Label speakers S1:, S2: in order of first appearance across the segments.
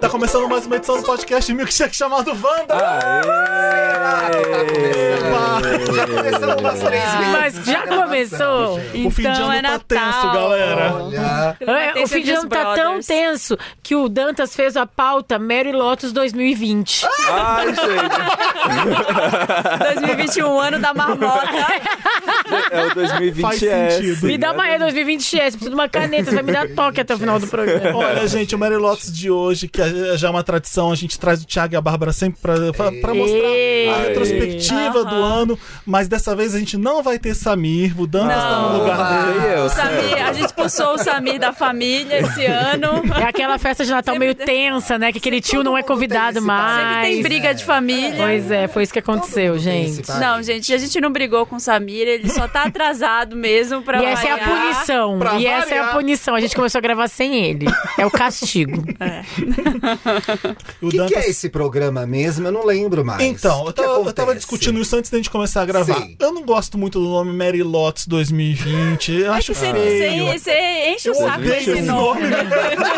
S1: Tá começando mais uma edição do podcast Milkshake chamado Wanda.
S2: Tá começando umas três vezes.
S3: Mas Ah, já começou.
S1: o fim de
S3: Então
S1: ano
S3: é
S1: tá
S3: Natal.
S1: tenso, galera.
S2: Olha.
S3: É, o fim de ano tá tão
S4: tempo.
S3: tenso que o Dantas fez a pauta Mary Lotus 2020.
S5: Ai, gente.
S4: 2021, ano da marmota.
S5: É o 2020
S1: Faz
S5: é
S1: sentido.
S5: esse,
S3: Me dá
S5: né?
S3: uma é 2020 S, preciso de uma caneta, você vai me dar toque até o final do programa.
S1: Olha, gente, o Mary Lotus de hoje, que é- já é uma tradição, a gente traz o Thiago e a Bárbara sempre pra, pra- pra mostrar a
S3: Ei.
S1: retrospectiva do ano, mas dessa vez a gente não vai ter Samir, o Dantas tá no
S4: Não.
S1: lugar dele.
S5: Ai, Ah,
S3: Tá
S5: eu,
S4: Samir, a gente expulsou o Samir da família esse ano.
S3: É aquela festa de Natal meio tensa, né? Que aquele tio não é convidado
S4: Sempre
S3: mais.
S4: tem briga de família.
S3: Pois é, foi isso que aconteceu, gente.
S2: Esse, vai.
S4: Não, gente, a gente não brigou com o Samir, ele só tá atrasado mesmo pra
S3: E essa é a
S4: variar.
S3: punição.
S1: Pra
S3: E essa é a
S1: variar.
S3: punição. A gente começou a gravar sem ele. É o castigo.
S1: O
S2: O que, que
S1: Dantas-
S2: é esse programa mesmo? Eu não lembro mais.
S1: Então,
S2: O
S1: eu
S2: que que
S1: tava, eu
S2: acontece?
S1: tava discutindo isso antes da gente começar a gravar.
S2: Sim.
S1: Eu não gosto muito do nome Mary Lotus 2020. Eu acho
S4: Você,
S1: feio.
S4: você- você enche
S1: Eu
S4: o saco
S1: odeio
S4: desse
S1: esse
S4: nome.
S1: nome.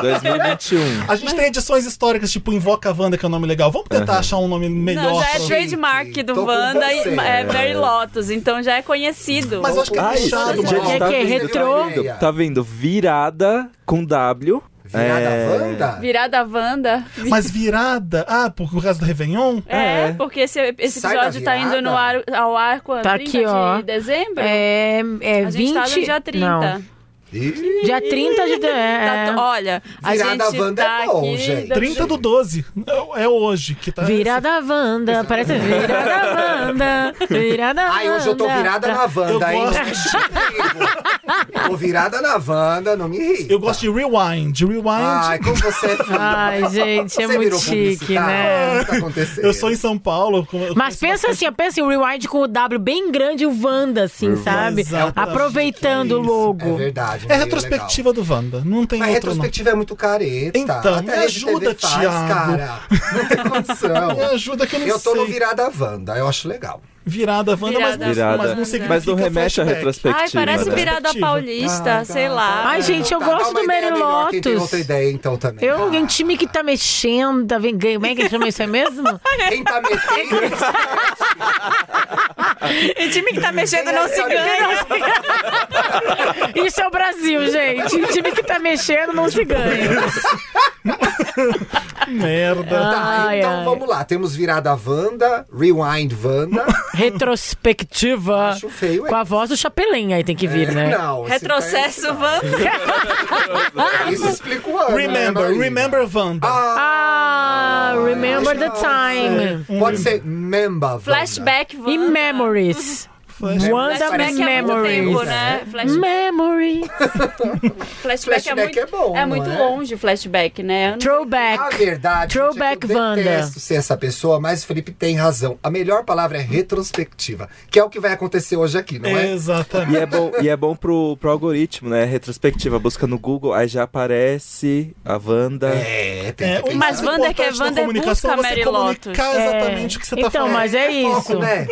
S5: 2021.
S1: A gente tem edições históricas, tipo Invoca a Wanda, que é um nome legal. Vamos tentar achar um nome melhor.
S4: Não, já é
S1: pra-
S4: trademark
S2: Gente,
S4: do
S2: tô com
S4: Wanda e
S2: você.
S4: é Mary Lotus, então já é conhecido.
S1: Mas eu acho que é
S2: Ah,
S5: Ai,
S1: fechado,
S5: gente,
S1: mano.
S3: É que é retrô.
S5: Tá vendo, tá vendo? Virada com W.
S2: Virada
S5: é...
S2: Wanda?
S4: Virada Wanda.
S1: Mas virada. Ah, por causa do Réveillon?
S4: É,
S5: É.
S4: porque esse, esse
S2: Sai da
S4: episódio tá
S2: virada.
S4: indo no ar, ao ar quando?
S3: Tá
S4: 30
S3: aqui, ó.
S4: de dezembro?
S3: É, é
S4: A gente
S3: 20...
S4: tá no dia 30.
S3: Não.
S2: Ih,
S3: Dia 30 de...
S4: Tá-
S3: É.
S4: olha, a
S2: Virada
S4: gente
S2: Wanda
S4: tá
S2: é bom,
S4: aqui...
S2: gente.
S4: da-
S1: 30 do 12. É é hoje que tá.
S3: Virada Wanda, parece virada Wanda, virada Wanda.
S2: Ai, hoje eu tô virada na Wanda, hein?
S1: Eu
S2: Não mexe comigo. Eu tô virada na Wanda, não me irrita.
S1: Eu gosto de rewind. Rewind.
S2: Ai, como você é filho.
S3: Ai, gente, é
S2: Você
S3: muito
S2: virou
S3: chique,
S2: publicitária?
S3: né?
S2: O que tá acontecendo?
S1: eu sou em São Paulo. eu come- eu
S3: Mas
S1: conheço
S3: pensa assim, ó, pensa em um rewind com o W bem grande e o Wanda, assim, sabe?
S1: Exatamente.
S3: Aproveitando o
S2: É
S3: logo.
S2: verdade.
S1: É
S2: meio
S1: retrospectiva do Wanda. Não tem outro
S2: legal. Mas
S1: nome.
S2: retrospectiva é muito careta.
S1: Então,
S2: Até
S1: me
S2: a Rede
S1: ajuda,
S2: TV faz,
S1: Thiago.
S2: cara. Não tem
S1: Me
S2: condição.
S1: ajuda que eu não
S2: Eu tô
S1: sei.
S2: no virada Wanda, eu acho legal.
S1: Virada Wanda, mas, não-
S5: Virada.
S1: mas não
S5: Mas
S1: significa.
S5: não remete à
S1: flashback.
S5: retrospectiva.
S4: Ai, parece
S5: né?
S4: virada
S1: Perspectiva.
S4: paulista,
S2: Ah,
S4: sei
S2: tá,
S4: lá.
S2: tá.
S3: Ai, gente, eu
S2: Tá,
S3: gosto
S2: dá uma
S3: do
S2: ideia
S3: Mary
S2: melhor, quem tem
S3: Lotus.
S2: outra ideia, então, também.
S3: Eu, um
S2: Ah,
S3: time que tá mexendo, tá vendo? Como é que chama isso aí mesmo?
S2: Quem tá metendo...
S4: E time que tá mexendo não se ganha.
S3: Isso é o Brasil, gente. O time que tá mexendo não se ganha.
S1: Merda.
S2: Tá,
S3: Ai,
S2: então
S3: ai.
S2: vamos lá. Temos virada Wanda, rewind Wanda.
S3: Retrospectiva.
S2: Acho feio, é.
S3: Com a voz do Chapelin aí tem que vir, né?
S2: Não, esse
S4: Retrocesso, vamos.
S2: tá- Isso explica o ano. né, Ah,
S1: Remember,
S2: Marina?
S1: remember Wanda.
S3: Ah, remember the
S2: Não,
S3: time.
S2: Pode ser member Wanda.
S4: Flashback, vamos.
S3: E memories. Wanda Mac
S4: Flashback é muito tempo,
S3: memories.
S4: né? Flashback,
S3: Memories.
S4: flashback é muito,
S2: Flashback é bom,
S4: é muito
S2: né?
S4: longe o flashback, né? Eu não-
S2: A
S3: Throwback.
S2: verdade,
S3: É Throwback
S2: gente, é que eu
S3: Wanda.
S2: detesto ser essa pessoa, mas o Felipe tem razão. A melhor palavra é retrospectiva, que é o que vai acontecer hoje aqui, não é?
S1: Exatamente.
S5: E é bom, e é bom pro, pro algoritmo, né? Retrospectiva. Busca no Google, aí já aparece a Wanda.
S2: É, tem
S1: É,
S2: que
S1: o
S2: pensar.
S4: Mas
S1: mais
S4: Wanda que é
S1: importante da
S4: Wanda
S1: comunicação é você
S4: busca Mary
S1: comunicar
S3: É.
S1: exatamente o que você tá
S3: então,
S1: falando.
S3: mas é isso.
S2: Foco, né?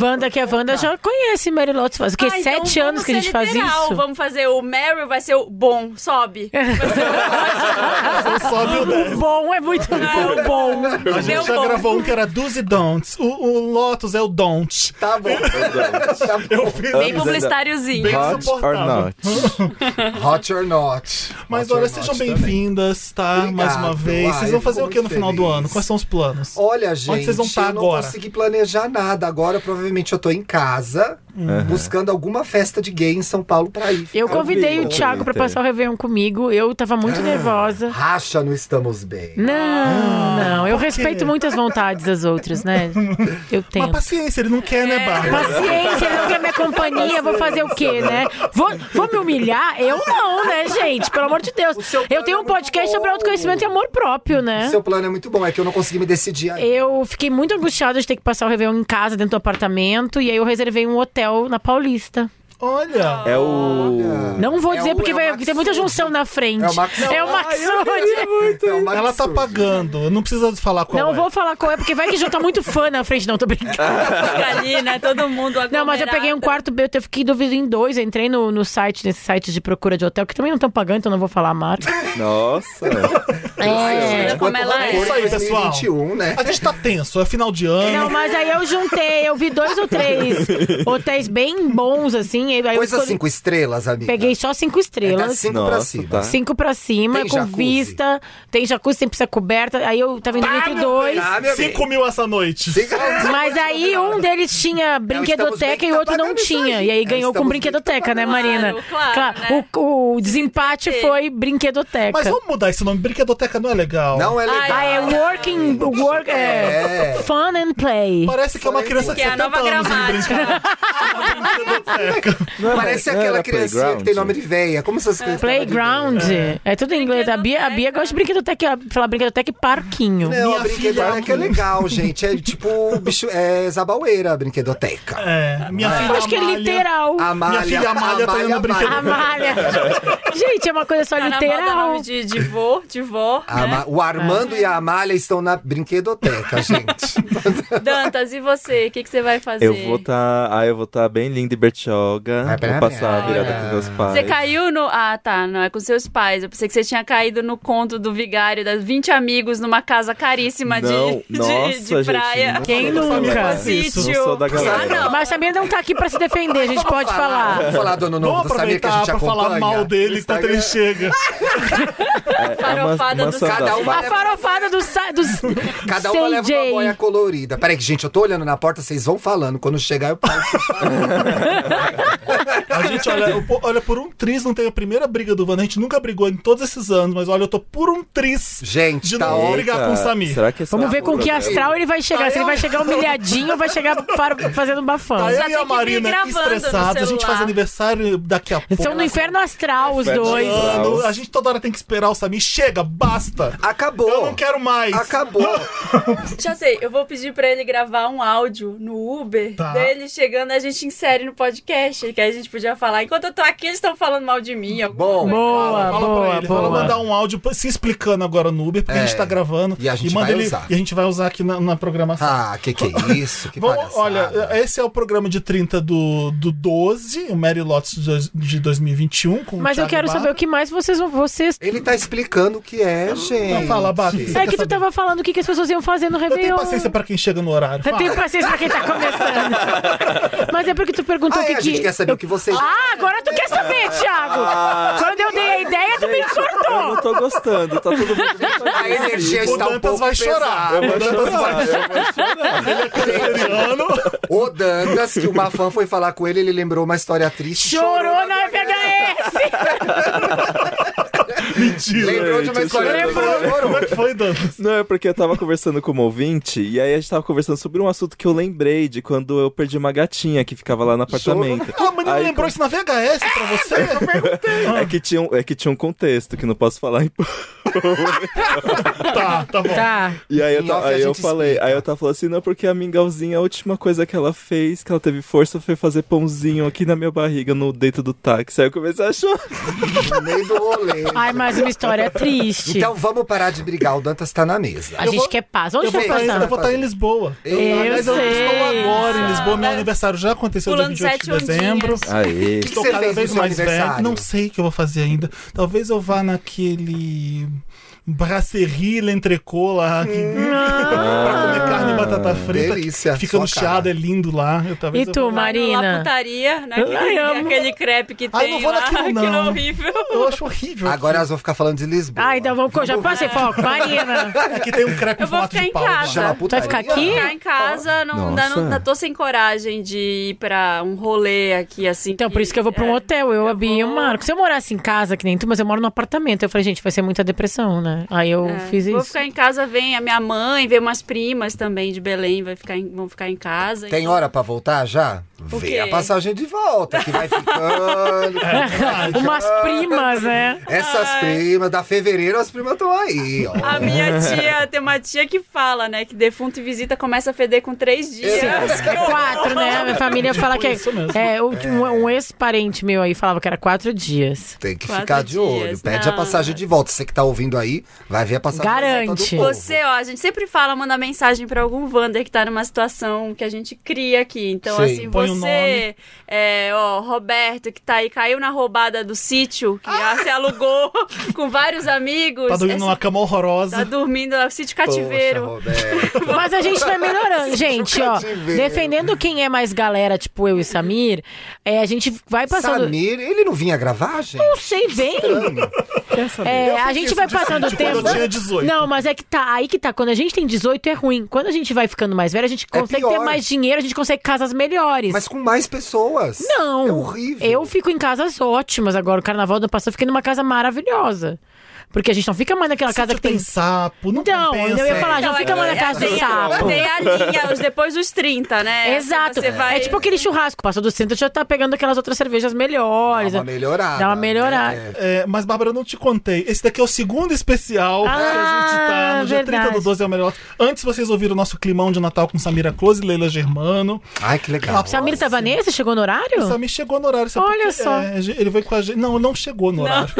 S3: Wanda que é Wanda já conhece Mary Lotus. Faz o quê?
S4: Ah, então
S3: Sete
S4: vamos
S3: anos que a
S4: ser
S3: gente faz
S4: literal,
S3: isso? É
S4: Vamos fazer o Meryl, vai ser o bom, sobe. Vai ser o
S1: Você sobe o 10.
S3: O bom é muito
S4: Não.
S3: bom.
S1: A
S4: Deu
S1: gente já
S4: bom.
S1: gravou um que era Do's e Don'ts. O, o Lotus é o Don't.
S2: Tá bom. tá
S1: Eu fiz
S4: bem publicitáriozinho.
S1: Bem
S5: Hot or
S1: insuportável.
S5: not.
S2: bom. Hot or not.
S1: Mas
S2: Hot or
S1: olha,
S2: not
S1: sejam
S2: também.
S1: bem-vindas, tá?
S2: Obrigado.
S1: Mais uma vez.
S2: Ai,
S1: Vocês vão
S2: eu
S1: fazer
S2: fico
S1: o que no
S2: muito
S1: final do
S2: feliz.
S1: ano? Quais são os planos?
S2: Olha, gente,
S1: vocês vão tá
S2: eu não
S1: agora?
S2: consegui planejar nada. Agora, provavelmente, eu tô em casa,
S1: Uhum.
S2: buscando alguma festa de gay em São Paulo pra ir.
S3: Eu
S2: Fica
S3: convidei o
S2: comigo.
S3: Thiago pra passar o Réveillon comigo. Eu tava muito nervosa.
S2: Racha no Estamos Bem.
S3: Né? Não, não. Eu
S1: por quê?
S3: respeito muito as vontades das outras, né? Eu
S1: Mas
S4: um-
S3: tenho.
S1: paciência, ele não quer,
S4: É.
S1: né, Bárbara?
S3: Paciência, ele não quer minha companhia, eu vou fazer o quê, né? Vou, vou me humilhar? Eu não, né, gente? Pelo amor de Deus.
S2: seu plano
S3: Eu tenho
S2: é
S3: um
S2: muito
S3: podcast sobre
S2: bom.
S3: autoconhecimento e amor próprio, né?
S2: Seu plano é muito bom, é que eu não consegui me decidir ainda.
S3: Eu fiquei muito angustiada de ter que passar o Réveillon em casa, dentro do apartamento, e aí eu reservei um hotel na Paulista.
S1: Olha!
S5: É o.
S3: Não vou
S2: É
S3: dizer
S2: o-
S3: porque
S2: é o
S3: vai
S2: Maxud.
S3: ter muita junção na frente.
S2: É o Maxud.
S3: É o Maxud.
S2: É uma
S1: Ela tá
S2: absurda.
S1: pagando, não precisa falar qual
S3: Não
S1: é.
S3: vou falar qual é, porque vai que junta muito fã na frente, não, tô brincando.
S4: Fica ali, né? Todo mundo aglomerado.
S3: Não, mas eu peguei um quarto, B, eu fiquei dividido em dois, eu entrei no, no site, nesse site de procura de hotel, que também não estão pagando, então não vou falar a marca.
S5: Nossa!
S4: Olha como ela
S1: É isso aí, pessoal.
S2: 2021, né?
S1: A gente tá tenso, é final de ano.
S3: Não, mas aí eu juntei, eu vi dois ou três hotéis bem bons, assim. Aí eu
S2: Coisa
S3: escolhi-
S2: cinco estrelas, amiga.
S3: peguei só cinco
S2: é da
S3: estrelas.
S2: cinco
S5: Nossa,
S2: pra cima.
S5: tá.
S3: Cinco pra cima,
S2: Tem
S3: com
S2: jacuzzi?
S3: vista. Tem jacuzzi, tem piscina coberta. Aí eu tava indo entre dois.
S2: Ah, tá meu bem.
S1: 5 mil essa noite.
S2: Cinco-
S3: Mas aí um deles tinha
S2: bem
S3: brinquedoteca
S2: que
S3: e o
S2: tá
S3: outro não
S2: pagando isso
S3: tinha.
S2: aí.
S3: E aí
S2: É o
S3: ganhou com
S2: estamos bem que tá
S3: brinquedoteca, né,
S2: pagando.
S3: Marina?
S4: Claro, claro, né?
S3: O, o desempate
S4: Sim.
S3: foi brinquedoteca.
S1: Mas vamos mudar esse nome, brinquedoteca não é legal.
S2: Não é legal.
S3: Ah, é working. Work, é,
S2: É.
S3: Fun and play.
S1: Parece que é uma criança de
S4: Que é a
S1: 70
S4: nova
S1: anos indo
S4: gramática.
S1: brincar. Ah, brinquedoteca.
S2: Parece
S1: É,
S5: Não era
S2: aquela criancinha que tem
S5: playground?
S2: nome de véia. Como essas crianças.
S3: Playground. É. tudo em inglês. A Bia, a Bia gosta de brinquedoteca. Falar brinquedoteca e parquinho.
S2: Não,
S1: Minha
S2: a
S1: filha-
S2: brinquedoteca é legal, gente. É tipo o bicho. É zabaueira a brinquedoteca.
S1: É, minha filha
S3: Acho que é
S1: Amália-
S3: literal.
S2: A Malha,
S1: filha Amália tá indo no brinquedo-
S3: A malha. Gente, é uma coisa só
S4: Tá na moda o
S3: literal.
S4: nome de, de vô, de vó.
S2: A
S3: Né?
S2: Ma- O
S3: É.
S2: Armando e a Amália estão na brinquedoteca, gente.
S4: Dantas, e você? O que, que você vai fazer?
S5: Eu vou tá. Ah, eu vou tá bem linda e bertioga.
S2: Vai pra
S5: Vou passar a
S2: praia.
S5: virada com meus pais.
S4: Você caiu no. Ah, tá. Não é com seus pais. Eu pensei que você tinha caído no conto do vigário das 20 amigos numa casa caríssima de-
S5: Não,
S4: de, de,
S5: nossa, gente,
S4: praia.
S5: não
S3: Quem
S5: sou da
S3: nunca?
S5: galera.
S4: Sítio.
S5: Não sou da
S4: Ah,
S5: galera.
S4: não.
S3: Mas Samir não tá aqui pra se defender, a gente pode falar.
S2: Vamos falar do ano novo
S1: Vamos
S2: do Samir que a
S1: aproveitar
S2: gente
S1: pra
S2: acompanha.
S1: falar mal dele tá enquanto ele
S2: Instagram.
S1: chega.
S5: É,
S4: Farofada do
S5: sandália.
S2: Cada uma
S3: A farofada do sa- dos
S2: Cada uma leva uma boia
S3: CJ.
S2: colorida. Peraí, que, gente, eu tô olhando na porta, vocês vão falando. Quando chegar, eu paro.
S1: A gente olha, o po- olha, por um triz, não tem a primeira briga do Van. A gente nunca brigou em todos esses anos, mas olha, eu tô por um triz.
S2: Gente,
S1: de
S2: tá
S1: não
S2: ótimo.
S1: brigar com o Samir.
S5: Será que é
S3: Vamos
S5: só
S3: ver com que
S5: problema?
S3: astral ele vai chegar. Se ele vai chegar humilhadinho ou vai chegar faro- fazendo bafão.
S1: Tá eu e
S4: Já
S1: a
S4: tem que vir
S1: Marina
S4: gravando
S1: estressados,
S4: no
S1: a gente faz
S4: celular.
S1: aniversário daqui a pouco.
S3: São no inferno astral os dois.
S1: Ano, a gente toda hora tem que esperar o Samir. Chega, basta!
S2: Acabou.
S1: Eu não quero mais!
S2: Acabou.
S4: Já sei, eu vou pedir pra ele gravar um áudio no Uber
S1: Tá.
S4: dele chegando, a gente insere no podcast, que aí a gente podia falar. Enquanto eu tô aqui, eles estão falando mal de mim. alguma
S2: Bom.
S4: coisa.
S3: Boa,
S1: Fala pra
S3: boa,
S1: ele, fala mandar
S3: boa.
S1: um áudio se explicando agora no Uber, porque a gente
S2: É.
S1: tá gravando.
S2: E a gente
S1: manda
S2: vai
S1: ele,
S2: usar.
S1: E a gente vai usar aqui na, na programação.
S2: Ah, que que é isso? Que
S1: Vamos-
S2: palhaçada.
S1: olha, esse é o programa de 30 do, do 12, o Mary Lotus de dois- de 2021. Com
S3: Mas eu quero saber o que mais vocês vão. Vocês...
S2: Ele tá explicando o que é, gente. Então,
S1: Não, fala, Bá, o que você
S3: É
S1: quer
S3: que tu
S1: saber?
S3: tava falando o que, que as pessoas iam fazer no
S1: Eu tenho
S3: Réveillon.
S1: paciência pra quem chega no horário.
S3: Eu tenho
S1: Fala.
S3: paciência pra quem tá começando. Mas é porque tu perguntou
S2: Ah,
S3: o que
S2: é, a gente quer saber o que vocês...
S3: Ah, agora tu quer saber, Thiago! Quando eu dei a ideia, tu me
S5: Eu não
S3: cortou!
S5: tô gostando, tá todo mundo muito
S2: A energia tá
S1: O
S2: está um
S1: Dantas
S2: pouco
S1: vai chorar.
S2: pesada.
S1: O Dantas vai chorar.
S2: O Dantas, que uma fã foi falar com ele, ele lembrou uma história triste.
S3: Chorou na FHS!
S1: Mentira.
S2: Lembrou de uma
S5: Gente,
S2: história
S3: eu chorei.
S1: Como é
S2: triste.
S1: que foi, Dantas?
S5: Não, é porque eu tava conversando com uma ouvinte, e aí a gente tava conversando sobre um assunto que eu lembrei de quando eu perdi uma gatinha que ficava lá no apartamento.
S1: Ah, mas não
S5: Aí,
S1: lembrou isso na VHS pra você? Eu perguntei.
S5: É que, tinha um, é que tinha um contexto que não posso falar em
S1: Tá, tá bom.
S3: Tá.
S5: E aí eu,
S2: Em
S5: ta-
S2: off a
S5: aí eu
S2: gente
S5: falei,
S2: explica.
S5: aí eu tava falando assim, não, porque a Mingauzinha, a última coisa que ela fez, que ela teve força, foi fazer pãozinho aqui na minha barriga, no dentro do táxi. Aí eu comecei a chorar.
S2: No meio do rolê.
S3: Ai, mas uma história triste.
S2: Então vamos parar de brigar, o Dantas tá na mesa.
S3: a
S1: eu
S3: gente
S1: vou-
S3: quer paz. Onde
S1: Eu vou,
S3: tá
S2: sei.
S1: estar, eu
S3: passando?
S1: vou estar em Lisboa.
S3: Eu
S1: Mas eu
S3: sei.
S1: estou agora em Lisboa. Meu aniversário já aconteceu dia
S4: Pulando
S1: 28 de
S4: sete
S1: dezembro.
S4: ondinhas.
S5: Aê.
S2: que
S1: Estou
S2: você
S1: cada
S2: fez no
S1: vez
S2: seu
S1: mais velho.
S2: aniversário?
S1: Não sei o que eu vou fazer ainda. Talvez eu vá naquele. Brasserie L'Entrecô lá. que- pra
S3: Ah.
S1: comer carne e batata frita.
S2: Delícia,
S1: Fica no
S2: sua cara.
S1: chiado, é lindo lá. Eu, talvez
S3: E
S1: eu
S3: tu,
S1: vá-
S4: Tá Lá
S3: Marina?
S4: putaria, né?
S3: Eu
S4: Aquele,
S3: amo.
S4: aquele crepe que tem
S1: Ai, não vou
S4: lá,
S1: naquilo,
S4: aquilo é
S1: não.
S4: horrível.
S1: Eu acho horrível.
S2: Agora elas vão ficar falando de Lisboa.
S3: Ai, então vamos. Já passei foco. Marina.
S1: Aqui tem um crepe
S4: Eu
S1: em
S4: vou
S1: formato
S4: ficar
S1: de
S4: em
S1: pau.
S4: casa.
S2: Chama a
S3: Tu vai
S2: putaria.
S3: ficar aqui?
S4: Ficar em casa, não, ainda não,
S5: Nossa.
S4: ainda tô sem coragem de ir pra um rolê aqui, assim.
S3: Então, por isso que eu vou pra um
S4: é.
S3: hotel. Eu, a Bia e o
S4: vou-
S3: Marco. Se eu morasse em casa, que nem tu, mas eu moro num apartamento. Eu falei, gente, vai ser muita pressão, né? Aí eu
S4: É,
S3: fiz
S4: Vou
S3: isso.
S4: ficar em casa, vem a minha mãe, vem umas primas também de Belém, vai ficar em- vão ficar em casa.
S2: Tem hora pra voltar já?
S4: O
S2: Vê
S4: quê?
S2: a passagem de volta, que vai ficando.
S3: Umas primas, né?
S2: Essas primas, da fevereiro as primas estão aí, ó.
S3: Ah,
S4: A minha tia, tem uma tia que fala, né, que defunto e visita começa a feder com três dias.
S1: É,
S4: Que horror.
S3: Quatro, né? A minha família fala que é.
S1: isso mesmo.
S3: é, o- um, um ex-parente meu aí falava que era quatro dias.
S2: Tem que
S4: Quatro
S2: ficar de olho.
S4: dias,
S2: Pede a
S4: não.
S2: passagem de volta. Você que tá ouvindo aí, vai ver a passagem de volta do
S3: Garante.
S2: povo.
S4: Você, ó, a gente sempre fala, manda mensagem pra algum Wander que tá numa situação que a gente cria aqui. Então,
S2: Sim.
S4: assim,
S1: Põe o
S4: você,
S1: nome.
S4: é, ó, Roberto, que tá aí, caiu na roubada do sítio, que
S1: Ah!
S4: já se alugou com vários amigos.
S1: Tá
S3: é.
S1: dormindo
S4: Essa-
S1: numa cama
S4: tá
S1: horrorosa.
S4: dormindo no sítio
S2: Poxa,
S4: cativeiro.
S2: Roberto.
S3: Mas a gente vai melhorando, gente, ó.
S2: Cativeiro.
S3: Defendendo quem é mais galera, tipo eu e Samir, é, a gente vai passando.
S2: Samir, ele não vinha gravar, gente?
S3: Não sei, vem.
S5: Quer saber?
S3: É, a gente vai
S1: de
S3: passando o
S1: sítio quando
S3: tempo.
S1: eu tinha 18.
S3: Não, mas é que tá. Aí que tá. Quando a gente tem 18 é ruim. Quando a gente vai ficando mais velho, a
S1: É
S3: gente consegue ter
S2: pior.
S3: mais dinheiro, a gente consegue casas melhores.
S2: Mas com mais pessoas.
S3: Não.
S2: É horrível.
S3: Eu fico em casas ótimas agora. O carnaval do ano passado eu fiquei numa casa maravilhosa. Porque a gente não fica mais naquela casa
S1: Sítio
S3: que
S1: tem
S3: tem.
S1: sapo, não
S3: Então,
S1: compensa.
S3: eu ia falar, já
S4: Então,
S3: fica
S4: é-
S3: mais na casa
S4: é,
S3: do
S4: tem
S3: sapo.
S4: A, tem a linha, os depois dos 30, né?
S3: Exato.
S4: Você vai...
S3: É tipo aquele churrasco. Passou do centro, já tá pegando aquelas outras cervejas
S2: Dá
S3: melhores.
S2: uma melhorada.
S3: Dá uma melhorada.
S2: né?
S1: É, mas, Bárbara, eu não te contei. Esse daqui é o segundo especial
S3: Ah,
S1: que a gente tá no dia
S3: verdade.
S1: 30 do 12 é o melhor. Antes vocês ouviram o nosso climão de Natal com Samira Close e Leila Germano.
S2: Ai, que legal.
S3: Samir tava nesse? tá Chegou no horário?
S1: O Samir chegou no horário. sabe por
S3: Olha
S1: quê?
S3: só.
S1: É, ele veio com a gente. Não, não chegou no horário.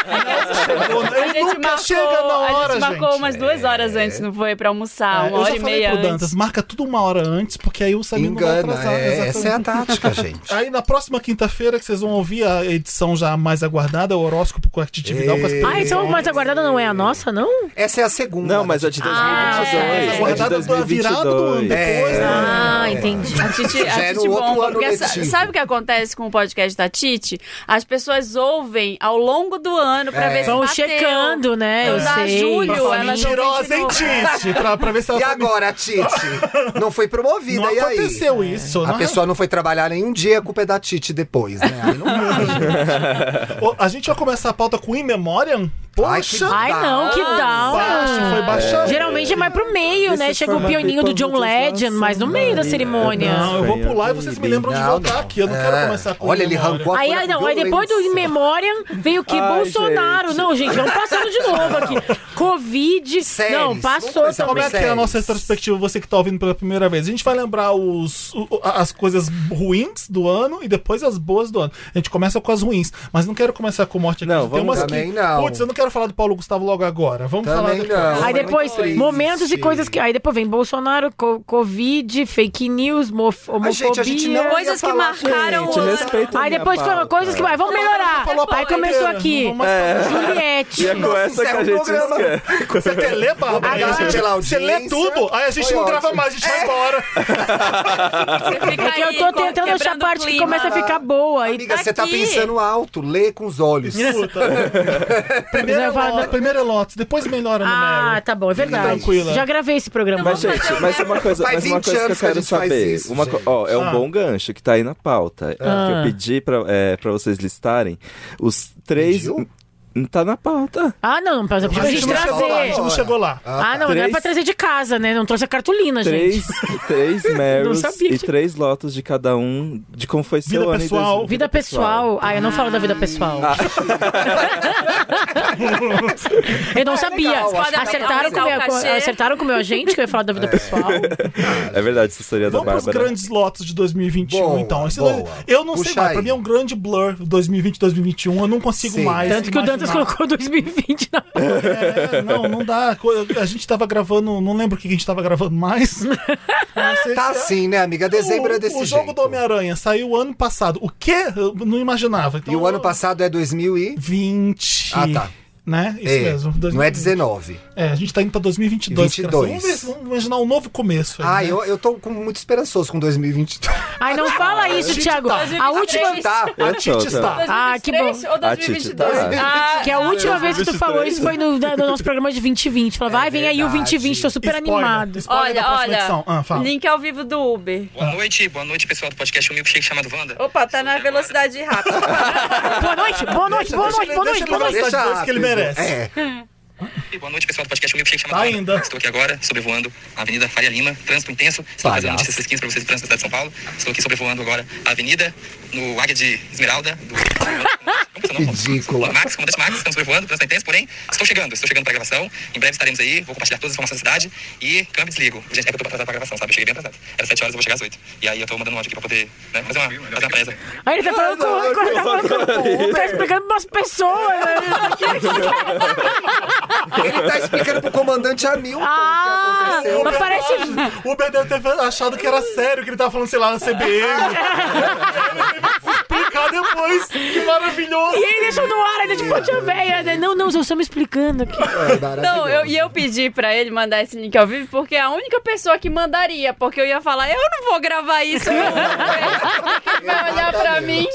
S1: Chegou,
S4: A
S1: ele
S4: gente
S1: nunca
S4: marcou,
S1: chega na hora,
S4: a gente marcou
S1: gente.
S4: umas duas horas antes, não foi? Pra almoçar,
S1: É,
S4: uma
S1: eu
S4: hora
S1: já
S4: e
S1: falei
S4: meia
S1: pro
S4: antes.
S1: Dantas, marca tudo uma hora antes, porque aí o Samir não vai
S2: Engana.
S1: atrasar.
S2: é,
S1: exatamente.
S2: essa é a tática, gente.
S1: Aí na próxima quinta-feira, que vocês vão ouvir a edição já mais aguardada, o horóscopo com a Vidal com as
S2: Ei.
S3: Ah, então mais aguardada não é a nossa, não?
S2: Essa é a segunda.
S5: Não, mas a de 2022.
S4: Ah,
S1: é.
S5: a de
S1: Guardada da virada do ano.
S5: 2022.
S1: Depois,
S4: É.
S1: né?
S3: Ah, entendi.
S4: A Titi,
S2: Já
S4: a
S2: era
S4: Titi
S2: o outro
S4: bomba.
S2: ano
S4: Porque sa-
S2: letivo.
S4: sabe o que acontece com o podcast da Titi? As pessoas ouvem ao longo do ano pra
S2: É.
S4: ver se
S3: Vão
S4: bateu.
S3: checando, né?
S4: Então
S3: Eu
S4: dá
S3: sei.
S1: Pra
S4: julho,
S1: falar
S4: elas não
S1: mentirosa, hein,
S4: vão de novo.
S1: Tite? Pra, pra ver se ela
S2: E
S1: tá mentindo.
S2: agora, Titi? Não foi promovida,
S1: Não
S2: e aí?
S1: aconteceu isso.
S2: A
S1: não é?
S2: pessoa não foi trabalhar nenhum dia, a culpa é da Titi depois, né? Aí não
S1: Ô, A gente vai começar a pauta com In Memoriam?
S2: Ai,
S1: Poxa!
S2: que-
S3: Ai, não, que down.
S1: Baixo, foi baixão.
S3: Geralmente é mais pro meio, né?
S5: This
S3: Chega o
S5: format
S3: pioninho do
S5: people
S3: John
S5: who just
S3: Legend,
S5: love
S3: mas no
S5: some
S3: meio da
S5: money.
S3: cerimônia.
S1: Não, eu vou pular e vocês me lembram de
S2: Não,
S1: voltar
S2: não.
S1: aqui. Eu não
S2: É.
S1: quero começar com
S2: Olha,
S1: In
S2: ele
S1: Memoriam.
S2: arrancou a
S3: Aí, aí, não, aí depois do In Memoriam veio o que?
S5: Ai,
S3: Bolsonaro.
S5: gente.
S3: Não, gente, vamos passando de novo aqui. Covid.
S2: Séries,
S3: não,
S2: vamos
S3: passou
S2: começar
S1: Como
S3: também.
S1: é que é a nossa
S2: Séries.
S1: retrospectiva, você que tá ouvindo pela primeira vez? A gente vai lembrar os, o- o- as coisas ruins do ano e depois as boas do ano. A gente começa com as ruins, mas não quero começar com morte aqui.
S5: Não,
S1: Tem
S5: vamos-
S1: umas
S2: Também
S1: que,
S2: não.
S1: Putz, eu não quero falar do Paulo Gustavo logo agora. Vamos falar
S2: Também
S1: depois.
S2: não.
S3: Aí
S2: Foi
S3: depois,
S2: muito triste.
S3: momentos e coisas que. Aí depois vem Bolsonaro, co- Covid, fake news, mof- homofobia.
S2: Ai, gente, a gente não ia
S4: Coisas que
S2: falar,
S4: marcaram
S2: gente.
S5: Gente,
S4: o-
S5: respeita a
S3: Aí
S5: minha
S3: depois foram
S5: pauta. É.
S3: coisas que vai, vamos melhorar.
S1: Falou a
S3: Aí
S1: pauta
S3: começou
S1: inteira,
S3: aqui.
S1: não vamos mais fazer isso.
S3: Juliette.
S5: E é com essa que
S2: encerra
S5: a
S2: o
S5: gente
S2: programa.
S5: esquece.
S1: Você quer ler, Bárbara?
S2: Agora-
S1: Você lê tudo, aí a gente
S2: Foi
S1: não grava
S2: ótimo. É.
S1: mais, a gente vai embora.
S4: Você fica
S3: É que eu
S4: aí,
S3: tô
S4: co-
S3: tentando achar
S4: quebrando
S3: parte que
S4: clima.
S3: começa a ficar boa. aí
S2: Amiga,
S4: tá
S2: você tá
S4: aqui.
S2: pensando alto, lê com os olhos.
S1: Primeiro, é
S3: Você vai falar-
S1: Lotus, primeiro é Lotus, depois melhora no
S3: Ah,
S1: Meryl.
S3: tá bom, é verdade.
S1: Tranquila.
S3: Já gravei esse programa.
S5: Mas,
S3: um
S5: gente, mas é uma coisa,
S2: Faz
S5: mas uma
S2: 20
S5: coisa que eu
S2: anos que a
S5: quero
S2: gente faz
S5: saber.
S2: isso,
S5: uma co-
S2: gente.
S5: ó, é um
S1: Ah.
S5: bom gancho que tá aí na pauta. Que
S3: Ah.
S5: eu pedi pra, é, pra vocês listarem os três.
S2: Pediu?
S5: N- Tá na pauta.
S3: Ah, não, mas eu pedi
S1: A
S3: pra
S1: gente
S3: gente
S1: não chegou lá, a
S3: trazer.
S1: gente não chegou lá.
S3: Ah, não, não é
S5: Três-
S3: pra trazer de casa, né? Não trouxe a cartolina, gente.
S5: Três, três Marys
S3: Não sabia
S5: e
S3: que-
S5: três lotos de cada um de como foi seu
S1: Vida
S5: ano em
S1: pessoal.
S5: 2000.
S3: Vida pessoal. Ah, eu não falo da vida pessoal. eu não sabia.
S2: legal, acho
S4: que
S3: acertaram, com
S4: vai aumentar o
S3: meu,
S4: cachê.
S3: acertaram com o meu agente que eu ia falar da vida pessoal.
S5: É verdade, assessoria da
S1: Vamos pros
S5: Bárbara.
S1: grandes lotos de 2021,
S2: Boa,
S1: então. Esse
S2: boa.
S1: dois- eu não sei
S2: Puxa
S1: mais,
S2: aí.
S1: pra mim é um grande blur 2020, 2021, eu não consigo
S2: Sim.
S1: mais.
S3: Tanto que o Dantas
S1: imaginar.
S3: colocou 2020 na
S1: É, não, não dá. A gente tava gravando, não lembro o que a gente tava gravando mais. Não sei
S2: Tá
S1: se-
S2: assim, né, amiga? Dezembro
S1: o,
S2: é desse
S1: O jogo
S2: jeito.
S1: do Homem-Aranha saiu ano passado. O quê? Eu não imaginava. Então,
S2: E o ano
S1: eu-
S2: passado é 2000 e...
S1: 20.
S2: Ah, tá.
S1: Né? Isso
S2: é,
S1: mesmo.
S2: Não
S1: 2020.
S2: é 19.
S1: É, a gente tá indo pra 2022. cara. Então,
S2: 22.
S1: Vamos, ver- vamos imaginar um novo começo. aí,
S2: Ah,
S1: né?
S2: eu, eu tô com muito esperançoso com 2022.
S3: Ai, não fala isso, Thiago. A última.
S2: Tá.
S1: A Tite está.
S3: Ah, que bom.
S4: 2023 Ou
S5: Ah, Titi,
S4: 2022?
S5: tá.
S4: Ah,
S3: Que a última vez que tu falou isso foi no, na- no nosso programa de 2020. Falava, ai, vem aí o
S2: verdade.
S3: 2020, tô super
S1: Spoiler.
S3: animado.
S1: Spoiler da
S4: Olha,
S1: próxima
S4: olha.
S1: edição. Ah, fala.
S4: Link ao vivo do Uber.
S6: Boa noite, boa noite, pessoal do podcast Um Milkshake chamado Wanda.
S4: Opa, tá na velocidade rápida.
S3: Boa noite,
S1: Deixa
S3: boa noite, boa noite,
S1: ele-
S3: boa
S1: deixa
S3: noite,
S1: ele
S3: boa noite.
S1: Deixa que ele
S2: rápido.
S1: merece.
S2: É.
S6: E boa noite, pessoal do podcast Humil Milkshake
S1: Tá
S6: chamado Wanda.
S1: ainda.
S6: Estou aqui agora sobrevoando a Avenida Faria Lima, trânsito intenso. Estou
S2: Palhaço.
S6: fazendo notícias fresquinhas para vocês do trânsito da cidade de São Paulo. Estou aqui sobrevoando agora a avenida no Águia de Esmeralda. Do... Como que é o nome?
S2: Ridícula.
S6: Max, comandante Max, estamos sobrevoando, trânsito intenso, porém, estou chegando, estou chegando para a gravação. Em breve estaremos aí, vou compartilhar todas as informações da cidade e câmbio e desligo. Gente, é que eu tô atrasado pra gravação, sabe? Eu cheguei bem atrasado. Era 7 horas, eu vou chegar às 8. E aí eu tô mandando um áudio aqui pra poder né, fazer uma, fazer uma presa.
S3: Aí ele tá falando com, com-
S2: não,
S3: tá
S2: não,
S3: falando com tá explicando pra umas pessoas. né?
S2: Ele tá explicando pro comandante Hamilton
S3: Ah,
S2: o que aconteceu. né?
S3: mas parece.
S1: O B deve ter achado que era sério, que ele tava falando, sei lá, na CBN. ele teve que se explicar depois. Que maravilhoso. É.
S3: E ele deixou no ar, ainda tipo, tia velha. né? Não, não, eu só me explicando aqui.
S2: É maravilhoso.
S4: Não, eu, e eu pedi pra ele mandar esse link ao vivo, porque é a única pessoa que mandaria, porque eu ia falar, eu não vou gravar isso, não, ele vai olhar pra mim.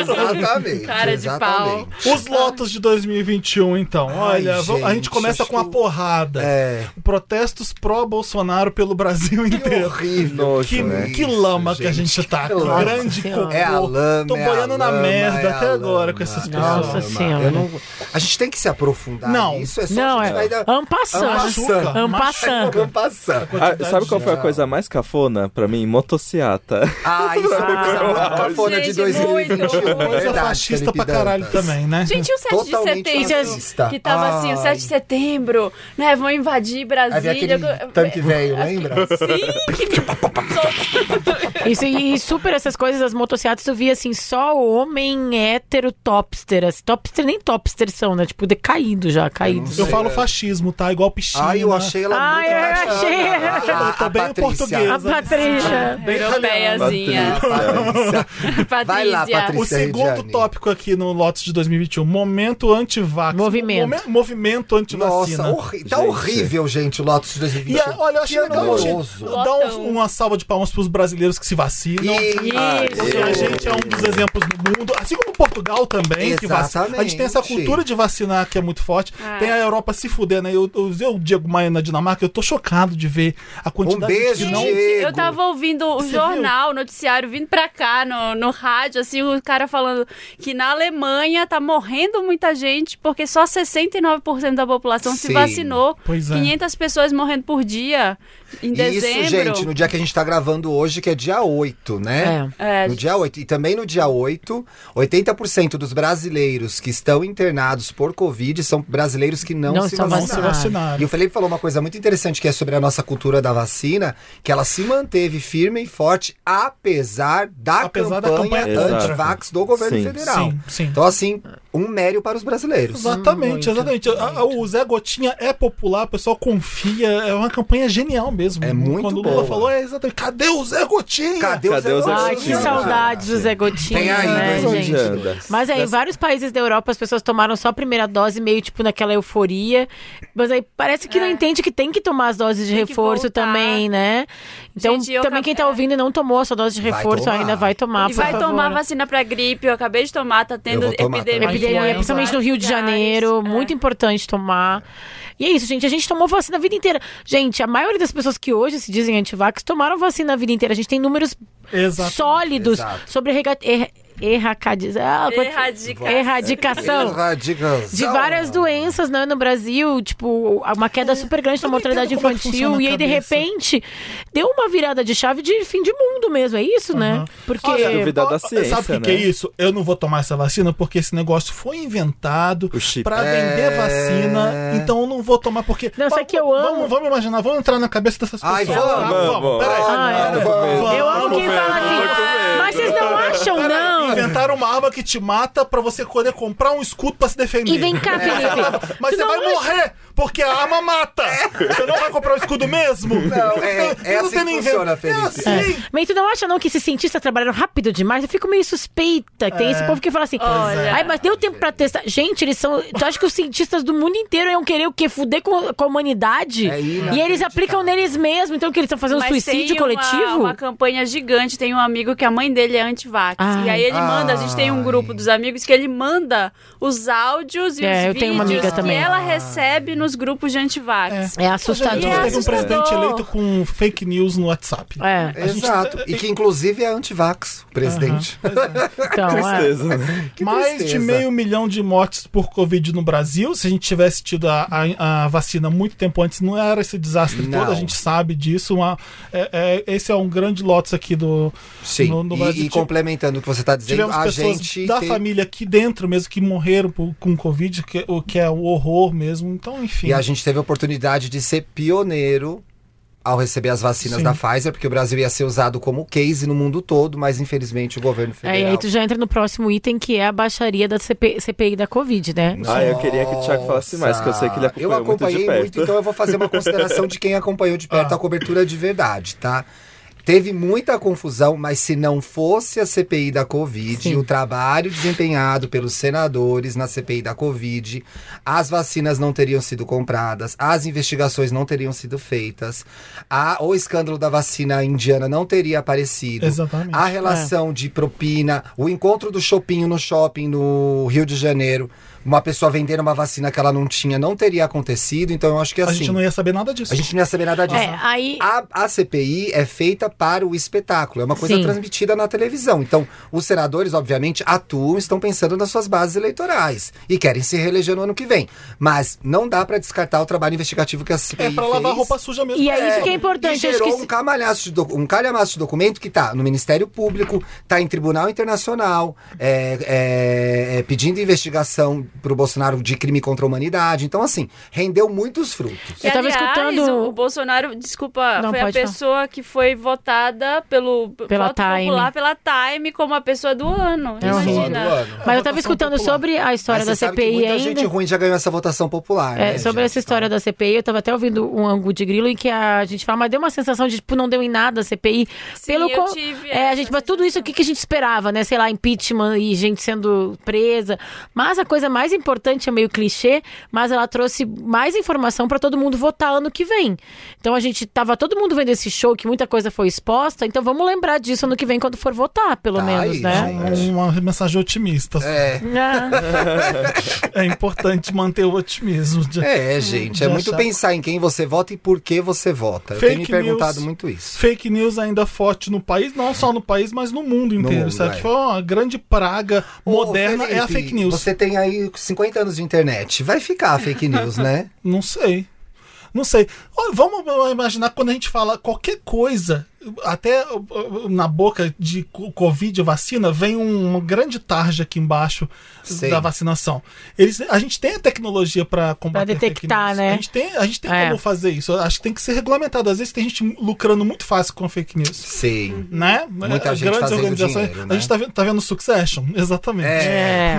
S2: Exatamente.
S4: Cara de pau.
S2: exatamente.
S1: Os Lotus de 2021, então.
S2: Ai,
S1: Olha, va- a gente
S2: gente,
S1: começa
S2: acho
S1: com a
S2: que-
S1: porrada.
S2: É.
S1: Protestos pró-Bolsonaro pelo Brasil
S2: Que
S1: inteiro.
S2: horrível.
S5: Nojo,
S1: Que,
S5: né?
S1: que lama
S2: Isso,
S1: que a gente tá.
S2: Nossa
S1: Grande
S3: Senhora.
S1: cocô.
S2: É a lama.
S1: Tô
S2: é a
S1: boiando na
S2: lama,
S1: merda
S2: é a
S1: até agora com
S2: lama,
S1: essas
S2: é a
S1: pessoas.
S3: Nossa
S2: lama.
S3: Senhora.
S2: Eu não- A gente tem que se aprofundar.
S1: Não.
S2: Isso é só
S3: Não,
S2: a gente vai
S3: é.
S2: dar- É
S3: Ampassando.
S1: Machuca.
S3: Ampassando.
S2: Ampassando.
S5: Ah, sabe qual foi a
S2: de-
S5: coisa mais cafona pra mim? Motociata.
S2: Ah, isso é uma coisa muito cafona de
S4: Gente,
S2: 2021.
S4: muito.
S1: Coisa
S2: Verdade,
S1: um, fascista
S2: Felipe
S1: pra caralho
S2: Dantas.
S1: também, né?
S4: Gente, e o 7
S2: Totalmente
S4: de setembro,
S2: fascista.
S4: que tava assim, o 7 de setembro, né, vão invadir
S2: Havia
S4: Brasília.
S2: aquele tanque velho, lembra?
S4: Sim, que...
S3: Isso, e, e super essas coisas, as motocicletas, eu via assim, só homem hétero topster. Assim, topster nem topster são, né? Tipo, decaído já, caídos.
S1: Eu falo fascismo, tá? Igual pichina.
S2: né? Ai, eu achei ela
S3: Ai,
S2: muito
S3: eu achei.
S2: encaixada.
S1: Eu tô
S2: A
S1: Tá bem
S2: Patrícia.
S1: portuguesa.
S3: A Patrícia.
S1: Bem italiana.
S4: Europeiazinha. Patrícia.
S2: né? Vai lá, Patrícia.
S1: O segundo
S2: Regiane.
S1: tópico aqui no Lotus de 2021, momento anti-vax.
S3: Movimento.
S1: Momen- movimento anti-vacina.
S2: Nossa, horri- tá
S5: Gente.
S2: horrível, gente, o Lotus de
S1: E
S2: 2021.
S1: a- olha, eu achei
S2: Que
S1: legal. achei-
S2: horroroso.
S1: Dá um-
S4: Lotão.
S1: uma salva de palmas pros brasileiros que se vacinam.
S2: ah,
S1: Porque a gente é um dos exemplos do mundo, assim como Portugal também, que vacina. A gente tem essa
S2: Exatamente.
S1: cultura de vacinar que é muito forte.
S4: É.
S1: Tem a Europa se fudendo. aí. Eu, eu vi o Diego Maia na Dinamarca, eu tô chocado de ver a quantidade
S2: Um beijo,
S1: de
S4: Gente,
S1: não.
S2: Diego.
S4: eu tava ouvindo o
S1: Você
S4: jornal, o noticiário, vindo pra cá no, no rádio, assim, o cara falando que na Alemanha tá morrendo muita gente porque só 69% da população se
S2: Sim.
S4: vacinou.
S1: Pois é.
S4: 500 pessoas morrendo por dia em dezembro.
S2: Isso, gente, no dia que a gente tá gravando hoje, que é dia 8, né?
S4: É.
S2: No dia 8. E também no dia 8, 80% dos brasileiros que estão internados por Covid são brasileiros que não,
S3: Não
S2: se
S3: são
S1: Não se
S2: vacinaram.
S3: vacinados.
S1: vacinaram.
S2: E o Felipe falou uma coisa muito interessante que é sobre a nossa cultura da vacina, que ela se manteve firme e forte apesar da
S1: Apesar da
S2: campanha,
S1: campanha
S5: contra.
S2: anti-vax do governo
S5: Sim.
S2: federal.
S1: Sim, sim.
S2: Então assim, um mério para os brasileiros.
S1: Exatamente,
S3: é Muito,
S1: exatamente. A- a- O Zé Gotinha é popular, o pessoal confia. É uma campanha genial mesmo.
S2: É muito
S1: Quando o Lula
S2: boa.
S1: falou, é exatamente. Cadê o Zé Gotinha?
S2: Cadê,
S5: Cadê o
S2: os
S5: Zé
S3: Ai,
S5: Gotinha?
S3: que saudades do Zé Gotinho,
S2: Tem ainda,
S3: né,
S2: hein,
S3: gente?
S2: gente?
S3: Mas aí, em vários países da Europa, as pessoas tomaram só a primeira dose, meio tipo naquela euforia. Mas aí parece que não entende que tem que tomar as doses de
S4: É. Tem que
S3: reforço
S4: voltar.
S3: também, né? Então,
S4: Gente, eu
S3: também
S4: acabei-
S3: quem tá ouvindo e não tomou a sua dose de
S2: Vai
S3: reforço
S2: tomar.
S3: ainda vai tomar,
S4: e
S3: por
S4: vai
S3: favor.
S4: tomar vacina pra gripe, eu acabei de tomar, tá tendo
S2: vou tomar também.
S4: epidemia.
S3: Epidemia, principalmente no Rio de Janeiro,
S4: É.
S3: muito importante tomar. E é isso, gente. A gente tomou vacina a vida inteira. Gente, a maioria das pessoas que hoje se dizem antivax tomaram vacina a vida inteira. A gente tem números
S1: Exato.
S3: sólidos
S2: Exato.
S3: sobre erga- er- erracadiz- ah, quant-
S4: Erradicação.
S3: erradicação
S2: Erradicação.
S3: de várias doenças né, no Brasil, tipo, uma queda super grande na
S1: eu não
S3: mortalidade
S1: entendo como é que
S3: infantil.
S1: funciona a
S3: E aí, de
S1: cabeça.
S3: repente, deu uma virada de chave de fim de mundo mesmo, é isso, né? Porque.
S1: Olha,
S5: duvidar da
S1: ó,
S5: ciência,
S1: Sabe o que,
S5: né?
S1: que é isso? Eu não vou tomar essa vacina porque esse negócio foi inventado
S5: O chip.
S1: pra vender
S2: É.
S1: vacina, então eu não vou tomar porque.
S3: Não, sabe
S1: Vamos-
S3: que eu amo-
S1: Vamos, vamos imaginar, vamos entrar na cabeça dessas pessoas.
S2: Ai, vamos,
S1: tá?
S5: vamos.
S1: Peraí.
S3: Ai,
S1: Peraí.
S2: vamos.
S3: Ah, é. eu
S1: Ah,
S3: amo quem
S5: mesmo,
S3: fala assim.
S5: muito
S3: Mas vocês não acham, não?
S1: Inventaram uma arma que te mata pra você poder comprar um escudo pra se defender. É.
S3: E vem cá, Felipe.
S1: Mas você
S3: Tu não
S1: vai
S3: acha-
S1: morrer, porque a arma mata. Você não vai comprar o escudo mesmo?
S2: É. Não, é-
S1: Então,
S2: é
S1: não
S2: assim
S1: tem
S2: que
S1: nem
S2: funciona,
S1: invento.
S2: Felipe.
S1: É assim.
S3: Mas tu não acha não que esses cientistas trabalharam rápido demais? Eu fico meio suspeita. que Tem
S1: É.
S3: esse povo que fala assim,
S4: Olha.
S3: ai, mas deu tempo pra testar. Gente, eles são... Tu acha que os cientistas do mundo inteiro iam querer o quê? Fuder com, com a humanidade?
S2: É
S3: e eles aplicam neles mesmos. Então, o que eles estão fazendo?
S4: Mas
S3: suicídio
S4: tem uma-
S3: coletivo?
S4: Uma, campanha gigante. Tem um amigo que a mãe dele é antivax.
S3: Ai.
S4: E aí
S2: Ah.
S4: ele manda, a gente tem um grupo dos amigos que ele manda os áudios e
S3: É,
S4: os
S3: eu
S4: vídeos
S3: tenho uma amiga
S4: que
S3: também.
S4: ela recebe nos grupos de antivax.
S3: É assustador.
S1: A gente teve um
S4: assustador.
S1: presidente eleito com fake news no WhatsApp.
S3: É,
S1: A gente-
S2: Exato. E que inclusive é antivax, o presidente.
S3: então, é.
S5: Tristeza, né?
S2: Que
S1: Mais
S2: tristeza.
S1: de meio milhão de mortes por Covid no Brasil. Se a gente tivesse tido a, a- a vacina muito tempo antes, não era esse desastre
S2: Não.
S1: todo, a gente sabe disso. Uma- é- é- esse é um grande lotus aqui do.
S2: Sim.
S1: no- no
S2: e,
S1: Brasil
S2: e complementando o que você está dizendo,
S1: Tivemos
S2: a
S1: pessoas
S2: gente.
S1: da
S2: tem-
S1: família aqui dentro mesmo que morreram por- com Covid, que, o que é um horror mesmo. Então, enfim.
S2: E a gente teve a oportunidade de ser pioneiro ao receber as vacinas
S1: Sim.
S2: da Pfizer, porque o Brasil ia ser usado como case no mundo todo, mas infelizmente o governo
S3: É,
S2: federal.
S3: e aí tu já entra no próximo item, que é a baixaria da CP CPI da Covid, né?
S5: Ah, eu queria que o Thiago falasse mais, que eu sei que ele
S2: Nossa,
S5: acompanhou
S2: Eu acompanhei
S5: muito de perto.
S2: então eu vou fazer uma consideração de quem acompanhou de perto a cobertura de verdade, tá? Teve muita confusão, mas se não fosse a CPI da Covid,
S3: Sim.
S2: o trabalho desempenhado pelos senadores na CPI da Covid, as vacinas não teriam sido compradas, as investigações não teriam sido feitas, a- o escândalo da vacina indiana não teria aparecido.
S1: Exatamente.
S2: A
S1: É.
S2: relação de propina, o encontro do Chopinho no shopping no Rio de Janeiro, uma pessoa vendendo uma vacina que ela não tinha, não teria acontecido. Então eu acho que
S1: a
S2: assim.
S1: gente não ia saber nada disso.
S2: ia saber nada disso.
S3: É, aí.
S2: A, a CPI é feita para o espetáculo, é uma coisa
S3: Sim.
S2: transmitida na televisão. Então, os senadores, obviamente, atuam, estão pensando nas suas bases eleitorais e querem se reeleger no ano que vem. Mas não dá para descartar o trabalho investigativo que a CPI
S1: É pra lavar
S2: fez.
S1: roupa suja mesmo.
S3: E é
S1: pra
S3: isso
S1: ela.
S3: que é
S2: E
S3: importante. Acho
S2: gerou
S3: que
S2: um
S3: se-
S2: calhamaço, de docu- um calhamaço de documento que tá no Ministério Público, tá em Tribunal Internacional, é, é, é, pedindo investigação pro Bolsonaro de crime contra a humanidade. Então, assim, rendeu muitos frutos.
S4: Que,
S3: Eu tava
S4: aliás,
S3: escutando-
S4: O Bolsonaro, desculpa,
S3: Não,
S4: foi a
S3: pode falar.
S4: pessoa que foi votada pelo
S3: Pela
S4: voto
S3: Time.
S4: popular pela Time como a pessoa do ano.
S3: É horrível.
S4: Imagina.
S3: Mas eu tava escutando sobre a história
S2: Mas
S3: da
S2: você sabe que
S3: CPI
S2: muita
S3: ainda.
S2: gente ruim já ganhou essa votação popular.
S3: É,
S2: né,
S3: sobre
S2: gente?
S3: essa história da CPI, eu tava até ouvindo um ângulo de grilo em que a gente fala, mas deu uma sensação de, tipo, não deu em nada a CPI.
S4: Sim, eu tive
S3: é, a
S4: essa
S3: gente, mas tudo isso, o
S4: sensação.
S3: que, que a gente esperava, né? Sei lá, impeachment e gente sendo presa. Mas a coisa mais importante, é meio clichê, mas ela trouxe mais informação pra todo mundo votar ano que vem. Então a gente tava todo mundo vendo esse show, que muita coisa foi exposta, então vamos lembrar disso ano que vem quando for votar, pelo
S2: Tá
S3: menos,
S2: aí,
S3: né?
S2: gente.
S1: É Uma mensagem otimista. É.
S3: Ah,
S1: importante manter o otimismo. De-
S2: É, gente, é
S1: Já
S2: muito
S1: achava.
S2: pensar em quem você vota e por que você vota. Eu
S1: Fake
S2: tenho me perguntado
S1: news.
S2: muito isso.
S1: Fake news ainda forte no país, não só no país, mas no mundo inteiro.
S2: mundo,
S1: Isso aqui
S2: é.
S1: foi uma grande praga
S2: Ô,
S1: moderna, é a
S2: Felipe,
S1: fake news.
S2: Você tem aí 50 anos de internet. Vai ficar a fake news, né?
S1: Não sei. Não sei. Ó, Vamos imaginar quando a gente fala qualquer coisa, até ó, ó, na boca de co- Covid, vacina, vem um grande tarja aqui embaixo
S2: Sei.
S1: da vacinação. Eles, a gente tem a tecnologia para combater fake
S3: detectar,
S1: news.
S3: né?
S1: A gente tem, a gente tem
S3: É.
S1: como fazer isso. Eu Acho que tem que ser regulamentado. Às vezes tem gente lucrando muito fácil com fake news.
S2: Sim.
S1: Né?
S2: Muita gente fazendo dinheiro, né?
S1: A gente tá vendo, tá vendo Succession, exatamente.
S2: É,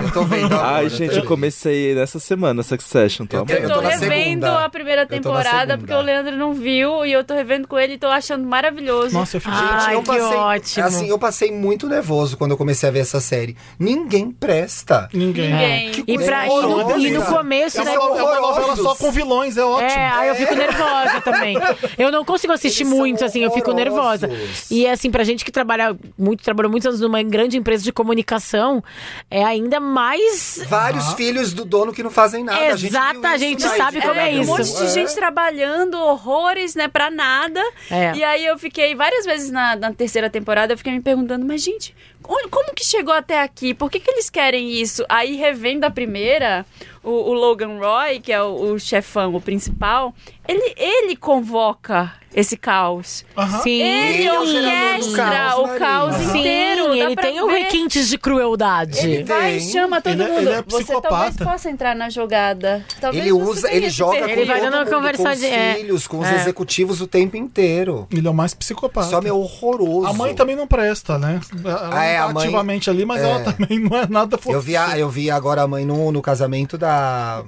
S3: É.
S2: eu tô vendo. agora,
S5: Ai,
S2: eu
S5: gente, eu
S2: tô vendo.
S5: comecei nessa semana Succession, tá?
S2: Eu
S5: amando.
S2: tenho-
S4: Eu tô,
S2: tô na
S4: revendo
S2: segunda.
S4: a primeira
S2: Eu tô na
S4: temporada,
S2: segunda.
S4: porque o Leandro não viu, e eu tô revendo com ele e tô achando maravilhoso.
S1: Nossa, eu fico.
S3: Ah. Ai, que ótimo.
S2: Assim, eu passei muito nervoso quando eu comecei a ver essa série. Ninguém presta.
S1: Ninguém.
S4: Ninguém.
S2: Que
S3: E,
S2: coisa
S3: pra, e, no, e no
S2: horrorosa.
S3: começo,
S1: É uma,
S3: né?
S2: Isso
S1: é uma novela só com vilões, é ótimo.
S3: É, aí eu fico nervosa também. Eu não consigo assistir
S2: Eles são
S3: muito, assim, eu fico nervosa.
S2: horrorosos.
S3: E assim, pra gente que trabalha muito, trabalhou muitos anos numa grande empresa de comunicação, é ainda mais.
S2: Vários filhos do dono que não fazem nada. A gente viu
S3: Exato, a
S2: isso
S3: gente
S2: na
S3: sabe
S2: Igreja.
S3: como é
S4: um
S3: isso.
S4: monte de gente trabalhando horrores, né, pra nada.
S3: É.
S4: E aí eu fiquei várias vezes na, na terceira temporada, eu fiquei me perguntando, mas gente, onde- como que chegou até aqui? Por que, que eles querem isso? Aí revendo a primeira, o, o Logan Roy, que é o, o chefão, o principal, ele, ele convoca esse caos.
S1: Aham.
S3: Sim.
S4: Ele
S2: é o gerador do
S4: orquestra
S2: caos,
S4: o
S2: Maria.
S4: caos
S3: Sim,
S4: inteiro. dá
S3: ele
S4: pra
S3: tem o
S4: ver.
S3: requintes de crueldade.
S4: Ele vai e
S2: Tem.
S4: chama todo
S1: Ele é-
S4: mundo.
S1: ele é
S4: Você talvez
S1: psicopata.
S4: possa entrar na jogada. Talvez
S2: Ele
S4: você
S2: usa,
S4: tenha
S2: ele
S4: esse
S2: joga com
S4: perfil.
S3: Ele vai
S2: todo
S3: dando uma
S2: mundo, com os
S3: conversadinha, é.
S2: filhos, com os
S3: É.
S2: executivos o tempo inteiro.
S1: Ele é o mais psicopata.
S2: Isso é horroroso.
S1: A mãe também não presta, né? Ela
S2: Ah, é,
S1: não
S2: a
S1: tá
S2: mãe-
S1: ativamente ali, mas
S2: é.
S1: ela também não é nada
S2: Eu vi, a- eu vi agora a mãe no, no casamento da,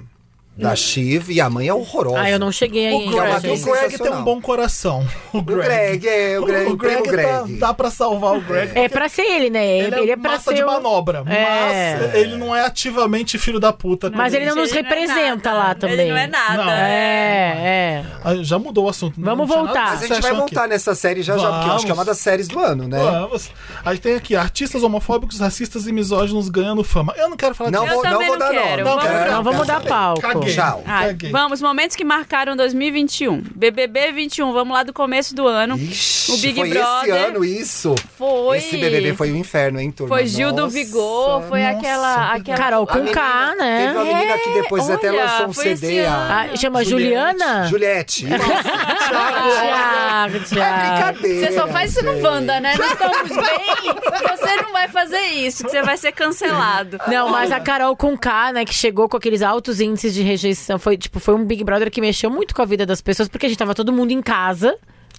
S2: da Shiv e a mãe é horrorosa.
S3: Ah, Hum. eu não cheguei
S1: O
S3: aí.
S2: é uma
S1: Greg, o
S2: atriz
S1: Greg tem um
S2: sensacional.
S1: bom coração. O
S2: O
S1: Greg.
S2: Greg, é, o Greg, o primo
S1: tá-
S2: Greg.
S1: dá pra salvar o Greg. um
S3: É pra ser ele, né? Ele, ele é pra
S1: massa
S3: ser.
S1: de
S3: o-
S1: manobra,
S3: É.
S1: mas ele não é ativamente filho da puta.
S3: Mas ele não nos
S4: Ele não é
S3: representa
S4: nada.
S3: lá
S4: Ele
S3: também.
S4: não é nada.
S1: Não.
S3: É, é.
S1: Ah, Já mudou o assunto. não
S3: Vamos
S1: tinha nada
S3: voltar.
S1: de
S2: Mas a gente vai
S1: session aqui.
S2: voltar nessa série já já, porque eu acho que é uma
S1: Vamos.
S2: das séries do ano, né?
S1: Vamos. Aí tem aqui artistas homofóbicos, racistas e misóginos ganhando fama. Eu não quero falar
S2: Não
S1: disso.
S2: vou, não
S4: também
S2: vou
S4: não
S2: dar
S4: quero.
S2: nome. né?
S4: Vamos- um-
S2: quero,
S3: Não, vamos
S2: quero
S3: dar
S2: saber.
S3: palco.
S1: Caguei.
S2: Tchau.
S4: Ai,
S1: Caguei.
S4: vamos, momentos que marcaram 2021. BBB 21, vamos lá do começo do ano.
S2: Ixi,
S4: o Big
S2: foi esse
S4: Brother
S2: ano isso.
S4: foi.
S2: Esse BBB foi um inferno, hein, turma?
S4: Foi Gil do
S2: Nossa.
S4: Vigor, foi
S1: nossa,
S4: aquela.
S1: Big
S4: Ah, aquela
S3: Carol
S2: A
S3: com K,
S2: menina- Teve uma
S3: né?
S2: menina que depois
S4: É,
S2: até lançou um
S4: olha, foi
S2: CD,
S4: esse
S2: a
S3: Ah, chama Juliana?
S2: Juliette. É
S3: Tiago, Tiago.
S2: Brincadeira. É,
S4: Você só faz isso no
S2: gente.
S4: Wanda, né? Nós estamos bem, você não vai fazer isso, que você vai ser cancelado.
S3: Não, mas a Carol com K, né, que chegou com aqueles altos índices de rejeição, foi tipo, foi um Big Brother que mexeu muito com a vida das pessoas, porque a gente tava todo mundo em casa,
S7: É.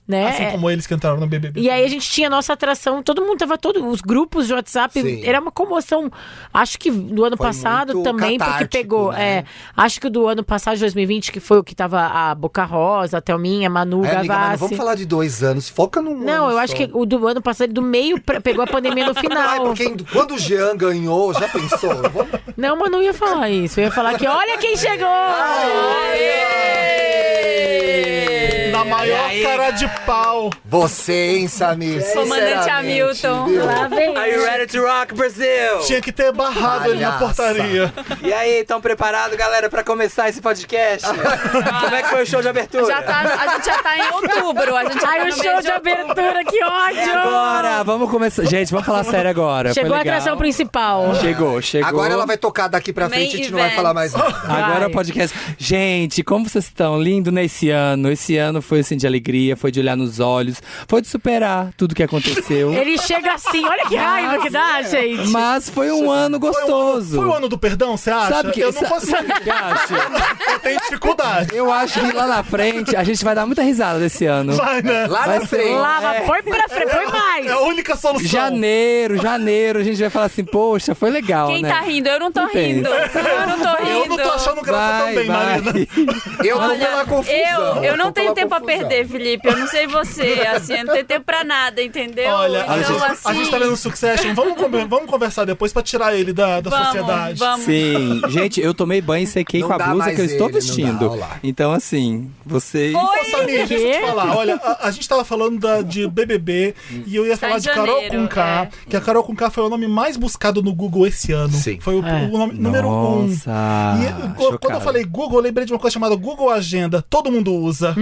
S3: né?
S1: Assim como eles que entraram no BBB.
S3: E aí a gente tinha a nossa atração, todo mundo tava todo, os grupos de WhatsApp,
S2: Sim.
S3: era uma comoção. Acho que do ano
S2: Foi
S3: passado
S2: muito
S3: também, porque
S2: catártico,
S3: pegou,
S2: né?
S3: é, acho que do ano passado, de 2020, que foi o que tava a Boca Rosa, a Thelminha, a Manu,
S2: É, amiga, mas não
S3: Gavassi.
S2: vamos falar de dois anos. Foca num
S3: Não,
S2: ano
S3: eu acho
S2: só.
S3: que o do ano passado, do meio, pra- pegou a pandemia no
S2: Ai,
S3: final.
S2: porque quando o Jean ganhou, já pensou? Vamos-
S3: Não, mas não ia falar isso. Eu ia falar que olha quem chegou!
S1: Na maior cara de pau.
S2: Você, hein, Samir?
S4: Comandante
S2: Sinceramente,
S4: Hamilton.
S2: viu?
S3: Lá vem.
S7: Are you ready to rock, Brasil?
S1: Tinha que ter barrado ele na
S2: Palhaça.
S1: portaria.
S7: E aí, estão preparados, galera, pra começar esse podcast? Como é que foi o show de abertura?
S4: Já tá, a gente já tá em outubro, a gente já tá
S3: Ai,
S4: no
S3: o
S4: mês
S3: show de
S4: outubro.
S3: abertura, que ódio!
S7: Agora, vamos começar. Gente, vamos falar sério agora.
S3: Chegou
S7: foi
S3: a
S7: legal.
S3: atração principal.
S7: Chegou, chegou.
S2: Agora ela vai tocar daqui pra
S4: Main
S2: frente e a gente não vai
S4: event.
S2: falar mais nada.
S7: Agora é
S3: Vai.
S7: o podcast. Gente, como vocês estão? Lindo nesse ano. Esse ano foi assim de alegria, foi de olhar nos olhos, foi de superar tudo que aconteceu.
S3: Ele chega assim, olha que raiva que dá, gente.
S7: Mas foi um ano gostoso.
S1: Foi o ano do perdão, você acha?
S7: Sabe que
S1: eu não
S7: sa-
S1: consigo.
S7: sabe o que eu acho?
S1: Eu tenho dificuldade.
S7: Eu acho que lá na frente a gente vai dar muita risada desse ano.
S1: Vai, né?
S2: Lá
S7: Vai
S2: na
S7: ser
S2: frente.
S3: Lava,
S7: É.
S3: põe pra frente, põe mais.
S1: É a única solução.
S7: Janeiro, janeiro, a gente vai falar assim, poxa, foi legal,
S4: Quem
S7: né?
S4: tá rindo? Eu não tô
S7: Não tem.
S4: rindo. Eu não tô rindo.
S1: Eu não tô achando graça
S7: Vai,
S1: também,
S7: vai.
S1: Marina.
S2: Eu tô
S4: Olha,
S2: pela confusão.
S4: Eu, eu não
S2: tô pela
S4: tenho tempo a
S2: confusão.
S4: perder, Felipe. Eu não sei você, assim, eu não tenho tempo pra nada, entendeu?
S1: Olha,
S4: então,
S1: a, gente,
S4: assim,
S1: a gente tá vendo Succession. Vamos, come- vamos conversar depois pra tirar ele da, da
S4: vamos,
S1: sociedade.
S4: Vamos.
S7: Sim, gente, eu tomei banho e sequei
S2: Não
S7: com a
S2: dá
S7: blusa
S2: mais
S7: que eu estou
S2: ele, não dá,
S7: vestindo.
S2: olha lá.
S7: Então, assim, vocês.
S1: Ô, Samir, deixa eu te
S3: Quê?
S1: falar. Olha, a, a gente tava falando da- de BBB e eu ia
S4: Tá
S1: falar
S4: em
S1: de Carol
S4: janeiro, é.
S1: Conká, que a Carol Conká foi o nome mais buscado no Google esse ano.
S2: Sim.
S1: Foi o,
S3: É.
S1: o nome, número um. E
S7: Nossa,
S1: eu- quando
S7: chocado.
S1: eu falei Google, eu lembrei de uma coisa chamada Google Agenda. Todo mundo usa.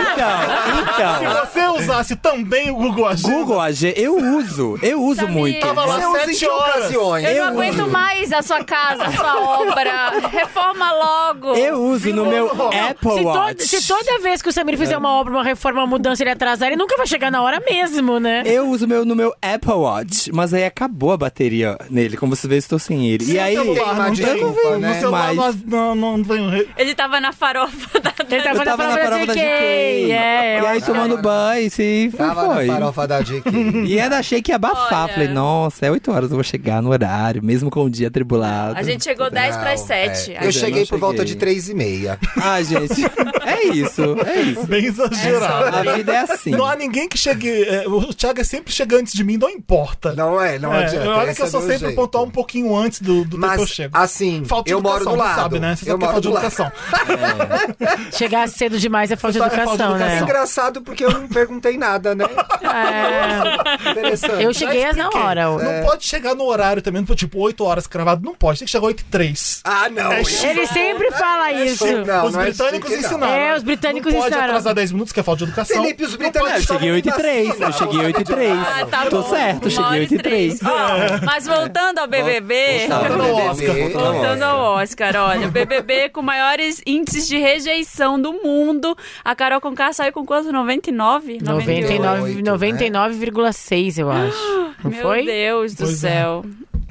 S7: Então,
S1: Se
S7: então.
S1: você usasse também o Google Agenda.
S7: Google AG, eu uso, eu uso
S4: Samir.
S7: muito.
S1: Tava lá
S2: Você usa em
S1: sete
S2: que
S1: horas.
S2: ocasiões?
S4: Eu não
S7: Eu
S4: aguento
S7: uso.
S4: mais a sua casa, a sua obra. Reforma logo.
S7: Eu uso no meu Apple
S3: Se,
S7: Watch.
S3: toda- se toda vez que o Samir fizer uma obra, uma reforma, uma mudança, ele atrasar, ele nunca vai chegar na hora mesmo, né?
S7: Eu uso meu no meu Apple Watch, mas aí acabou a bateria nele, como você vê, eu estou sem ele. e aí,
S1: celular, não
S2: Tem uma
S1: tem?
S2: desculpa,
S1: No
S2: né?
S1: celular
S7: Mas-
S1: não, não, não vem re-
S4: Ele tava na farofa da
S3: Ele tá tava,
S7: eu tava na prova da GK.
S3: É,
S7: e aí, tomando banho, se foi,
S2: Tava
S7: foi.
S2: na farofa da Dick.
S7: E ainda achei que ia abafar.
S4: Olha.
S7: Falei, nossa, é 8 horas, eu vou chegar no horário, mesmo com o dia atribulado.
S4: A gente chegou 10 pras 7.
S2: é.
S7: é.
S2: Eu cheguei por
S7: cheguei.
S2: volta de três e meia.
S7: Ah, gente, é isso, é isso.
S1: bem exagerado.
S7: A vida é assim.
S1: Não há ninguém que chegue. é, o Thiago é sempre chega antes de mim, não importa.
S2: Não é, não
S1: É,
S2: adianta.
S1: olha
S2: esse
S1: que eu
S2: é
S1: sou
S2: meu
S1: sempre
S2: jeito.
S1: pontual um pouquinho antes do, do tempo que eu
S2: Mas,
S1: chego.
S2: assim,
S1: Falta de
S2: eu moro
S1: educação,
S2: do
S1: você
S2: lado.
S1: sabe, né? Você
S2: eu
S1: sabe que é falta
S2: moro do
S1: de
S2: lado.
S1: educação.
S3: Chegar cedo demais é falta de
S1: Isso é falta de
S3: educação,
S2: É
S3: né?
S1: educação.
S2: engraçado porque eu não perguntei nada, né?
S3: É.
S2: Interessante.
S3: Eu cheguei
S1: Já
S3: às é na
S1: expliquei.
S3: hora.
S1: Não
S2: É.
S1: pode chegar no horário também, tipo 8 horas cravado. Não pode, tem que chegar 8 e 3.
S2: Ah, não.
S1: É
S2: eu-
S1: chique.
S3: Ele sempre fala
S7: É.
S3: isso.
S2: chique, não.
S1: os britânicos
S2: é chique, não.
S1: ensinaram. né?
S3: É, os britânicos
S1: não pode
S3: ensinaram.
S1: atrasar 10 minutos, que é falta de educação.
S2: Felipe, os
S7: Ah,
S2: britânicos
S7: eu cheguei 8 e 3, eu
S2: estavam
S7: cheguei 8 e 3.
S4: Ah, tá
S7: Tô
S4: bom.
S7: certo, eu
S4: Uma hora e
S7: cheguei 8 e 3.
S4: três. Ó, mas voltando ao BBB.
S7: Voltando
S1: ao BBB,
S4: Voltando ao Oscar, olha, BBB com maiores índices de rejeição do mundo. A Carol Conká saiu com quanto? 99?
S3: 99,6,
S2: 98,
S3: 99,6 eu acho. Não
S4: né? Meu
S3: foi?
S4: Deus do
S1: Pois é.
S4: céu.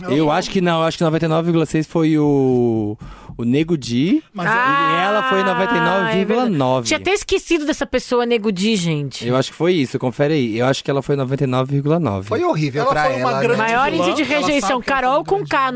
S7: Eu acho que não, eu acho que 99,6 foi o. O Nego Di.
S1: Mas
S3: Ah,
S7: E ela foi
S3: é verdade.
S7: 99,9.
S3: Tinha até esquecido dessa pessoa Nego Di, gente.
S7: Eu acho que foi isso, confere aí. Eu acho que ela foi 99,9.
S2: Foi horrível
S1: Ela
S2: pra
S1: foi uma
S2: ela.
S1: grande-
S2: né?
S3: Maior índice de
S1: Ela sabe
S3: rejeição,
S1: que ela
S3: Carol
S1: foi um
S3: com K,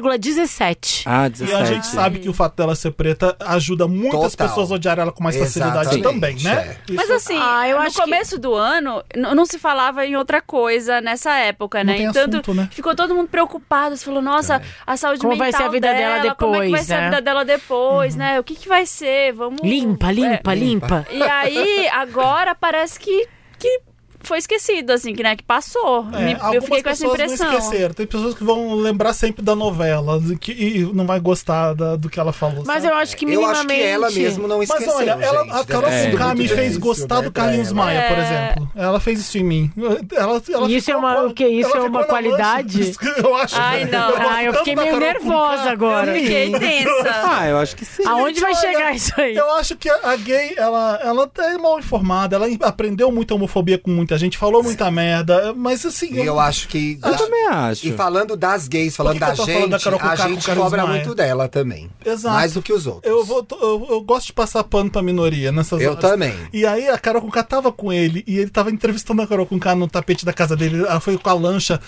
S3: 99,17.
S7: Ah,
S1: E
S7: 17.
S1: a gente sabe que o fato dela ser preta ajuda muitas
S2: Total.
S1: pessoas a odiar ela com mais facilidade
S2: Exatamente, É.
S1: também, né?
S4: Mas
S1: Isso-
S4: assim,
S3: Ah, eu
S4: no
S3: acho que-
S4: começo do ano, n- não se falava em outra coisa nessa época, né?
S1: Não tem
S4: Entanto,
S1: assunto, né?
S4: ficou todo mundo preocupado. Você falou, nossa, a saúde
S3: Como vai
S4: mental
S3: ser a vida dela
S4: como é que vai
S3: depois,
S4: ser a
S3: né?
S4: vida dela depois, né? O que, que vai ser? Vamos...
S3: Limpa,
S4: É,
S3: limpa, limpa.
S4: E aí, agora parece que, que foi esquecido, assim, que, né, que passou.
S1: É,
S4: Me- eu
S1: algumas
S4: fiquei com
S1: pessoas
S4: essa impressão.
S1: não esqueceram. Tem pessoas que vão lembrar sempre da novela do que, e não vai gostar da- do que ela falou.
S3: Mas
S1: sabe?
S3: eu acho que
S2: Eu acho
S3: minimamente.
S2: que ela mesmo né? não esqueceu,
S1: Mas olha, ela,
S2: gente.
S1: a
S2: Deve
S1: Carol
S2: ter sido
S1: Conká
S2: muito
S1: me fez
S2: difícil,
S1: gostar
S2: né,
S1: do
S2: pra
S1: Carlinhos
S2: ela.
S1: Maia, por
S4: É.
S1: exemplo. Ela fez isso em mim. Ela, ela
S3: Isso
S1: ficou
S3: é uma-
S1: com a-
S3: o quê? Isso
S1: ela
S3: é
S1: ficou
S3: uma
S1: na
S3: qualidade?
S1: lancha. Eu acho.
S4: Ai, não.
S1: gosto
S3: Ah, eu
S1: tanto
S3: fiquei
S1: da
S3: meio
S1: Carol
S3: nervosa
S1: Conká.
S3: agora.
S4: Fiquei tensa.
S7: Ah, eu acho que sim.
S3: Aonde vai
S1: Olha,
S3: chegar isso aí?
S1: Eu acho que a a gay, ela, ela é mal informada, ela aprendeu muita homofobia com muita gente, falou muita merda, mas assim.
S2: E eu acho que.
S7: Eu também acho.
S2: E falando das gays, falando
S1: que
S2: da
S1: eu tô
S2: gente,
S1: falando da Carol
S2: a
S1: Conká com
S2: gente
S1: Carlos
S2: cobra
S1: Maia?
S2: muito dela também.
S1: Exato.
S2: Mais do que os outros.
S1: Eu, vou, eu, eu gosto de passar pano pra minoria nessas
S2: Eu
S1: horas.
S2: também.
S1: E aí a Carol Conká tava com ele e ele tava entrevistando a Carol Conká no tapete da casa dele. Ela foi com a lancha,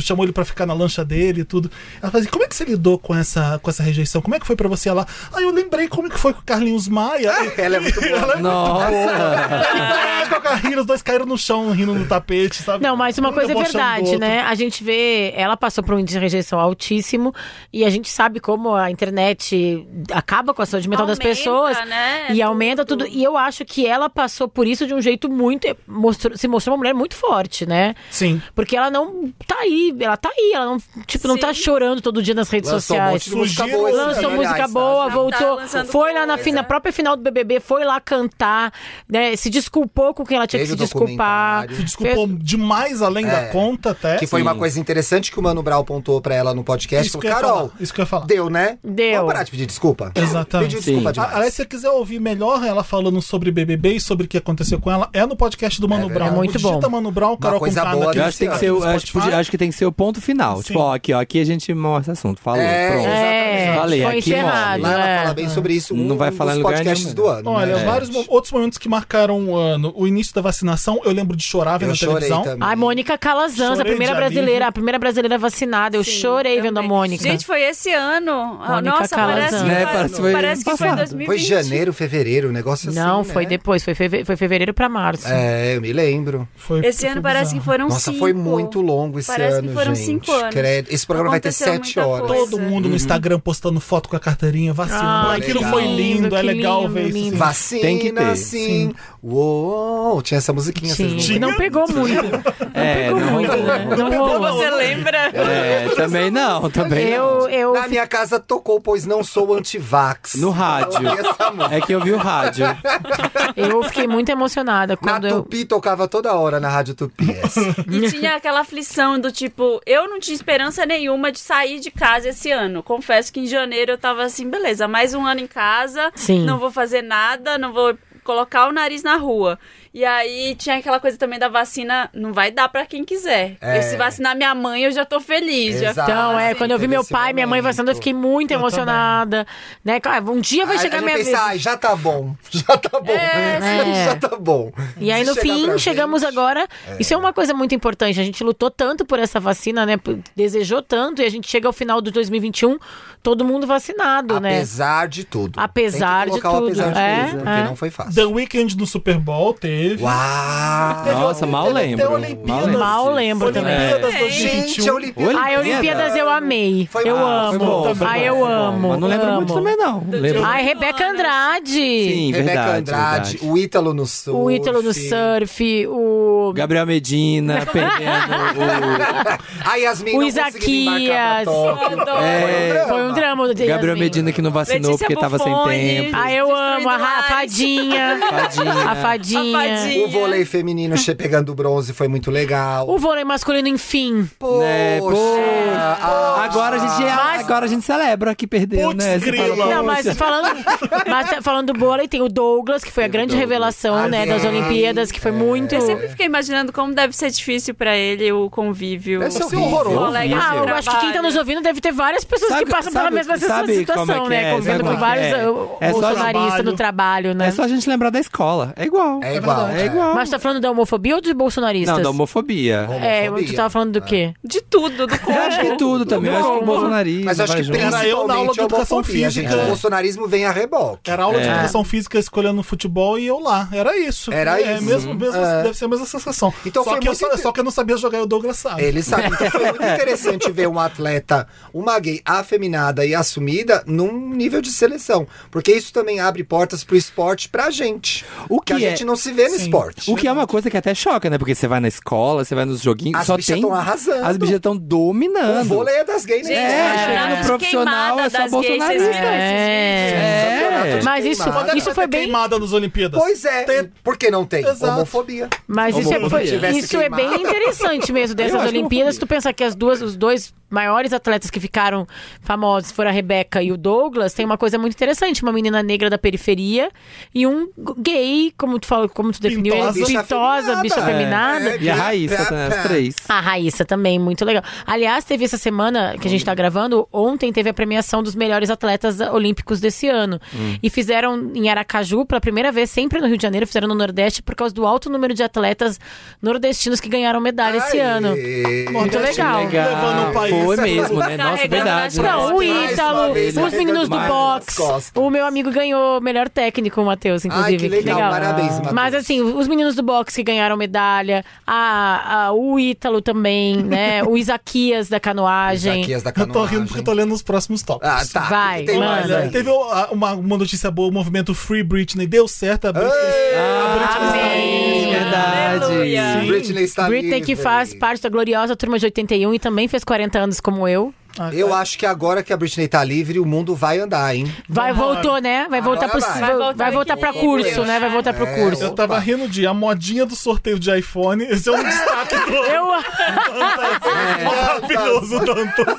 S1: chamou ele pra ficar na lancha dele e tudo. Ela fazia, como é que você lidou com essa, com essa rejeição? Como é que foi pra você lá? Aí eu lembrei como é que foi com o Carlinhos Maia.
S2: Ela é muito boa.
S1: Ela é
S7: Nossa!
S1: Aí, com a rindo, os dois caíram no chão rindo no tapete, sabe?
S3: Não, mas uma
S1: Um
S3: coisa é
S1: debochando do
S3: verdade,
S1: outro.
S3: né? A gente vê, ela passou por um índice de rejeição altíssimo e a gente sabe como a internet acaba com a saúde mental das
S4: Aumenta,
S3: pessoas
S4: né?
S3: e aumenta tudo. E eu acho que ela passou por isso de um jeito muito, mostrou- se mostrou uma mulher muito forte, né?
S1: Sim.
S3: Porque ela não tá aí, ela tá aí, ela não, tipo, não tá
S4: Sim.
S3: chorando todo dia nas redes
S2: Lançou um
S3: sociais.
S2: monte de música
S1: Surgiu-
S2: boa. esse
S3: Lançou
S2: ano,
S3: música
S2: aliás,
S3: boa,
S2: tá?
S3: voltou.
S4: lançando
S3: foi lá na,
S4: coisa.
S3: fi- na própria final do BBB, foi lá cantar, né? Se desculpou com quem ela tinha
S2: Teve
S3: que
S2: o
S3: se desculpar.
S2: documentário.
S1: Se desculpou demais além da conta, até.
S2: É. Que foi uma
S7: Sim.
S2: coisa interessante que o Mano Brau pontuou pra ela no podcast.
S1: Isso que eu
S2: falou,
S1: ia
S2: Carol,
S1: falar, isso que eu ia falar.
S2: deu, né?
S3: Deu.
S2: Vamos parar de pedir desculpa?
S1: Exatamente.
S2: Pediu desculpa
S7: Sim.
S2: Tá demais.
S1: Aliás, se você quiser ouvir melhor ela falando sobre BBB e sobre o que aconteceu com ela, é no podcast do Mano
S2: verdade.
S1: Brown.
S2: É
S3: muito
S1: Digita
S3: bom.
S1: Mano Brown, Carol
S2: coisa
S1: Conká
S2: boa
S1: naquele
S7: Eu acho que tem que ser,
S1: site
S7: o-
S1: do
S7: acho, que
S1: Spotify.
S7: podia- acho que tem que ser o ponto final. Tipo, ó, aqui, ó, aqui a gente mostra assunto. Falou,
S2: É,
S7: pronto.
S3: É,
S7: Falei,
S3: foi
S7: aqui
S3: encerrado.
S2: Lá ela
S3: É.
S2: fala bem sobre isso.
S7: Não
S2: um
S7: vai
S2: dos
S7: falar em lugar
S2: podcasts
S7: nenhum,
S2: do ano.
S1: Olha,
S2: né?
S1: vários mo- outros momentos que marcaram o ano. O início da vacinação, eu lembro de chorar vendo
S2: Eu
S1: a
S2: chorei
S1: televisão.
S2: também.
S3: Ai, Mônica Calazans,
S1: Chorei
S3: a primeira
S1: de
S3: brasileira,
S1: alívio.
S3: a primeira brasileira vacinada. Eu
S4: Sim,
S3: chorei vendo a
S4: também.
S3: Mônica.
S4: Gente, foi esse ano. Ah,
S3: Mônica
S4: Nossa, parece,
S3: Calazans.
S4: que
S7: Né,
S4: foi-
S7: parece que foi
S4: parece que foi
S7: passado.
S4: 2020.
S2: Foi janeiro, fevereiro, um negócio assim.
S3: não,
S2: né?
S3: foi depois, foi, feve- foi fevereiro pra março.
S2: É, eu me lembro.
S1: Foi-
S4: Esse
S1: foi
S4: ano parece que
S1: bizarro.
S4: foram
S2: Nossa,
S4: cinco.
S2: foi muito longo esse
S4: Parece que
S2: ano,
S4: foram
S2: gente.
S4: cinco anos.
S2: Credo. Esse programa
S4: Aconteceu
S2: vai ter sete
S4: muita
S2: horas.
S4: coisa.
S1: Todo mundo
S2: Uhum.
S1: no Instagram postando foto com a carteirinha, vacinando.
S3: Ah,
S1: Aquilo
S2: que
S1: foi
S2: lindo,
S1: lindo, é
S3: que
S1: legal
S3: lindo,
S1: ver
S3: lindo.
S1: isso. assim.
S2: Vacina,
S7: Tem que ter,
S2: sim. Uou, tinha essa musiquinha. vocês
S3: Sim,
S2: não
S1: Tinha?
S3: não pegou muito.
S7: É, não
S3: muito,
S7: rolou.
S3: né? Não
S4: Pô,
S3: rolou.
S4: você lembra?
S7: É, também não, também
S3: Eu,
S7: não.
S3: eu
S2: Na minha casa tocou, pois não sou anti-vax.
S7: No rádio.
S2: Eu ouvi essa música.
S7: É que eu vi o rádio.
S3: Eu fiquei muito emocionada
S2: Na
S3: quando eu.
S2: Tupi tocava toda hora na Rádio Tupi. essa.
S4: E tinha aquela aflição do tipo, eu não tinha esperança nenhuma de sair de casa esse ano. Confesso que em janeiro eu tava assim, beleza, mais um ano em casa,
S3: Sim.
S4: não vou fazer nada, não vou colocar o nariz na rua. E aí tinha aquela coisa também da vacina, não vai dar pra quem quiser.
S2: É.
S4: Eu, se vacinar minha mãe, eu já tô feliz. já-
S2: Exato.
S3: Então, é,
S2: tá, Sim,
S3: quando eu vi
S2: teve
S3: meu
S2: esse
S3: pai, minha mãe
S2: momento.
S3: vacinando, eu fiquei muito emocionada. Né? Ah, Um dia vai
S2: Aí
S3: chegar
S2: a
S3: minha
S2: gente pensa,
S3: vez. É,
S2: Ai, já tá bom, já tá bom,
S3: sim.
S2: já tá bom.
S3: E aí,
S2: Se
S3: no
S2: chegar pra
S3: fim, chegamos
S2: gente-
S3: agora. Isso é uma coisa muito importante. A gente lutou tanto por essa vacina, né? P- Desejou tanto, e a gente chega ao final de 2021, todo mundo vacinado, né?
S2: Apesar de tudo.
S3: Apesar
S2: Tem
S3: de
S2: que colocar o
S3: tudo,
S2: apesar
S3: é,
S2: de tudo, porque
S3: é.
S2: não foi fácil.
S1: The Weeknd no Super Bowl teve.
S2: Uau!
S7: Nossa, mal
S1: Teve até
S7: lembro.
S1: Olimpíadas.
S3: Mal lembro também.
S1: Olimpíadas
S4: É.
S1: 2021.
S2: Gente, a Olimpíada.
S3: Ai, Olimpíadas eu amei.
S2: Foi
S3: eu amo.
S2: massa,
S7: Ah, Foi bom, foi
S3: Ai,
S7: bom,
S3: eu
S7: foi bom.
S3: amo.
S7: Mas não lembro
S3: amo.
S7: muito também, não. Lembro.
S3: Ai, Rebeca Andrade.
S7: Sim,
S2: Rebeca
S7: verdade.
S2: Andrade,
S7: verdade.
S2: o Ítalo no Sul.
S3: O Ítalo no surf, o.
S7: Gabriel Medina perdendo
S2: A Yasmin não
S3: O
S2: conseguiu embarcar pra
S3: Isaquias.
S2: Tóquio.
S4: Adoro.
S7: É,
S3: Foi um drama do
S7: o Gabriel Medina que não vacinou
S4: Letícia
S7: porque tava sem
S4: Bufone.
S7: tempo.
S3: Ai, Ah, eu amo. A Ra-
S4: Destruindo
S3: a Fadinha.
S7: Fadinha.
S3: A Fadinha.
S4: A Fadinha.
S2: O vôlei feminino che- pegando bronze foi muito legal.
S3: O vôlei masculino, enfim.
S2: Poxa,
S7: Né, poxa.
S2: ah,
S7: Agora a gente, agora a gente celebra que perdeu,
S1: Putz,
S7: né? Você fala,
S1: grila.
S3: Não, mas
S7: "Poxa".
S3: falando, mas tá- falando do vôlei, tem o Douglas, que foi a grande revelação,
S2: Ah,
S3: né, das
S2: sim.
S3: Olimpíadas,
S7: é.
S3: que foi muito.
S4: Eu sempre fiquei imaginando como deve ser difícil pra ele o convívio.
S2: Deve ser
S7: um
S4: Os
S2: horrível.
S4: colegas de
S3: Ah, eu acho que quem tá nos
S4: trabalho.
S3: ouvindo deve ter várias pessoas
S7: Sabe-
S3: que passam pela
S7: sabe-
S3: mesma
S7: sabe
S3: situação,
S7: como é que
S3: né?
S7: é?
S3: Convivendo
S7: Sabe
S3: com
S7: como
S3: vários
S7: é?
S3: é.
S7: É só
S3: bolsonaristas no trabalho, né?
S7: É só a gente lembrar da escola. É igual.
S2: É igual.
S7: É igual.
S3: Mas tá falando da homofobia ou dos bolsonaristas?
S7: Não, da homofobia.
S3: É, tu tava falando do quê?
S4: De tudo, do
S3: É.
S7: Eu acho
S4: corpo.
S7: que tudo também. Eu acho que o bolsonarismo.
S2: Mas eu acho
S7: vai
S2: que
S7: junto.
S1: Era eu na aula
S2: principalmente
S1: de
S2: a
S1: educação
S2: homofobia,
S1: física.
S2: gente. O bolsonarismo vem a reboque.
S1: Era aula de
S7: É.
S1: educação física escolhendo futebol e eu lá. Era isso.
S2: Era
S1: É,
S2: isso.
S1: Mesmo, mesmo,
S2: É.
S1: Deve ser a mesma sensação.
S2: Então
S1: só,
S2: foi
S1: que eu,
S2: muito
S1: só,
S2: inte-
S1: só que eu não sabia jogar e o Douglas sabe.
S2: Ele sabe. Então foi muito interessante ver um atleta, uma gay afeminada e assumida num nível de seleção. Porque isso também abre portas pro esporte pra gente.
S7: O
S2: a
S7: que é-
S2: gente não se vê pleno esporte.
S7: O que é uma coisa que até choca, né? Porque você vai na escola, você vai nos joguinhos,
S2: As
S7: só
S2: bichas
S7: tem...
S2: tão arrasando.
S7: As bichas estão
S2: O
S7: dominando.
S2: vôlei é das gays,
S4: Gente,
S2: né?
S7: É,
S4: é,
S7: chegar no
S4: é.
S7: profissional é
S4: Queimada
S7: só
S4: das gays,
S7: bolsonarista.
S4: vocês viram esses vídeos?
S7: É.
S3: Mas isso-
S2: Queimada.
S1: Quando é que
S3: isso
S1: vai
S3: foi
S1: ter
S3: bem-
S1: queimada nas Olimpíadas?
S2: Pois é,
S1: Tem-
S2: por que não tem?
S1: Exato.
S2: Homofobia.
S3: Mas isso, é,
S7: Homofobia.
S3: foi-
S7: Se
S2: tivesse
S3: isso é bem
S2: queimado.
S3: interessante mesmo
S7: Eu
S3: dessas
S7: acho
S3: Olimpíadas.
S7: homofobia.
S3: Tu pensar que as duas, os dois maiores atletas que ficaram famosos foram a Rebeca e o Douglas, tem uma coisa muito interessante. Uma menina negra da periferia e um gay, como tu falou, como tu definiu
S1: Pintosa.
S3: ele,
S1: Bicha
S3: pintosa, bicha Tá feminada.
S2: É,
S7: E a Raíssa,
S2: pá,
S7: né? As
S2: pá.
S7: três.
S3: A Raíssa também, muito legal. Aliás, teve essa semana que a gente tá gravando, ontem teve a premiação dos melhores atletas olímpicos desse ano. E fizeram em Aracaju, pela primeira vez, sempre no Rio de Janeiro, fizeram no Nordeste, por causa do alto número de atletas nordestinos que ganharam medalha esse
S2: Aê.
S3: ano. Muito
S1: Nordeste
S3: legal.
S1: Levando o país.
S7: Foi mesmo,
S3: Tá
S7: né? Nossa,
S4: Carregando
S7: verdade.
S4: nas
S7: né?
S3: Não, o
S2: Mais uma
S3: Ítalo,
S2: vez,
S3: os
S2: carregando
S3: meninos do
S2: mais
S3: box.
S2: nas costas.
S3: O meu amigo ganhou melhor técnico, o Matheus, inclusive.
S2: Ai, que legal. Parabéns, Matheus.
S3: Mas assim, os meninos do boxe que ganharam medalha, a, a- o Ítalo também, né? O Isaquias da canoagem.
S2: Isaquias da
S1: Eu tô
S2: canoagem.
S1: rindo porque eu tô lendo os próximos tópicos.
S2: é. Ah, tá.
S3: Vai,
S2: Tem mais
S3: manda.
S2: aí.
S1: Teve ah, uma, uma notícia boa, o movimento Free Britney deu certo. A Britney, a
S7: Ah,
S1: Britney está
S3: amém.
S1: livre.
S4: Aleluia.
S1: Sim.
S2: Britney está
S3: Britney que
S2: livre.
S3: faz parte da gloriosa turma de 81 e também fez 40 anos como eu.
S1: Ah,
S2: Eu
S1: tá.
S2: acho que agora que a Britney tá livre, o mundo vai andar, hein?
S3: Vai
S1: Vamos
S3: voltou, né? Vai voltar pro
S2: Agora vai.
S3: vai,
S4: Vai voltar
S3: voltar para
S4: aqui,
S3: curso,
S4: Deus.
S3: né? Vai voltar pro
S2: É,
S1: Eu
S3: curso.
S2: tô-
S1: tava
S2: Opa.
S1: rindo de a modinha do sorteio de iPhone. Esse é um destaque do
S3: Eu
S2: É.
S1: maravilhoso Dantas.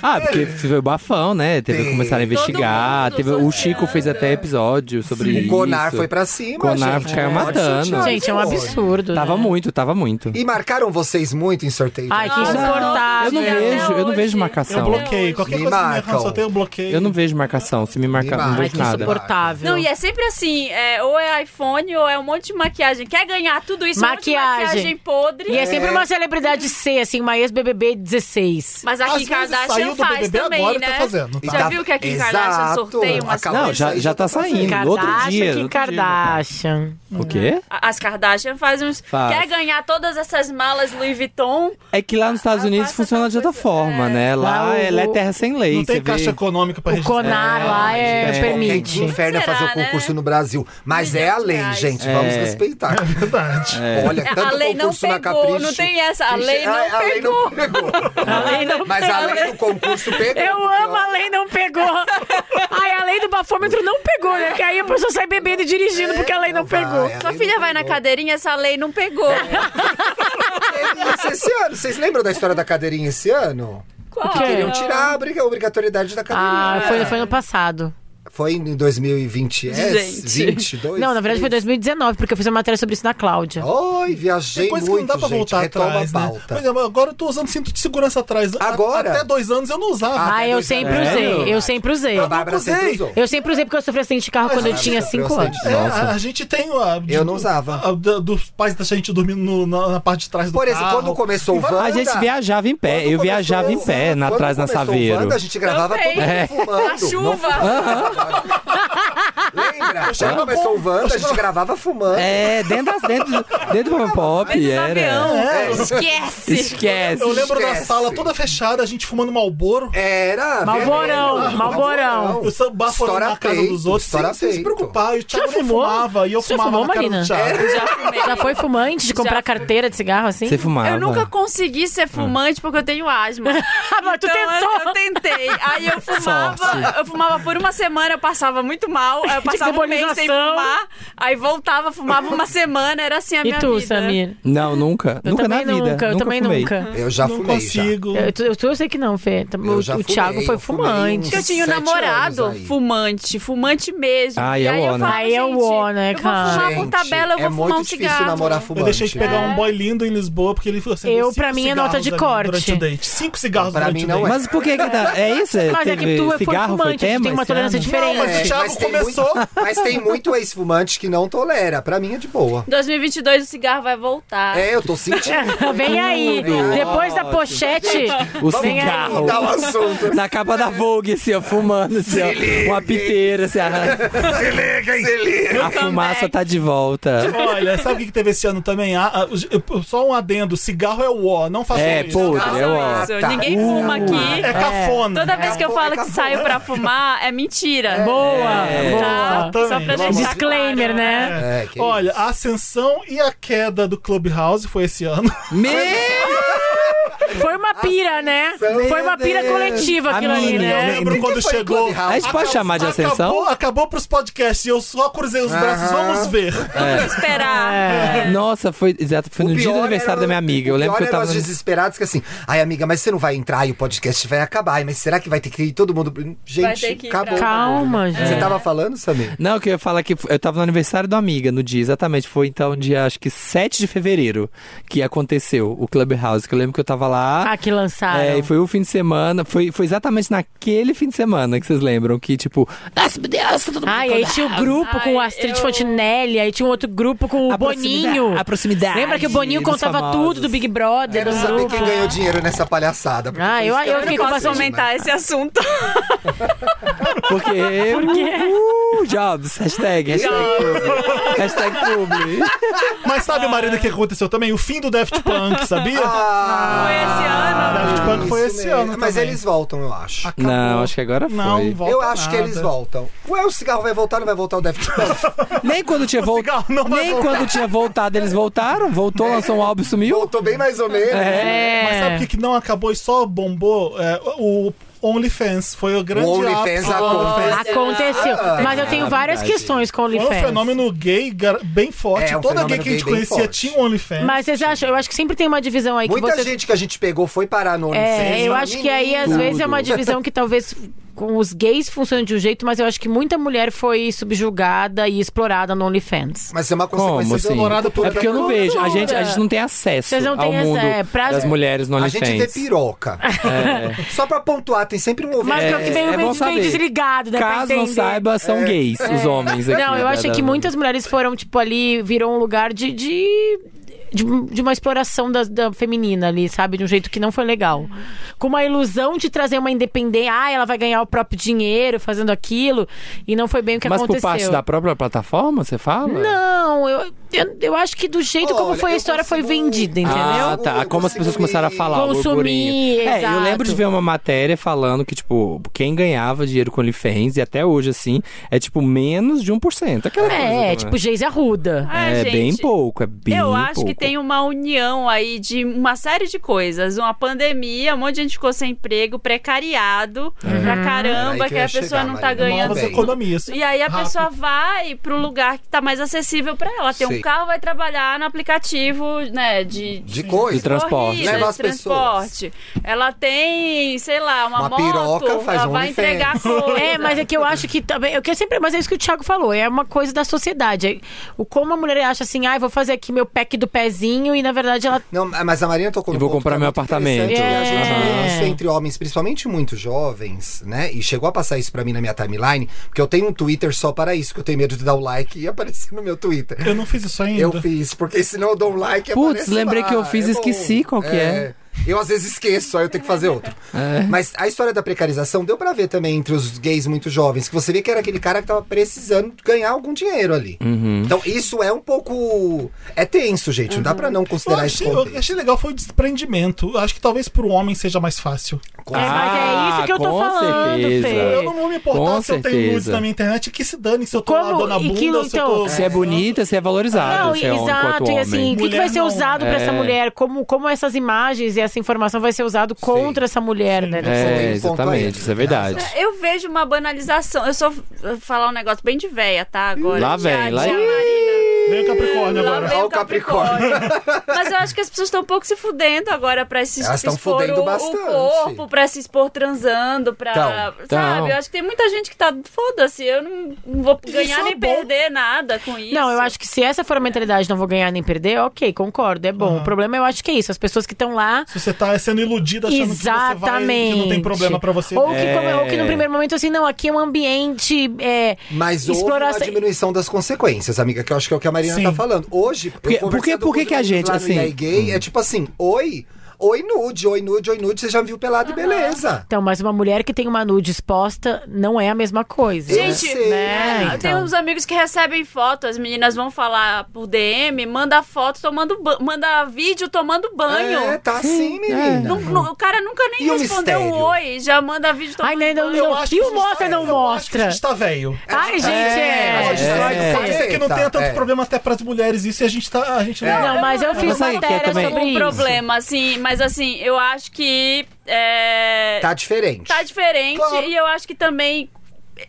S7: Ah,
S2: É.
S7: porque teve o bafão, né? Teve que
S2: Sim.
S7: começar a investigar.
S4: mundo
S7: Teve, o Chico fez até episódio sobre isso.
S2: O Conar foi pra cima,
S7: Conar
S2: gente. É.
S7: caiu
S2: Pode
S7: matando.
S2: sortear
S3: Gente, é um
S2: iPhone.
S3: absurdo.
S7: Tava
S3: né?
S7: muito, tava muito.
S2: E marcaram vocês muito em sorteio? de
S3: Ai, que
S4: Não, não,
S3: insuportável.
S7: Eu não
S4: Até
S7: vejo, eu não
S4: hoje.
S7: vejo
S1: Eu
S7: marcação.
S1: bloqueei. Qualquer
S2: Me
S1: coisa que me errar,
S2: marcam.
S1: só tem eu bloqueio.
S7: Eu não vejo marcação. Se me marcar,
S2: Ai,
S7: não
S3: Ai,
S7: vejo
S3: que
S7: nada.
S3: insuportável.
S4: Não, e é sempre assim, é, ou é iPhone ou é um monte de maquiagem. Quer ganhar tudo isso, um monte
S3: Maquiagem.
S4: de maquiagem podre.
S3: E é sempre uma celebridade C, assim, uma ex-BBB 16.
S4: Mas a
S1: Às
S4: Kim
S1: vezes saiu
S4: Kardashian
S1: do
S4: faz
S1: BBB
S4: também,
S1: agora e
S4: né?
S1: tá fazendo.
S4: Já
S2: Tá-
S4: viu que a Kim
S2: Exato.
S4: Kardashian sorteia umas
S2: Acabou.
S7: Não,
S4: coisas?
S7: já, já tá saindo. No outro
S3: Kardashian,
S7: dia. no
S3: Kim
S7: outro dia.
S3: Kardashian.
S7: O quê?
S4: A- As Kardashian fazem uns...
S7: Faz.
S4: Quer ganhar todas essas malas Louis Vuitton?
S7: É que lá nos Estados
S4: Ah,
S7: Unidos
S4: passa
S7: funciona de
S4: essa
S7: outra
S4: coisa-
S7: forma, né? Lá,
S3: Lá o-
S7: ela é terra sem lei.
S1: Não
S7: você
S1: tem
S7: vê-
S1: caixa econômica pra
S3: O
S1: registrar.
S3: Conar lá é,
S2: Gente, qualquer
S3: permite.
S2: que inferno é
S4: Será,
S2: fazer o
S4: né?
S2: concurso no Brasil. Mas é a lei,
S4: Milhões de
S2: gente.
S7: reais.
S2: Vamos
S7: É.
S2: respeitar.
S1: É verdade.
S2: Olha, tanto
S4: a lei não
S2: concurso na
S4: pegou,
S2: Capricho.
S4: não tem essa. A lei não
S2: a, a lei
S4: pegou.
S2: não pegou. Mas a lei do concurso pegou.
S3: Eu
S2: porque,
S3: amo,
S2: ó,
S3: a lei não pegou. Ai, a lei do bafômetro não pegou, né? Porque aí a pessoa sai bebendo e dirigindo porque a lei não
S2: vai,
S3: pegou.
S2: a
S4: Sua
S2: lei
S4: filha
S2: não
S4: vai na
S2: pegou.
S4: cadeirinha, essa lei não pegou.
S1: É.
S2: Teve isso Esse ano, vocês lembram da história da cadeirinha esse ano?
S4: Qual?
S3: quê?
S2: Queriam tirar a briga- a obrigatoriedade da cadeirinha.
S3: Ah, foi, foi no passado.
S2: Foi em 2020, é?
S4: Gente.
S2: 22?
S3: Não, na verdade foi 2019, porque eu fiz uma matéria sobre isso na Cláudia.
S2: Oi, viajei
S1: Tem coisa
S2: muito,
S1: que não dá pra
S2: gente.
S1: voltar
S2: Retoma
S1: atrás,
S2: a
S1: né?
S2: pauta.
S1: Por exemplo, agora eu tô usando cinto de segurança atrás. A-
S2: Agora?
S1: até dois anos eu não usava.
S3: Ah,
S2: até
S3: eu
S2: dois
S3: sempre
S2: anos.
S3: usei,
S7: Sério?
S3: eu sempre usei.
S2: A Bárbara sempre
S1: usei.
S2: usou.
S3: Eu sempre usei porque eu sofri acidente de carro quando eu
S2: Bárbara
S3: tinha
S2: sofreu
S3: 5 anos.
S2: acidente.
S1: É,
S7: Nossa.
S1: a, a gente tem. A, de-
S2: Eu não usava.
S1: a- da- dos pais da gente dormindo no- na, na parte de trás do
S2: Por exemplo,
S1: carro.
S2: quando começou o Wanda...
S7: A gente viajava em pé. Eu viajava em pé, na,
S2: é. Quando
S7: atrás na
S2: começou o
S7: Saveiro.
S2: Wanda, a gente gravava todo
S4: Também.
S2: mundo fumando.
S4: Na chuva.
S2: Ah, Não- Lembra? Quando começou o Wanda, a gente gravava fumando.
S7: É, dentro das dentro, do- dentro do Pop
S4: Dentro
S7: Pop
S4: do
S7: era.
S4: avião.
S2: É.
S4: Esquece!
S7: Esquece.
S1: Eu lembro da
S2: Esquece.
S1: sala toda fechada, a gente fumando malboro.
S2: Era.
S3: Malborão,
S2: veneno.
S3: Malborão.
S1: Eu só baforando
S2: Estoura
S1: na casa
S2: peito,
S1: dos outros sem, sem
S2: estoura
S1: se
S2: peito. É,
S1: preocupar. E o Thiago
S3: Já
S1: nem
S3: fumou?
S1: fumava e eu
S3: Já
S1: fumava
S3: fumou,
S1: na cara
S3: Marina?
S1: do Thiago.
S4: Já fumei.
S3: Já foi fumante de comprar
S4: Já fui.
S3: carteira de cigarro assim?
S7: Você fumava.
S2: Ah,
S4: Eu nunca consegui ser fumante porque eu tenho asma.
S3: Ah,
S4: Então,
S3: mas tu tentou.
S4: Eu, eu tentei. Aí eu fumava, eu fumava por uma semana, eu passava muito mal. Aí eu passava um mês sem
S3: Descarbonização.
S4: fumar. Aí voltava, fumava uma semana, era assim a
S3: E
S4: minha
S3: tu,
S4: vida.
S3: Samir?
S7: Não, nunca.
S3: Eu
S7: nunca na
S3: também
S7: vida.
S3: nunca, eu também
S7: fumei.
S3: nunca.
S2: Eu já
S1: Não
S2: fumei, já.
S1: consigo.
S3: Eu, tu- eu, tu eu sei que não, Fê. Tam-
S2: Eu
S3: O,
S2: já
S3: o
S2: fumei,
S3: Thiago foi
S2: eu fumei uns-
S3: fumante.
S4: Porque eu tinha um
S2: Sete
S4: namorado
S2: anos aí.
S4: fumante, fumante mesmo.
S7: Ai,
S4: e
S7: é
S4: aí
S7: o ó,
S4: eu
S7: né?
S4: falava,
S3: Ai, é o
S4: gente,
S3: ó, né,
S4: eu vou fumar
S3: cara?
S4: com Ah, tabela, eu vou fumar
S2: é muito
S4: um
S2: difícil
S4: cigarro.
S2: namorar fumante. né?
S1: Eu deixei de pegar um boy lindo em Lisboa, porque ele assim,
S3: Eu,
S1: cinco
S3: pra mim, é
S1: cigarros
S3: nota de
S1: ali
S3: corte.
S1: Durante o date. Cinco cigarros
S2: Pra
S1: durante
S2: mim, não
S1: o
S2: é.
S1: date.
S7: Mas por que que tá? É isso?
S3: Mas é que
S7: Teve
S3: tu é- foi
S7: cigarro, foi
S3: fumante, a gente
S7: tema
S3: tem uma
S7: esse
S3: tolerância
S7: ano?
S3: diferente.
S1: Mas o
S2: É,
S1: Thiago
S2: mas tem
S1: começou.
S2: muito- mas tem muito ex-fumante que não tolera. Pra mim é de boa.
S4: 2022 o cigarro vai voltar.
S2: É, eu tô sentindo.
S3: Vem aí.
S2: Tudo.
S3: Depois da pochete.
S7: O
S3: Vem aí. um
S7: cigarro.
S2: Dá o assunto.
S7: Na capa da Vogue, assim, ó, fumando, assim, ó, uma piteira, assim, a,
S2: Se liga, hein? Se liga.
S7: a fumaça tá de volta.
S1: Ó, Olha, sabe o que que teve esse ano também? Ah, ah, os- eu- só um adendo: cigarro é o ó, não façam
S7: É,
S1: isso.
S7: podre, é o ó.
S4: Isso,
S2: tá.
S4: Ninguém fuma aqui.
S1: É cafona.
S4: Toda vez que eu
S2: Acabou,
S4: falo que
S2: é acabou.
S4: saio pra fumar, é mentira.
S3: Boa,
S7: É,
S4: Tá?
S3: boa.
S1: exatamente.
S4: Só pra
S1: Vamos
S4: deixar
S3: Disclaimer,
S4: claro.
S3: né?
S1: É.
S2: É, que
S1: Olha,
S2: isso.
S1: a ascensão e a queda do Clubhouse foi esse ano.
S7: Meu!
S3: Foi uma pira, né?
S2: Meu
S3: Foi uma pira
S2: Deus.
S3: coletiva aquilo ali,
S7: Amiga,
S1: Eu
S7: É,
S3: né?
S1: lembro
S7: ninguém
S1: quando
S2: foi
S1: chegou.
S2: Clubhouse.
S7: A gente pode chamar de
S1: acabou-
S7: ascensão?
S1: Acabou pros podcasts e eu só cruzei os braços,
S2: Aham. É.
S1: vamos ver.
S4: Vamos esperar.
S7: É. Nossa, foi exato, foi no
S2: O
S7: dia
S2: pior
S7: do aniversário
S2: era-
S7: da minha amiga. Eu
S2: o
S7: lembro
S2: pior
S7: que eu
S2: era
S7: tava.
S2: os desesperados que assim, ai amiga, mas você não vai entrar e o podcast vai acabar. Ai, Mas será que vai ter que ir todo mundo?
S4: Vai
S2: Gente,
S4: ter que ir
S2: acabou.
S4: pra-
S3: Calma,
S2: Você
S3: gente.
S2: tava falando, Samir?
S7: Não, que eu ia falar é que eu tava no aniversário da amiga no dia, exatamente. Foi então dia, acho que 7 de fevereiro que aconteceu o Clubhouse. Que eu lembro que eu tava lá.
S3: Ah, que lançaram.
S7: É, e foi o fim de semana, foi, foi exatamente naquele fim de semana que vocês lembram, que tipo, nossa, meu Deus, tá todo mundo
S3: Ah, e aí
S7: acordado."
S3: tinha o grupo com o
S4: Ai,
S3: Astrid
S4: eu-
S3: Fontinelli, aí tinha um outro grupo com o
S7: A proximidade-
S3: Boninho.
S7: A proximidade.
S3: Lembra que o Boninho
S7: dos
S3: contava
S7: famosos.
S3: tudo do Big Brother, do
S2: Quero saber
S3: grupo.
S2: quem ganhou dinheiro nessa palhaçada. porque
S3: Ah,
S2: foi
S3: eu-
S2: isso que
S3: eu
S4: Eu
S3: fiquei
S4: não
S3: com
S2: quero
S4: posso
S3: bastante,
S2: saber,
S4: aumentar
S2: né?
S4: esse assunto.
S7: Porque. Porque. jobs, hashtag, hashtag publi. Hashtag publi.
S1: Mas sabe, Marina, o que aconteceu também? O fim do Daft Punk, sabia?
S2: Ah,
S4: Foi esse ano.
S1: Daft Punk foi
S2: isso
S1: esse
S2: mesmo.
S1: ano
S2: Mas
S1: também.
S2: eles voltam, eu acho.
S1: Acabou.
S7: Não, acho que agora foi.
S1: Não, volta
S2: eu acho que
S1: nada.
S2: eles voltam. Ué, o cigarro vai voltar, não vai voltar o Daft Punk?
S7: Nem quando tinha voltado.
S1: cigarro não vai
S7: Nem
S1: voltar. É.
S7: quando tinha voltado, eles voltaram. Voltou, lançou um álbum e sumiu.
S2: Voltou bem mais ou menos.
S3: É.
S1: Mas sabe o que, que não acabou e só bombou? É, o OnlyFans foi o grande
S2: O OnlyFans
S1: ápice.
S2: aconteceu.
S3: Aconteceu.
S2: Ah,
S3: Mas eu tenho várias
S7: verdade.
S3: questões com o
S1: Foi um
S3: OnlyFans.
S1: fenômeno gay gar- bem forte.
S2: É, um
S1: Toda gay
S2: fenômeno
S1: que a gente
S2: gay bem
S1: conhecia
S2: forte.
S1: tinha um OnlyFans.
S3: Mas é vocês acham? Eu acho que sempre tem uma divisão aí É que
S2: Muita
S3: vocês...
S2: gente que a gente pegou foi parar no OnlyFans.
S3: É, eu
S2: Fala,
S3: acho que aí às
S2: "Menino,
S3: vezes é uma
S7: Tudo.
S3: divisão que talvez com os gays funcione de um jeito, mas eu acho que muita mulher foi subjugada e explorada no OnlyFans.
S2: Mas é uma
S7: Como
S2: consequência
S7: assim?
S2: dolorada
S7: É porque eu não
S2: cultura.
S7: vejo. A gente, a gente não tem acesso
S3: Vocês não
S7: ao
S3: têm
S7: mundo
S3: essa- é, pra-
S7: das mulheres no
S2: A
S1: é
S2: gente vê
S7: OnlyFans.
S2: piroca. Só pra pontuar, tem sempre um ouvinte.
S3: Mas
S7: É,
S3: pior que meio,
S7: é
S3: meio
S7: bom saber.
S3: desligado, né? pra
S7: Caso não
S3: entender.
S7: saiba, são gays os homens aqui.
S3: Não, eu
S7: da-
S3: acho
S7: da-
S3: que muitas mulheres foram, tipo, ali, virou um lugar de. de... De, de uma exploração da, da feminina ali, sabe? De um jeito que não foi legal. Com uma ilusão de trazer uma independência. Ah, ela vai ganhar o próprio dinheiro fazendo aquilo. E não foi bem o que
S7: Mas por
S3: aconteceu.
S7: parte da própria plataforma, você fala?
S3: Não, eu, eu, eu acho que do jeito como
S2: Olha,
S3: foi a
S2: eu
S3: história foi
S2: consigo-
S3: vendida, entendeu?
S7: Ah,
S2: Eu
S7: tá. Como as
S2: consigo
S7: pessoas começaram a
S2: me
S7: falar, o
S3: consumir,
S7: burburinho. É, eu
S3: exato.
S7: lembro de ver uma matéria falando que, tipo, quem ganhava dinheiro com OnlyFans, e até hoje, assim, é, tipo, menos de 1%. Aquela coisa,
S3: É,
S7: né?
S3: tipo, Geise Arruda.
S4: Ah,
S7: é
S4: gente,
S7: bem pouco, é bem
S4: Eu acho que
S7: pouco.
S4: tem uma união aí de uma série de coisas. Uma pandemia, um monte de gente ficou sem emprego, precariado pra
S2: Era aí
S4: caramba,
S2: que
S4: que,
S2: eu ia
S4: a pessoa
S2: chegar,
S4: não tá
S2: Marina.
S4: ganhando.
S1: Novas
S2: Também.
S1: economias.
S3: é-
S4: E aí a
S1: Rápido.
S4: pessoa vai pro lugar que tá mais acessível pra ela. Tem
S2: Sei.
S4: um carro, vai trabalhar no aplicativo, né, de...
S2: De coisa.
S7: De transporte.
S4: corrida,
S2: Leva
S4: de
S2: as
S4: transporte. Ela tem, sei lá, uma,
S2: Uma
S4: moto,
S2: piroca, faz
S4: ela
S2: um
S4: vai
S2: OnlyFans.
S4: entregar coisa.
S3: É, mas é que eu acho que também. Eu que sempre, mas é isso que o Thiago falou, é uma coisa da sociedade. É, o como a mulher acha assim, ai, vou fazer aqui meu pack do pezinho e na verdade ela.
S2: Não, mas a Marina tocou
S7: E
S2: no
S7: vou
S2: ponto
S7: comprar
S2: que é
S7: meu
S2: muito
S7: apartamento.
S2: interessante, né? A gente
S3: É.
S2: vê isso entre homens, principalmente muito jovens, né? E chegou a passar isso pra mim na minha timeline, porque eu tenho um Twitter só para isso, que eu tenho medo de dar o like e aparecer no meu Twitter.
S1: Eu não fiz isso ainda.
S2: Eu fiz, porque senão eu dou um like e
S7: Putz,
S2: aparece
S7: lembrei
S2: lá. É
S7: que eu fiz e
S2: bom.
S7: esqueci qual que é.
S2: Eu às vezes esqueço, aí eu tenho que fazer outro. Mas a história da precarização deu pra ver também entre os gays muito jovens, que você vê que era aquele cara que tava precisando ganhar algum dinheiro ali.
S7: Uhum.
S2: Então isso é um pouco. É tenso, gente. Não dá pra não
S1: Uhum. Eu
S2: considerar isso.
S1: achei, eu achei legal, foi o desprendimento. Eu Acho que talvez pro homem seja mais fácil.
S3: É, mas é isso que eu tô
S7: com
S3: falando,
S7: certeza.
S3: Fê.
S1: Eu não vou me importar
S7: É. Com
S1: se eu tenho nudes
S7: certeza.
S1: na minha internet, que se dane se eu tô
S3: Como-
S1: lá dando a
S3: e
S1: bunda,
S3: que-
S1: se eu
S3: então-
S1: tô...
S7: Se é bonita, se é valorizado.
S3: Não,
S7: se é homem
S3: exato,
S7: enquanto
S3: e assim,
S7: homem.
S3: o que, que
S1: Mulher
S3: vai ser
S1: não.
S3: usado pra essa
S7: É.
S3: mulher? Como, como essas imagens e essa informação vai ser usado contra essa mulher, né?
S7: É,
S2: tem um ponto aí.
S7: exatamente, isso é verdade.
S4: Eu vejo uma banalização. Eu só vou falar um negócio bem de véia, tá? Agora.
S7: Lá
S4: De-
S7: vem,
S4: de-
S7: lá-
S4: de-
S1: Vem o Capricórnio
S4: Lá
S1: agora.
S4: vem
S2: Olha
S4: o
S2: o Capricórnio.
S4: Capricórnio. Mas eu acho que as pessoas estão um pouco se fudendo agora pra se
S2: Elas tão
S4: expor
S2: fudendo
S4: o,
S2: bastante.
S4: o corpo, pra se expor transando, pra.
S7: Tão,
S4: sabe?
S7: tão.
S4: Eu acho que tem muita gente que tá. Foda-se, eu não, não vou ganhar
S1: é
S4: nem
S1: bom.
S4: perder nada com
S7: É.
S4: isso.
S3: Não, eu acho que se essa for a mentalidade, não vou ganhar nem perder, ok, concordo, é bom. O problema eu acho que é isso, as pessoas que estão lá.
S1: Se você tá sendo iludida achando que você vai
S3: Exatamente.
S1: que não tem problema pra você.
S3: Ou que,
S7: É.
S3: como- ou que no primeiro momento, assim, não, aqui é um ambiente. É,
S2: Mas houve
S3: Exploração-
S2: uma diminuição das consequências, amiga, que eu acho que é o que a Marina
S1: Sim.
S2: tá falando. Hoje,
S7: Porque-
S2: eu conversando
S7: porque-
S2: com
S7: por que
S2: outro
S7: que a
S2: menino
S7: gente,
S2: lá no
S7: assim-
S2: EA gay, é tipo assim, oi, Oi nude, oi nude, oi nude, você já me viu pelado e beleza.
S3: Então, mas uma mulher que tem uma nude exposta não é a mesma coisa. né?
S2: Eu
S4: Gente,
S2: sei.
S3: né?
S4: É, eu tenho
S3: Então.
S4: uns amigos que recebem foto, as meninas vão falar por DM, manda foto tomando banho, manda vídeo tomando banho.
S2: É, tá assim, menina.
S4: Nu-
S7: Uhum.
S4: nu- o cara nunca nem
S2: E o
S4: respondeu um
S2: mistério?
S4: oi, já manda vídeo tomando
S3: Ai, não, não,
S4: banho.
S3: não.
S1: acho
S3: E
S1: que
S3: o
S1: isso
S3: mostra
S1: é- eu
S3: não
S1: acho que a
S3: mostra.
S1: gente tá velho.
S3: Ai, gente,
S1: A
S3: é.
S1: gente tá-
S2: É.
S1: Por isso é que não
S2: Eita,
S1: tem tanto
S2: é.
S1: problema até pras mulheres isso e a gente tá. A gente não-
S3: Não, mas eu fiz
S7: sabe o que é
S3: matéria
S7: também?
S3: sobre
S4: Um
S3: isso.
S4: problema, assim, mas assim, eu acho que é,
S2: Tá diferente.
S4: tá diferente
S1: Claro.
S4: e eu acho que também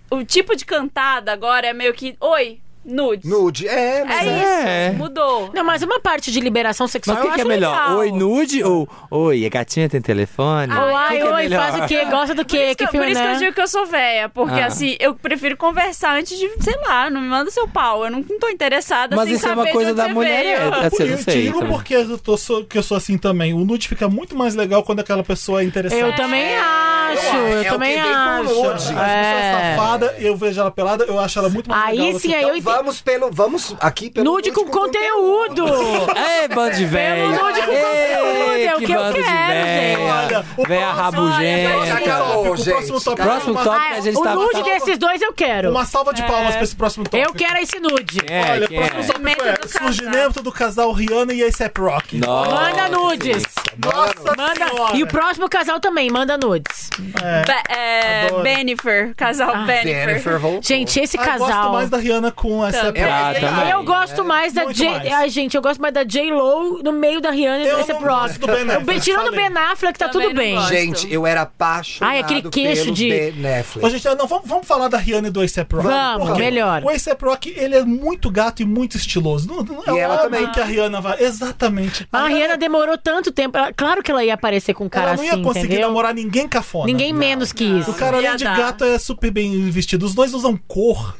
S4: o tipo de cantada agora é meio que oi, nudes.
S2: Nude, é,
S4: É
S2: mas é.
S4: isso,
S7: É.
S4: mudou.
S3: Não, mas uma parte de liberação
S7: Mas
S3: sexual
S7: o que,
S3: eu
S7: que é
S3: acho
S7: melhor?
S3: legal.
S7: Oi, nude ou oi, a gatinha tem telefone?
S3: Ou,
S7: O que
S3: ai,
S7: que é
S3: oi,
S7: melhor?
S3: faz o quê? Gosta do quê?
S4: Por isso
S3: Que
S4: Ah, que, por
S3: filme,
S4: isso que eu
S3: né?
S4: digo que eu sou véia, porque
S7: Ah.
S4: assim, eu prefiro conversar antes de, sei lá, não me manda seu pau, eu não, não tô interessada
S7: Mas
S4: sem
S7: isso é
S4: saber
S7: uma
S4: de
S7: coisa
S4: onde
S7: da
S4: você
S7: mulher.
S4: veio.
S7: é- Assim, eu não
S1: eu
S7: sei.
S1: digo
S7: também.
S1: porque eu, tô, sou- que eu sou assim também. O nude fica muito mais legal quando aquela pessoa é interessante.
S3: Eu também acho,
S2: eu
S3: eu
S2: acho
S3: também
S2: que vem com nude.
S3: acho.
S1: A pessoa é
S3: É.
S1: safada, eu vejo ela pelada, eu acho ela muito mais legal.
S3: Aí
S1: do
S3: sim,
S1: que-
S3: aí eu entendo.
S2: Então vamos pelo. Vamos aqui pelo.
S3: Nude com conteúdo!
S7: É, bando de velho.
S3: nude com conteúdo, é o que eu
S7: bando de
S3: quero,
S7: véia.
S1: gente. Olha, o
S7: Véia
S1: próximo-
S7: rabugenta.
S2: Já acabou,
S1: Tópico,
S2: gente.
S1: próximo tópico.
S7: Próximo
S1: Uma-
S7: tópico que a gente
S3: O
S7: tava
S3: nude
S7: falando.
S3: desses dois eu quero.
S1: Uma salva de palmas pra esse próximo tópico.
S3: Eu quero esse nude.
S7: É,
S1: Olha,
S7: que
S1: o próximo
S7: é.
S1: tópico é
S4: Surgimento do casal.
S1: surgimento do casal Rihanna e A$AP Rock.
S7: Nossa,
S3: Manda nudes.
S1: Nossa
S3: Manda.
S1: senhora.
S3: E o próximo casal também, manda nudes.
S4: Be- é,
S1: Adoro.
S4: Bennifer, casal
S7: Ah.
S4: Bennifer.
S2: Jennifer voltou.
S3: Gente, esse
S1: Ah, eu gosto
S3: casal.
S1: mais da Rihanna com essa
S4: Também.
S7: Ah,
S3: né?
S7: também.
S3: Eu gosto mais da
S1: Muito
S3: J.
S1: mais.
S3: Ai, gente, eu gosto mais da J. Lo no meio da Rihanna e
S1: Eu
S3: do A$AP
S1: não gosto
S3: Rock.
S1: do Ben Affleck,
S3: Eu- Tirando o
S1: falei.
S3: Ben Affleck, tá
S4: Também
S3: tudo
S4: não
S3: bem.
S4: gosto.
S2: Gente, eu era apaixonado
S3: Ai, aquele queixo
S2: pelo
S3: de-
S2: Ben
S1: Ô,
S2: Affleck.
S1: gente, não, vamos, vamos falar da Rihanna e do A$AP Rock.
S3: Vamos,
S1: Por quê?
S3: melhor.
S1: O A$AP Rock, ele é muito gato e muito estiloso. Não, não,
S2: E
S1: eu
S2: ela
S1: amo
S2: também.
S1: que a Rihanna vai. Exatamente.
S3: A Rihanna demorou tanto tempo. ela- Claro que ela ia aparecer com um cara
S1: ela não ia
S3: assim,
S1: conseguir
S3: entendeu?
S1: namorar ninguém cafona.
S3: Ninguém menos que isso.
S1: O cara,
S4: Ia
S1: além de
S4: dar.
S1: gato, é super bem vestido. Os dois usam cor.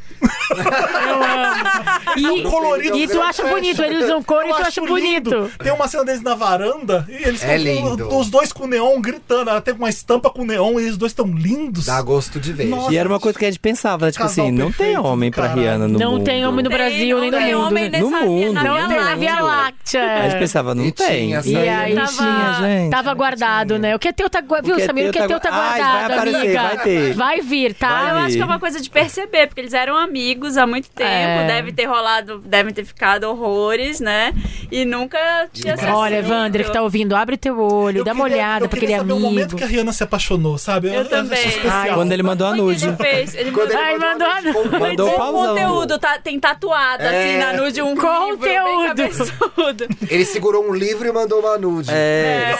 S3: E,
S1: é colorido,
S3: e tu
S2: grande
S3: acha
S2: fashion.
S3: bonito. Eles usam cor
S1: Eu
S3: e tu acha
S1: acho lindo.
S3: bonito.
S1: Tem uma cena deles na varanda e eles
S2: É
S1: estão
S2: lindo.
S1: os dois com neon gritando. Ela tem uma estampa com neon e eles dois estão lindos.
S2: Dá gosto de ver.
S1: Nossa.
S7: E era uma coisa que a gente pensava, né? tipo
S1: Casal
S7: assim, não tem
S1: perfeito,
S7: homem pra
S1: caralho.
S7: Rihanna no mundo.
S3: Não tem homem no
S4: Tem-
S3: Brasil, nem
S4: não
S3: no
S4: tem
S3: mundo.
S4: homem
S3: né?
S4: nessa
S7: No mundo,
S4: vida,
S7: no
S4: Via
S3: Não tem
S7: mundo.
S3: a Via
S4: Láctea.
S7: né? A gente
S3: Láctea.
S7: pensava, não
S2: E tinha
S7: tem.
S2: essa-
S3: É. E
S2: Saiu,
S3: aí
S4: tava-
S3: tinha, gente. Tava guardado, né? O que é teu tá guardado. Viu,
S7: que é
S3: Samir? O
S7: teu
S3: que é
S7: tá
S3: teu tá
S7: gua- Ai,
S3: guardado,
S7: vai aparecer,
S3: amiga.
S7: vai ter.
S3: Vai vir, tá?
S7: Vai
S4: Eu acho que é
S7: E-
S4: uma coisa de perceber, porque eles eram amigos há muito tempo,
S3: É.
S4: deve ter rolado, devem ter ficado horrores, né? E nunca tinha assim, se
S3: Olha,
S4: assumido.
S3: Evandra, que tá ouvindo, abre teu olho,
S1: Eu
S3: dá uma
S1: queria-
S3: olhada
S1: eu
S3: pra aquele
S1: queria saber
S3: amigo.
S1: o momento que a Rihanna se apaixonou, sabe?
S4: Eu também.
S1: achei especial.
S7: Ai, quando ele mandou a
S4: Foi o que
S7: nude.
S4: ele fez. Ele
S2: Quando
S4: mandou-
S3: Ai, mandou a nude.
S7: Mandou
S4: Com
S7: o pauzão.
S4: conteúdo, tá, tem tatuado, assim, na nude, um
S3: Conteúdo.
S4: conteúdo.
S2: Ele segurou um livro e mandou uma nude.
S7: É.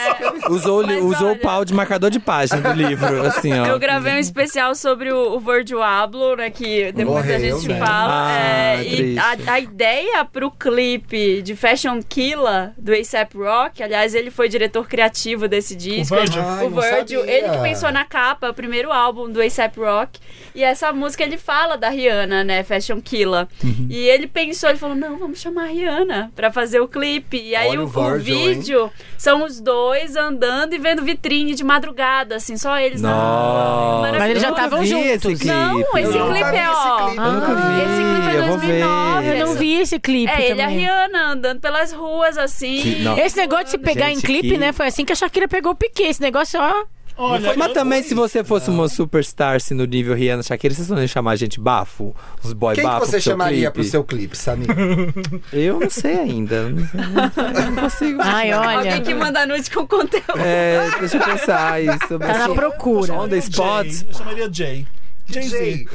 S7: Usou, o li-
S4: Mas
S7: usou o
S4: olha-
S7: pau de marcador de página do livro, assim, ó.
S4: Eu gravei um especial sobre o, o Virgil Abloh, né, que depois a
S2: Morreu,
S4: gente
S2: né?
S4: fala.
S7: Ah,
S4: é,
S7: triste.
S4: e a, a ideia pro clipe de Fashion Killa do A$AP Rock, aliás, ele foi diretor criativo desse disco.
S1: Virgil.
S2: Ai,
S4: o
S2: não
S4: Virgil,
S2: sabia.
S4: ele que pensou na capa, o primeiro álbum do A$AP Rock. E essa música ele fala da Rihanna, né? Fashion Killa. E ele pensou, ele falou: não, vamos chamar a Rihanna pra fazer o clipe. E aí
S2: Olha
S4: o,
S2: o Virgil,
S4: o vídeo são os dois andando e vendo vitrine de madrugada, assim, só eles na rua.
S7: Nossa.
S4: Maravilhoso.
S3: Mas eles já
S7: Eu nunca
S3: estavam
S7: vi
S3: juntos.
S7: Esse clipe.
S4: Não, esse
S2: Eu nunca
S4: clipe é,
S2: vi esse
S4: ó.
S3: Ah,
S2: clipe.
S7: Eu nunca vi.
S4: Esse clipe é
S7: eu vou ver.
S4: 2009,
S3: Eu não vi esse clipe.
S4: É, ele e a
S3: também.
S4: Rihanna andando pelas ruas assim.
S7: Que- não.
S3: Esse negócio de se pegar
S7: Gente,
S3: em clipe,
S7: que-
S3: né? Foi assim que a Shakira pegou o Piquet. Esse negócio, ó.
S1: Olha,
S7: Mas
S1: eu-
S7: também, se você fosse uma superstar assim, no nível Rihanna Shakira, vocês não iam chamar a gente bafo? Os boy
S2: Quem que
S7: bafo?
S2: você
S7: pro seu
S2: chamaria
S7: clipe?
S2: pro seu clipe, Samir?
S7: Eu não sei ainda. Não sei- não consigo.
S3: Ai,
S4: Alguém
S3: olha.
S4: que manda nude com conteúdo.
S7: É, deixa eu pensar aí sobre
S3: Tá na
S7: isso.
S3: procura.
S7: On the
S1: eu chamaria
S7: spot.
S1: Jay. Eu chamaria Jay. Jay-Z.
S2: Jay.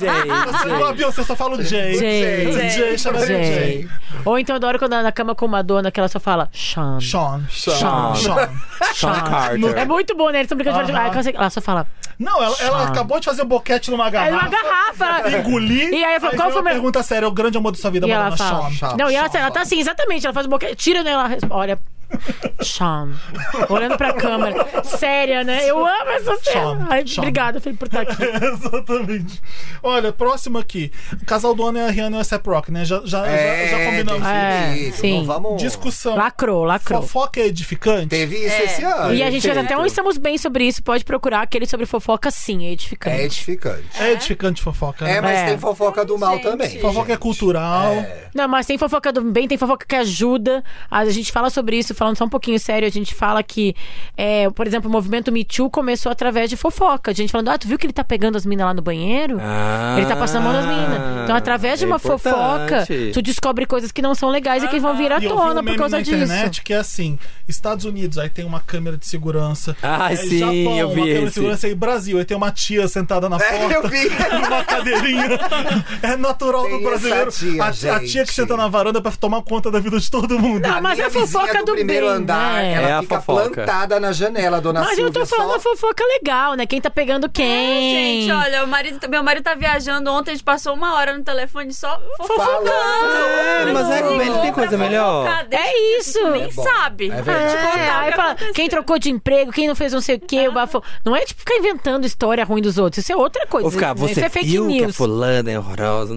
S2: Jay. Ah,
S1: Você não é Beyoncé, eu só falo Jay.
S3: Jay.
S1: Jay, Jay chamaria Jay.
S3: Jay. Ou então eu adoro quando ela na cama com uma dona que ela só fala Sean.
S1: Sean.
S7: Sean.
S1: Sean.
S7: Sean
S3: É
S7: Carter.
S3: muito bom, né? Eles estão brincando de
S1: Aham.
S3: ah, eu sei- Ela só fala.
S1: Não, ela, ela acabou de fazer boquete numa
S3: É uma
S1: garrafa.
S3: garrafa. ela-
S1: Engoli.
S3: E aí eu falo,
S1: veio
S3: qual foi o
S1: uma
S3: meu-
S1: pergunta séria? é O grande amor da sua vida,
S3: E ela
S1: Madonna
S3: fala.
S1: Sean.
S2: Sean,
S3: não, e ela,
S2: Sean,
S3: ela tá assim, exatamente. Ela faz o boquete. Tira né? ela. res- Olha. Sean. Olhando pra câmera. Séria, né? Eu amo essa
S1: Sean,
S3: cena. Ai,
S1: Sean.
S3: Obrigada, Felipe, por estar aqui.
S1: Exatamente. Olha, próximo aqui. O casal do ano é a Rihanna e o A$AP Rock, né? Já, já, já, já combinamos.
S3: É,
S2: definido.
S3: sim.
S2: Não então vamos.
S1: Discussão.
S3: Lacrou, lacrou.
S1: Fofoca é edificante?
S2: Teve isso esse ano.
S3: E a gente fez
S7: Perfeito.
S3: até um Estamos Bem sobre isso. Pode procurar aquele sobre fofoca, sim, é
S2: É
S3: edificante.
S2: edificante.
S1: É edificante fofoca, né?
S2: É, mas
S3: É.
S2: tem fofoca do mal
S4: Gente.
S2: também.
S1: Fofoca é cultural.
S3: Não, mas tem fofoca do bem, tem fofoca que ajuda. A gente fala sobre isso, falando só um pouquinho sério, a gente fala que, é, por exemplo, o movimento Me Too começou através de fofoca. A gente falando, ah, tu viu que ele tá pegando as minas lá no banheiro?
S7: Ah,
S3: Ele tá passando a mão nas meninas. Então, através de
S7: é
S3: uma
S7: importante.
S3: fofoca, tu descobre coisas que não são legais e que vão vir à
S1: E eu vi um
S3: tona
S1: meme
S3: por causa
S1: na
S3: disso.
S1: internet que é assim: Estados Unidos, aí tem uma câmera de segurança.
S7: Ah,
S1: aí
S7: sim,
S1: Japão,
S7: eu vi
S1: uma câmera de
S7: esse.
S1: segurança. Aí Brasil, aí tem uma tia sentada na
S2: É,
S1: porta.
S2: eu vi.
S1: Numa cadeirinha. É natural
S2: Tem
S1: do brasileiro.
S2: essa tia,
S1: a, a tia que
S2: gente.
S1: senta na varanda pra tomar conta da vida de todo mundo.
S3: Não, Ah, mas
S2: minha
S3: a fofoca
S2: vizinha
S3: do,
S2: primeiro
S3: bem,
S2: andar,
S3: né?
S2: ela
S7: É a
S2: fica
S7: fofoca.
S2: plantada na janela, dona
S3: Mas Ah, eu
S1: Assim,
S2: Silvia.
S3: tô falando
S2: só...
S3: a fofoca legal, né? Quem tá
S1: É,
S3: pegando quem.
S4: É, Gente, olha, o marido, meu marido tá viajando ontem, a gente passou uma hora no telefone só fofocando.
S2: Falando.
S7: É, mas é,
S4: Ligou
S7: mas não tem
S4: pra
S7: coisa melhor?
S4: fofocar, deixa
S3: É
S4: que
S3: isso.
S4: tu Nem
S3: É
S2: bom,
S4: sabe. Vou
S2: é
S4: te
S2: verdade.
S3: É,
S4: contar o
S3: aí
S4: que
S3: fala,
S4: aconteceu.
S3: quem trocou de emprego, quem não fez não sei o
S1: Ah.
S3: quê, o bafo. Não é tipo ficar inventando história ruim dos outros. Isso é outra coisa.
S7: Ou ficar, você
S3: isso é fake
S7: viu que a
S3: news.
S7: fulana é horrorosa.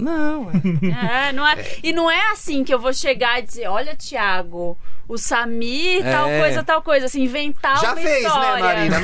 S7: Não, é.
S4: É, não é, E não é assim que eu vou chegar e dizer, olha, Tiago, o Samir, tal
S7: É.
S4: coisa, tal coisa. Assim, inventar
S2: Já
S4: uma
S2: fez,
S4: história.
S2: né, Marina?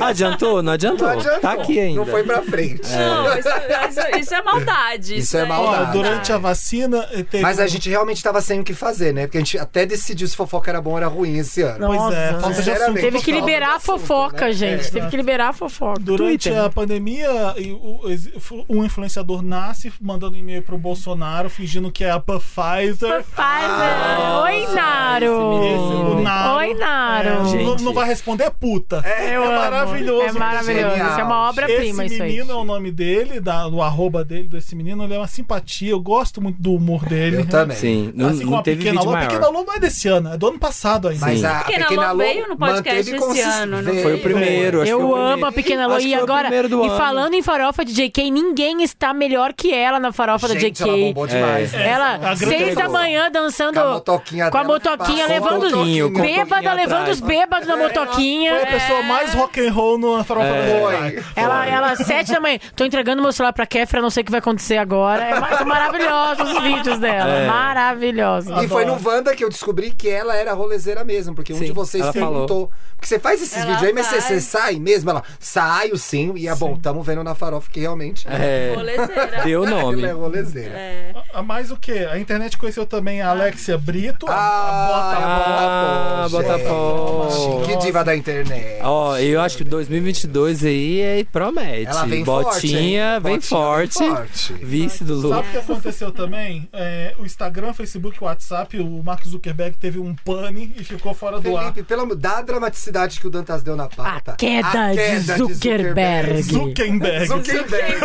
S7: Adiantou? Não adiantou?
S2: Não adiantou.
S7: Tá aqui ainda. É.
S2: Não foi pra frente.
S4: Não, isso, isso- isso é maldade.
S2: Isso é
S4: aí.
S1: Ó,
S2: maldade.
S1: durante a vacina. eh, Teve
S2: Mas a
S1: um-
S2: gente realmente tava sem o que fazer, né? Porque a gente até decidiu se fofoca era bom ou era ruim esse ano.
S3: Não.
S1: Pois é,
S3: Nossa,
S1: falta de
S2: sinceramente.
S1: assunto.
S3: Teve que
S2: Total,
S3: liberar a
S2: assunto,
S3: fofoca,
S2: né?
S3: gente.
S2: É.
S3: Teve que liberar a fofoca.
S1: Durante
S7: Twitter,
S1: a
S7: né?
S1: pandemia, e o- ex- um influenciador nasce mandando e-mail pro Bolsonaro fingindo que é a Pfizer.
S3: Pfizer. Oi,
S1: Esse, o
S3: Naro.
S1: Naro.
S3: Oi, Naro.
S1: É, não,
S7: Gente.
S1: não vai responder, é puta. É,
S3: Eu amo.
S1: maravilhoso.
S3: É maravilhoso.
S2: genial.
S3: Isso é uma obra-prima,
S1: Esse
S3: isso aí.
S1: menino é o nome dele, da, do arroba dele, desse menino. Ele é uma simpatia. Eu gosto muito do humor dele.
S2: Eu também.
S7: Sim, tá- não,
S1: Assim como
S7: não
S1: a
S7: teve
S1: Pequena
S7: vídeo
S1: Lu. A
S7: maior.
S1: Pequena Lu não é desse ano, é do ano passado ainda.
S2: Mas
S7: Sim.
S2: a
S4: Pequena
S2: Pequena
S4: Lu
S2: Lu
S4: veio no podcast
S2: manteve
S4: esse
S2: consis-
S4: ano, não
S7: Foi o primeiro, acho que
S3: Eu
S7: foi o
S3: amo
S7: primeiro.
S3: a pequena Lô.
S7: Acho
S3: E
S7: que foi o
S3: agora,
S7: primeiro do
S3: e
S7: ano.
S3: falando em farofa de JK, ninguém está melhor que ela na farofa
S2: Gente,
S3: da
S2: ela
S3: JK.
S2: bombou demais.
S3: É.
S2: né?
S1: a
S3: Ela,
S1: grande
S3: seis da
S1: pessoa.
S3: manhã, dançando
S2: Com a motoquinha
S3: com a
S2: dela,
S3: motoquinha,
S2: passou
S3: levando os
S2: um pouquinho, com
S7: a
S3: bêbada,
S7: motoquinha
S3: levando
S7: atrás.
S3: os bêbados na motoquinha.
S1: Foi a pessoa mais rock and roll na farofa
S7: É.
S2: Foi.
S1: do
S3: Ela, ela, sete da manhã, tô entregando meu celular pra Kefra, não sei o que vai acontecer agora. É ma- são maravilhosos os vídeos dela. Maravilhosos.
S2: E foi no Wanda que eu descobri que ela era rolezeira mesmo, porque um
S7: Sim,
S2: de vocês
S7: ela falou.
S2: perguntou. Porque você faz esses
S4: Ela
S2: vídeos aí, mas você,
S4: faz.
S2: você sai mesmo? Ela, saio sim, e é bom, tamo vendo na farofa que realmente
S7: É,
S4: Rolezeira.
S7: deu o nome.
S2: ela é rolezeira.
S1: A- a- Mais o que? A internet conheceu também a Alexia Brito, a-
S2: Ah,
S1: a,
S2: é
S1: Bota
S7: Ah,
S2: bota
S7: bota pó.
S2: Que diva da internet.
S7: Ó, eu acho que 2022 aí é, promete.
S2: Ela vem forte,
S7: Botinha,
S2: hein?
S7: vem,
S2: Botinha
S7: forte.
S2: vem forte.
S7: Vice do Lula.
S1: Sabe o que aconteceu também? É, o Instagram, Facebook, o WhatsApp, o Mark Zuckerberg teve um pane e ficou fora do ar.
S2: Felipe, pelo amor, dá a dramaticidade que o Dantas deu na pauta.
S3: A queda de Zuckerberg.
S1: Zuckerberg.
S2: Zuckerberg.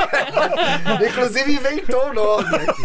S2: Inclusive inventou o nome aqui.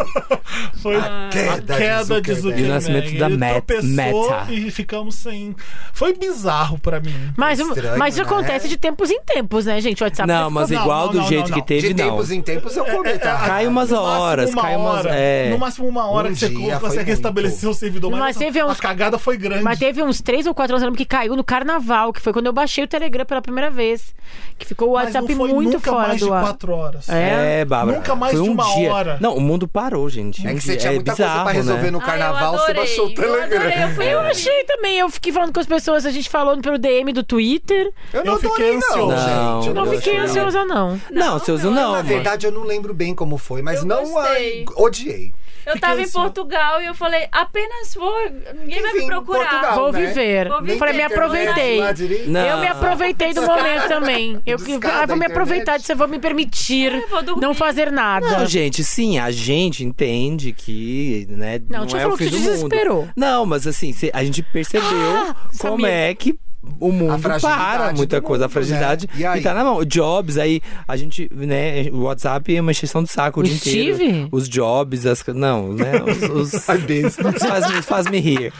S1: Foi a
S3: Ah.
S1: queda,
S2: queda de
S1: de
S2: Zuckerberg.
S1: Zuckerberg.
S7: E o nascimento da
S1: Ele
S7: Met-
S1: tropeçou
S7: Meta.
S1: E ficamos sem. Foi bizarro pra mim.
S3: Mas,
S2: Estranho,
S3: mas isso
S2: né?
S3: acontece de tempos em tempos, né, gente? O WhatsApp
S7: Não, mas
S1: Não,
S7: igual
S1: não,
S7: do
S1: não,
S7: jeito
S1: não,
S7: que
S1: não.
S7: teve,
S2: De
S7: não. É,
S2: tempos em tempos eu tá? comentar.
S7: Cai umas
S1: No máximo
S7: horas,
S1: uma
S7: cai umas.
S1: hora.
S7: É.
S1: No máximo uma hora
S2: Um
S1: que você
S2: dia foi
S1: consegue restabelecer o servidor. Mas,
S3: Mas teve uns-
S1: a cagada foi grande.
S3: Mas teve uns três ou quatro anos eu lembro que caiu no carnaval, que foi quando eu baixei o Telegram pela primeira vez. Que ficou o
S1: Mas não
S3: um WhatsApp
S1: foi
S3: muito
S1: nunca
S3: fora
S1: mais
S3: do
S1: de
S3: ar.
S1: quatro horas.
S3: É.
S7: É, Bárbara.
S1: Nunca mais
S7: foi
S1: de
S7: um
S1: uma
S7: dia.
S1: hora.
S7: Não, o mundo parou, gente.
S2: É que você
S7: É
S2: tinha muita coisa
S7: bizarro,
S2: pra resolver
S7: né?
S2: no
S4: Ai, eu
S2: carnaval, você
S4: adorei,
S2: baixou o
S4: eu
S2: Telegram.
S4: adorei, eu fui
S3: Eu achei também, eu fiquei falando com as pessoas, a gente falou pelo DM do Twitter.
S2: Eu não
S1: Eu fiquei
S2: adorei, não,
S1: ansioso.
S2: gente. eu
S3: Não
S7: Eu
S3: fiquei
S7: achei-
S3: ansiosa, não.
S7: Não,
S4: Não,
S7: Seuza,
S4: eu-
S7: não.
S2: Na
S7: mano.
S2: verdade, eu não lembro bem como foi, mas
S4: Eu
S2: não
S4: gostei.
S2: ai, odiei.
S4: Eu
S1: Fiquei
S4: tava em
S1: assim, ó.
S4: Portugal e eu falei, apenas vou, ninguém vai me
S2: Enfim,
S4: procurar.
S2: Portugal.
S3: Vou
S2: né?
S3: viver.
S4: Vou viver.
S3: Falei, me
S4: Internet
S3: aproveitei.
S2: lá direito.
S7: Não.
S3: Eu me aproveitei do momento também. Eu que-
S2: Discada
S3: ah, vou me
S2: internet.
S3: aproveitar disso, eu vou me permitir
S4: É, vou dormir.
S3: não fazer nada.
S7: Não, gente, sim, a gente entende que, né,
S3: Não,
S7: não,
S3: tu
S7: é
S3: falou
S7: o fim
S3: que
S7: do
S3: tu desesperou.
S7: mundo. Não, mas assim, cê- a gente percebeu
S3: Ah,
S7: como
S3: Samir.
S7: é que o mundo
S2: A fragilidade
S7: para muita
S2: do
S7: coisa, a
S2: mundo,
S7: fragilidade
S2: né? E aí?
S7: tá na mão. Jobs, aí a gente, né, o WhatsApp é uma exceção do saco o
S3: O
S7: dia inteiro.
S3: Steve?
S7: Os jobs, as co- não, né, os, os
S2: Ai, besta.
S7: Isso faz, isso faz me rir.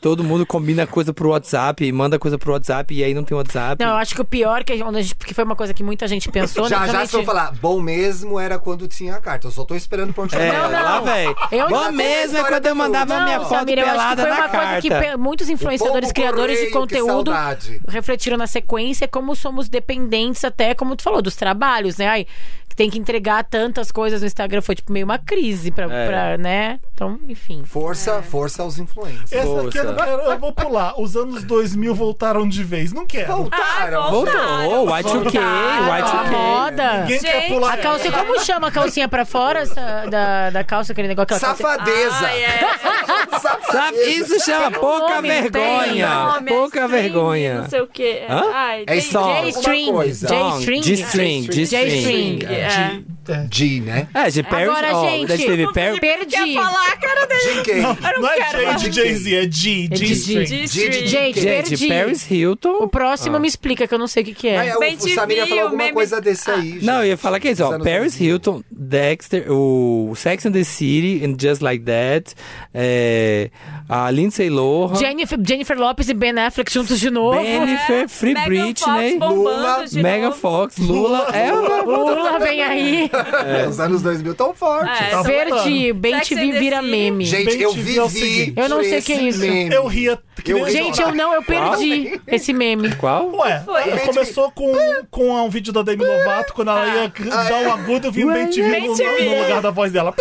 S7: Todo mundo combina coisa pro WhatsApp e manda coisa pro WhatsApp e aí não tem WhatsApp.
S3: Não, eu acho que o pior, que, onde a gente, porque foi uma coisa que muita gente pensou,
S2: Já,
S3: né?
S2: já, se eu
S3: principalmente-
S2: falar, bom mesmo era quando tinha a carta. Eu só tô esperando por onde
S7: é,
S3: Não, não.
S7: lá vem.
S3: Eu-
S7: Bom mesmo é quando eu mandava
S3: Não,
S7: minha foto
S3: Samir, eu acho que
S7: pelada
S3: foi
S7: na
S3: uma coisa
S7: carta.
S3: que pe- muitos influenciadores,
S2: povo
S3: criadores de
S2: correio, que
S3: conteúdo
S2: saudade.
S3: refletiram na sequência como somos dependentes até, como tu falou, dos trabalhos, né? Ai, que tem que entregar tantas coisas no Instagram. Foi tipo meio uma crise pra,
S7: É.
S3: pra, né? Então, enfim.
S2: Força,
S4: É.
S2: força aos influencers.
S1: Essa aqui eu, não
S7: Bolsa.
S1: quero, eu vou pular. Os anos 2000 voltaram de vez. Não quero.
S2: Voltaram.
S4: Ah,
S7: Voltou,
S4: Voltaram.
S7: Y2K,
S4: né?
S3: a
S7: Y2K.
S3: Ah, moda.
S1: Ninguém quer
S4: Gente,
S1: pular.
S3: A calça, como chama a calcinha pra fora essa- da, da calça, aquele negócio? Aquela calça-
S2: Safadeza.
S4: Ah, é.
S7: Sabe? Isso chama pouca
S3: nome, tem
S7: vergonha.
S4: nome, é
S7: pouca
S4: streaming,
S7: vergonha.
S4: Não sei o quê.
S7: Hã?
S4: Ai,
S2: É
S4: tem-
S7: song.
S2: alguma
S3: J-string.
S2: coisa.
S3: J-string.
S7: G-string, G-string.
S4: J-string. É.
S1: De- é.
S2: G, né?
S7: É, de Perry.
S3: Agora,
S7: ó,
S3: gente,
S7: da gente teve
S3: vamos
S7: Perry.
S3: Perdi.
S4: Quer falar, cara dele?
S2: De quem?
S1: Não, não
S4: quero
S1: é J
S4: falar
S1: de
S2: de
S1: Jay-Z, é G.
S3: É
S1: G.
S3: G.
S1: G.
S4: G-string.
S3: Gente,
S7: Gente,
S3: perdi.
S7: Paris Hilton.
S3: O próximo me explica, que eu não sei o que, que
S2: Ah,
S3: é.
S2: é, o,
S4: Bem
S2: o
S4: te
S2: Samir ia
S4: vi,
S2: falar
S4: o
S2: alguma
S4: meme-
S2: coisa desse aí. gente.
S7: Não, eu ia falar que é isso, ó.
S2: Anos
S7: Paris
S2: 2000.
S7: Hilton, Dexter, o Sex and the City, and Just Like That, é, a Lindsay Lohan,
S3: Jennifer, Jennifer Lopes e Ben Affleck juntos de novo.
S7: Jennifer, Free
S4: É. Megan
S7: Britney,
S4: Fox bombando
S2: Lula,
S4: de
S7: Mega
S4: novo.
S7: Fox, Lula. É uma
S3: Lula vem aí.
S2: É, Os anos 2000 tão fortes.
S4: É,
S1: Tá
S3: Perdi. Bem
S4: Sex
S3: te
S4: and
S3: vi
S4: the
S3: vira
S4: City.
S3: meme.
S2: Gente,
S1: Bem
S2: eu
S1: te vi é o
S2: vivi.
S1: seguinte.
S3: Eu não sei
S2: esse
S3: que é isso.
S2: meme.
S1: Eu ria. Que
S2: Eu
S1: nem-
S2: ri.
S3: Gente, eu não, eu perdi esse meme.
S7: Qual?
S1: Ué,
S4: Foi.
S1: ela começou com, com um vídeo da Demi Lovato, quando ela ia dar um agudo, eu vi um bem TV no,
S4: Bem-te-vi.
S1: no lugar da voz dela.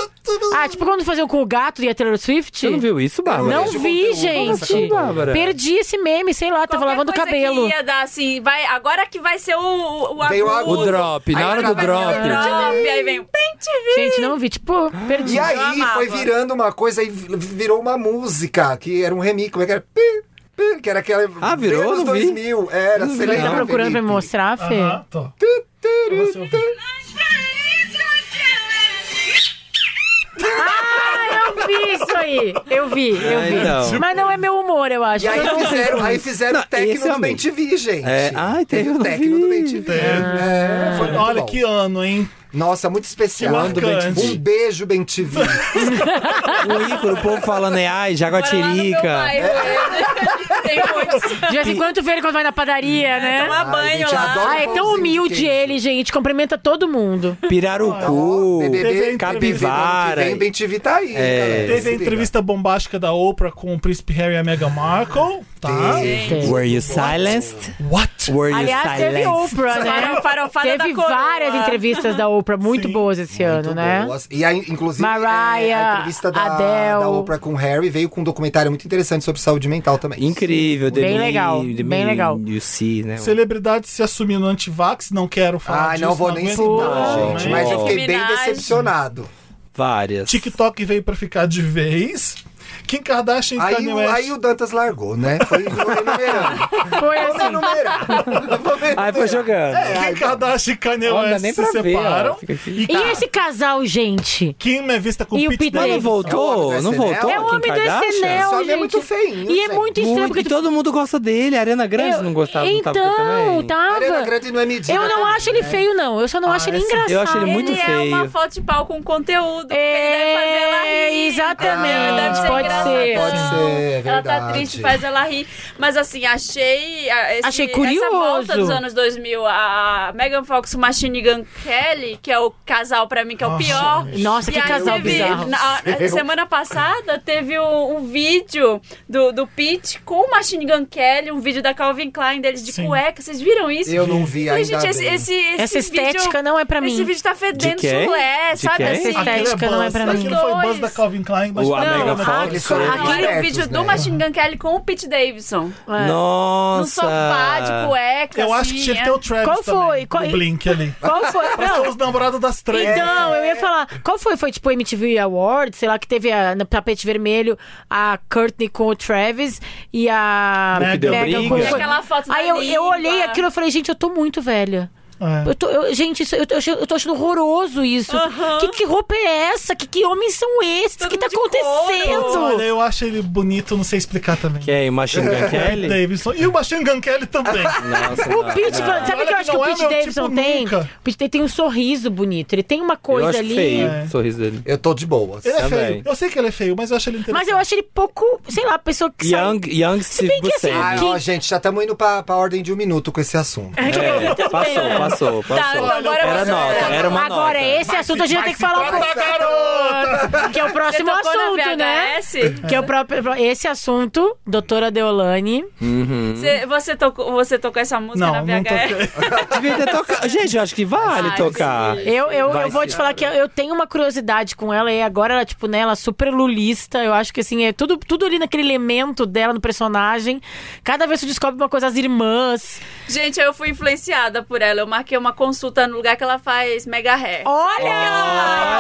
S3: Ah, tipo quando faziam com o gato e a Taylor Swift?
S7: Você não viu isso, Bárbara?
S3: Não
S2: Esse
S3: vi,
S2: conteúdo,
S3: gente.
S7: essa Bárbara.
S3: Perdi esse meme, sei lá, tava
S4: Qualquer
S3: lavando o
S4: coisa
S3: cabelo.
S4: Que ia dar, assim, vai, agora que vai ser o, o, o
S2: Veio o
S4: agudo.
S7: O drop,
S2: Aí
S7: na hora do
S2: acaba
S7: drop.
S2: aquela-
S4: drop, aí vem um o pente
S3: Gente, não vi, tipo, perdi.
S2: E
S4: Eu
S2: aí
S4: amava.
S2: foi virando uma coisa e vi- virou uma música, que era um remix, como é que era? Pi, pi, Que era aquela.
S7: Ah, virou?
S2: Anos
S7: Não vi.
S2: 2000. Era,
S7: Não
S2: você
S7: vi.
S3: Você tá
S2: lembra?
S3: procurando pra
S2: Felipe?
S3: me mostrar, Fê?
S1: Aham, tô. Você ouviu?
S3: Ah, Eu vi isso aí. Eu vi, eu
S7: Ah,
S3: vi.
S7: então.
S3: Mas não é meu humor, eu acho.
S2: E aí
S3: Eu não-
S2: fizeram, aí fizeram
S7: Não,
S2: o Tecno
S7: esse eu
S2: do
S7: amei.
S2: Bem TV, gente.
S7: É, ai, teve, eu
S2: o
S7: não
S2: Tecno
S7: vi.
S2: do Bem TV. É, foi muito
S1: Olha
S2: bom.
S1: que ano, hein?
S2: Nossa, muito especial.
S1: Quando Bem Te Vi.
S2: um beijo, Bem TV.
S7: O Um ícone, o povo falando, é, ai, jaguatirica.
S4: Tem muitos.
S3: De vez em quando vê ele quando vai na padaria, né?
S4: Toma
S2: É. Ai,
S4: banho
S2: gente,
S4: lá.
S2: adoro
S3: Ah, é
S2: pãozinho
S3: tão
S2: de
S3: humilde
S2: queijo.
S3: ele, gente. Cumprimenta todo mundo.
S7: Pirarucu,
S1: BBB,
S7: capivara.
S2: Bem, Bem TV tá aí.
S7: É.
S2: galera. Se
S1: Teve a
S2: liga.
S1: entrevista bombástica da Oprah com o príncipe Harry e a Meghan Markle, tá?
S7: Were you silenced?
S1: What?
S7: Were you
S3: Aliás, teve
S7: silenced?
S3: Oprah, né?
S4: Farofada- farofada
S3: Teve
S4: da Ah. coroa.
S3: várias entrevistas da Oprah muito
S1: Sim,
S3: boas esse
S2: Muito
S3: ano, né?
S2: boas. E aí, inclusive,
S3: Mariah,
S2: é, a entrevista da,
S3: Adele.
S2: da Oprah com o Harry veio com um documentário muito interessante sobre saúde mental também.
S7: Incrível,
S3: Bem
S7: The Me-
S3: legal,
S7: The
S3: bem
S7: Me
S3: legal.
S7: You see, né?
S1: Celebridade se assumindo anti-vax, não quero falar
S2: Ai,
S1: disso.
S2: não vou nem
S1: aguento
S2: citar,
S1: mais,
S2: gente.
S1: né?
S2: Mas eu fiquei bem
S4: Minaj.
S2: decepcionado.
S7: Várias.
S1: TikTok veio pra ficar de vez. Kim Kardashian e
S2: Aí,
S1: Kanye
S2: o-
S1: West.
S2: aí o Dantas largou, né? Foi enumerando.
S3: Foi
S4: tá.
S2: Vamos
S3: assim.
S2: enumerar. Vamos
S7: Ai,
S2: enumerar.
S7: foi jogando.
S1: Kim Kardashian e Kanye
S7: É, Olha,
S1: West
S7: nem
S1: se
S7: pra ver, ó.
S1: separam.
S7: Fica assim. aqui.
S1: e
S3: E esse casal, gente?
S1: Kim é vista com
S3: E o
S1: Pete
S3: Pete
S7: Mas não
S1: Davidson.
S3: Davidson.
S7: voltou?
S2: É o
S7: não
S2: homem do
S7: voltou?
S2: SNL?
S3: É o
S7: Kim
S3: homem do SNL,
S7: Kardashian?
S2: Esse
S3: gente.
S2: homem é muito feinho,
S3: E é
S2: gente.
S3: muito estranho,
S7: Muito,
S3: porque...
S7: e todo mundo gosta dele. A Ariana Grande
S3: Eu-
S7: não gostava, não
S3: Então,
S7: tava também.
S3: tava.
S2: Ariana Grande não é medida.
S3: Eu não
S2: também,
S3: acho ele
S2: né?
S3: feio, não. Eu só não acho ele
S1: esse-
S3: engraçado.
S7: Ah, eu acho ele muito
S4: ele é
S7: feio.
S4: uma foto de pau com conteúdo.
S3: É,
S4: porque ele deve fazer ela rir.
S3: exatamente,
S4: Deve ser
S3: pode ser.
S4: engraçadão.
S2: Pode ser, é
S4: Ela tá
S2: verdade.
S4: triste, faz ela rir. Mas assim, achei. ah, esse-
S3: Achei curioso.
S4: Essa volta dos anos 2000, a Megan Fox, o Machine Gun Kelly, que é o casal pra mim que é o
S1: Nossa,
S4: pior.
S3: Nossa,
S4: E
S3: que
S4: aí
S3: casal
S4: teve-
S3: bizarro.
S4: na-
S2: Meu Deus.
S4: semana passada teve um, um vídeo do, do Pete com o Machine Gun Kelly, um vídeo da Calvin Klein deles de
S1: Sim.
S4: cueca. Vocês viram isso?
S2: Eu não vi
S4: Falei,
S2: ainda
S4: gente, esse,
S2: bem.
S4: esse, esse
S3: Essa estética
S4: vídeo,
S3: não é pra mim.
S4: Esse vídeo tá
S7: De
S4: fedendo
S7: quem?
S4: chulé,
S7: De
S4: sabe
S7: quem?
S3: Essa
S4: assim?
S3: estética
S1: Aquilo é
S3: não é
S1: buzz,
S3: pra mim.
S1: Aquilo foi
S4: Dois.
S1: buzz da Calvin Klein. Mas
S7: O A
S4: Não,
S7: Megan
S4: a-
S7: Fox,
S2: eles foram
S7: é.
S2: muito
S3: um
S4: Aquele
S2: espertos,
S4: vídeo do
S2: né?
S4: Machine Gun Kelly com o Pete Davidson.
S3: É.
S7: Nossa.
S4: No sofá, de cueca,
S1: eu
S4: assim,
S1: acho que tinha que
S4: é.
S1: ter o Travis
S3: Qual foi?
S1: também,
S3: Qual-
S1: do Blink ali.
S3: Qual foi?
S1: Mas
S3: Não.
S1: são os namorados das três.
S3: Então, eu ia falar, qual foi? Foi tipo MTV Awards, sei lá, que teve a, no tapete vermelho a Courtney com o Travis e a
S1: O que deu
S3: Meghan
S7: briga.
S3: com
S4: E aquela foto
S3: Aí
S4: da
S3: eu, eu
S4: língua.
S3: olhei aquilo e falei, gente, eu tô muito velha.
S1: É.
S3: Eu tô, eu- gente, isso- eu, tô, achando- eu tô achando horroroso isso. Que, que roupa é essa? Que, que homens são esses? O
S4: Todo
S3: que tá
S4: mundo de couro.
S1: Olha,
S3: acontecendo?
S1: eu acho ele bonito, não sei explicar também.
S7: Quem? O Machine Gun
S1: Pete
S7: é Kelly?
S1: Davidson. E o Machine Gun Kelly também.
S7: Nossa, não,
S3: O Pete,
S7: não.
S3: sabe o
S1: Olha
S3: que eu
S1: que
S3: acho que o
S1: não é
S3: Pete
S1: meu
S3: Davidson
S1: tipo
S3: tem?
S1: nunca.
S3: O Pete tem um sorriso bonito, ele tem uma
S7: Eu
S3: coisa
S7: acho
S3: ali.
S7: feio
S1: É.
S7: o sorriso dele.
S2: Eu tô de Tá? boas.
S1: Ele é
S7: Também.
S1: feio. Eu sei que ele é feio, mas eu acho ele interessante.
S3: Mas eu acho ele pouco, sei lá, pessoa que sai-
S7: Young, young Steve
S3: bem que assim,
S7: Buscemi.
S2: Ah,
S3: Quem-
S2: ó, gente, já estamos indo pra, pra ordem de um minuto com esse assunto.
S7: É, passou, passou,
S3: Tá.
S7: passou.
S4: então agora
S7: Tá era
S4: você-
S7: nota, era uma
S3: Agora, é
S7: nota.
S3: esse assunto a gente vai ter que falar um pouco. Que é o
S4: Você
S3: próximo
S4: tocou na
S3: assunto, né?
S4: VHS?
S3: Que é o próprio. Esse assunto, doutora Deolane.
S4: Você, você, tocou, você tocou essa música na
S1: Não, não tô...
S4: VHS?
S7: Devia ter tocado. Gente, eu acho que vale
S4: Ai,
S7: tocar.
S4: sim.
S3: Eu, eu,
S7: Vai
S3: eu vou
S7: ser.
S3: te falar que eu, eu tenho uma curiosidade com ela, e agora ela, tipo, né, ela é super lulista. Eu acho que assim, é tudo, tudo ali naquele elemento dela, no personagem. Cada vez que tu descobre uma coisa, as irmãs.
S4: Gente, eu fui influenciada por ela. Eu marquei uma consulta no lugar que ela faz mega hair.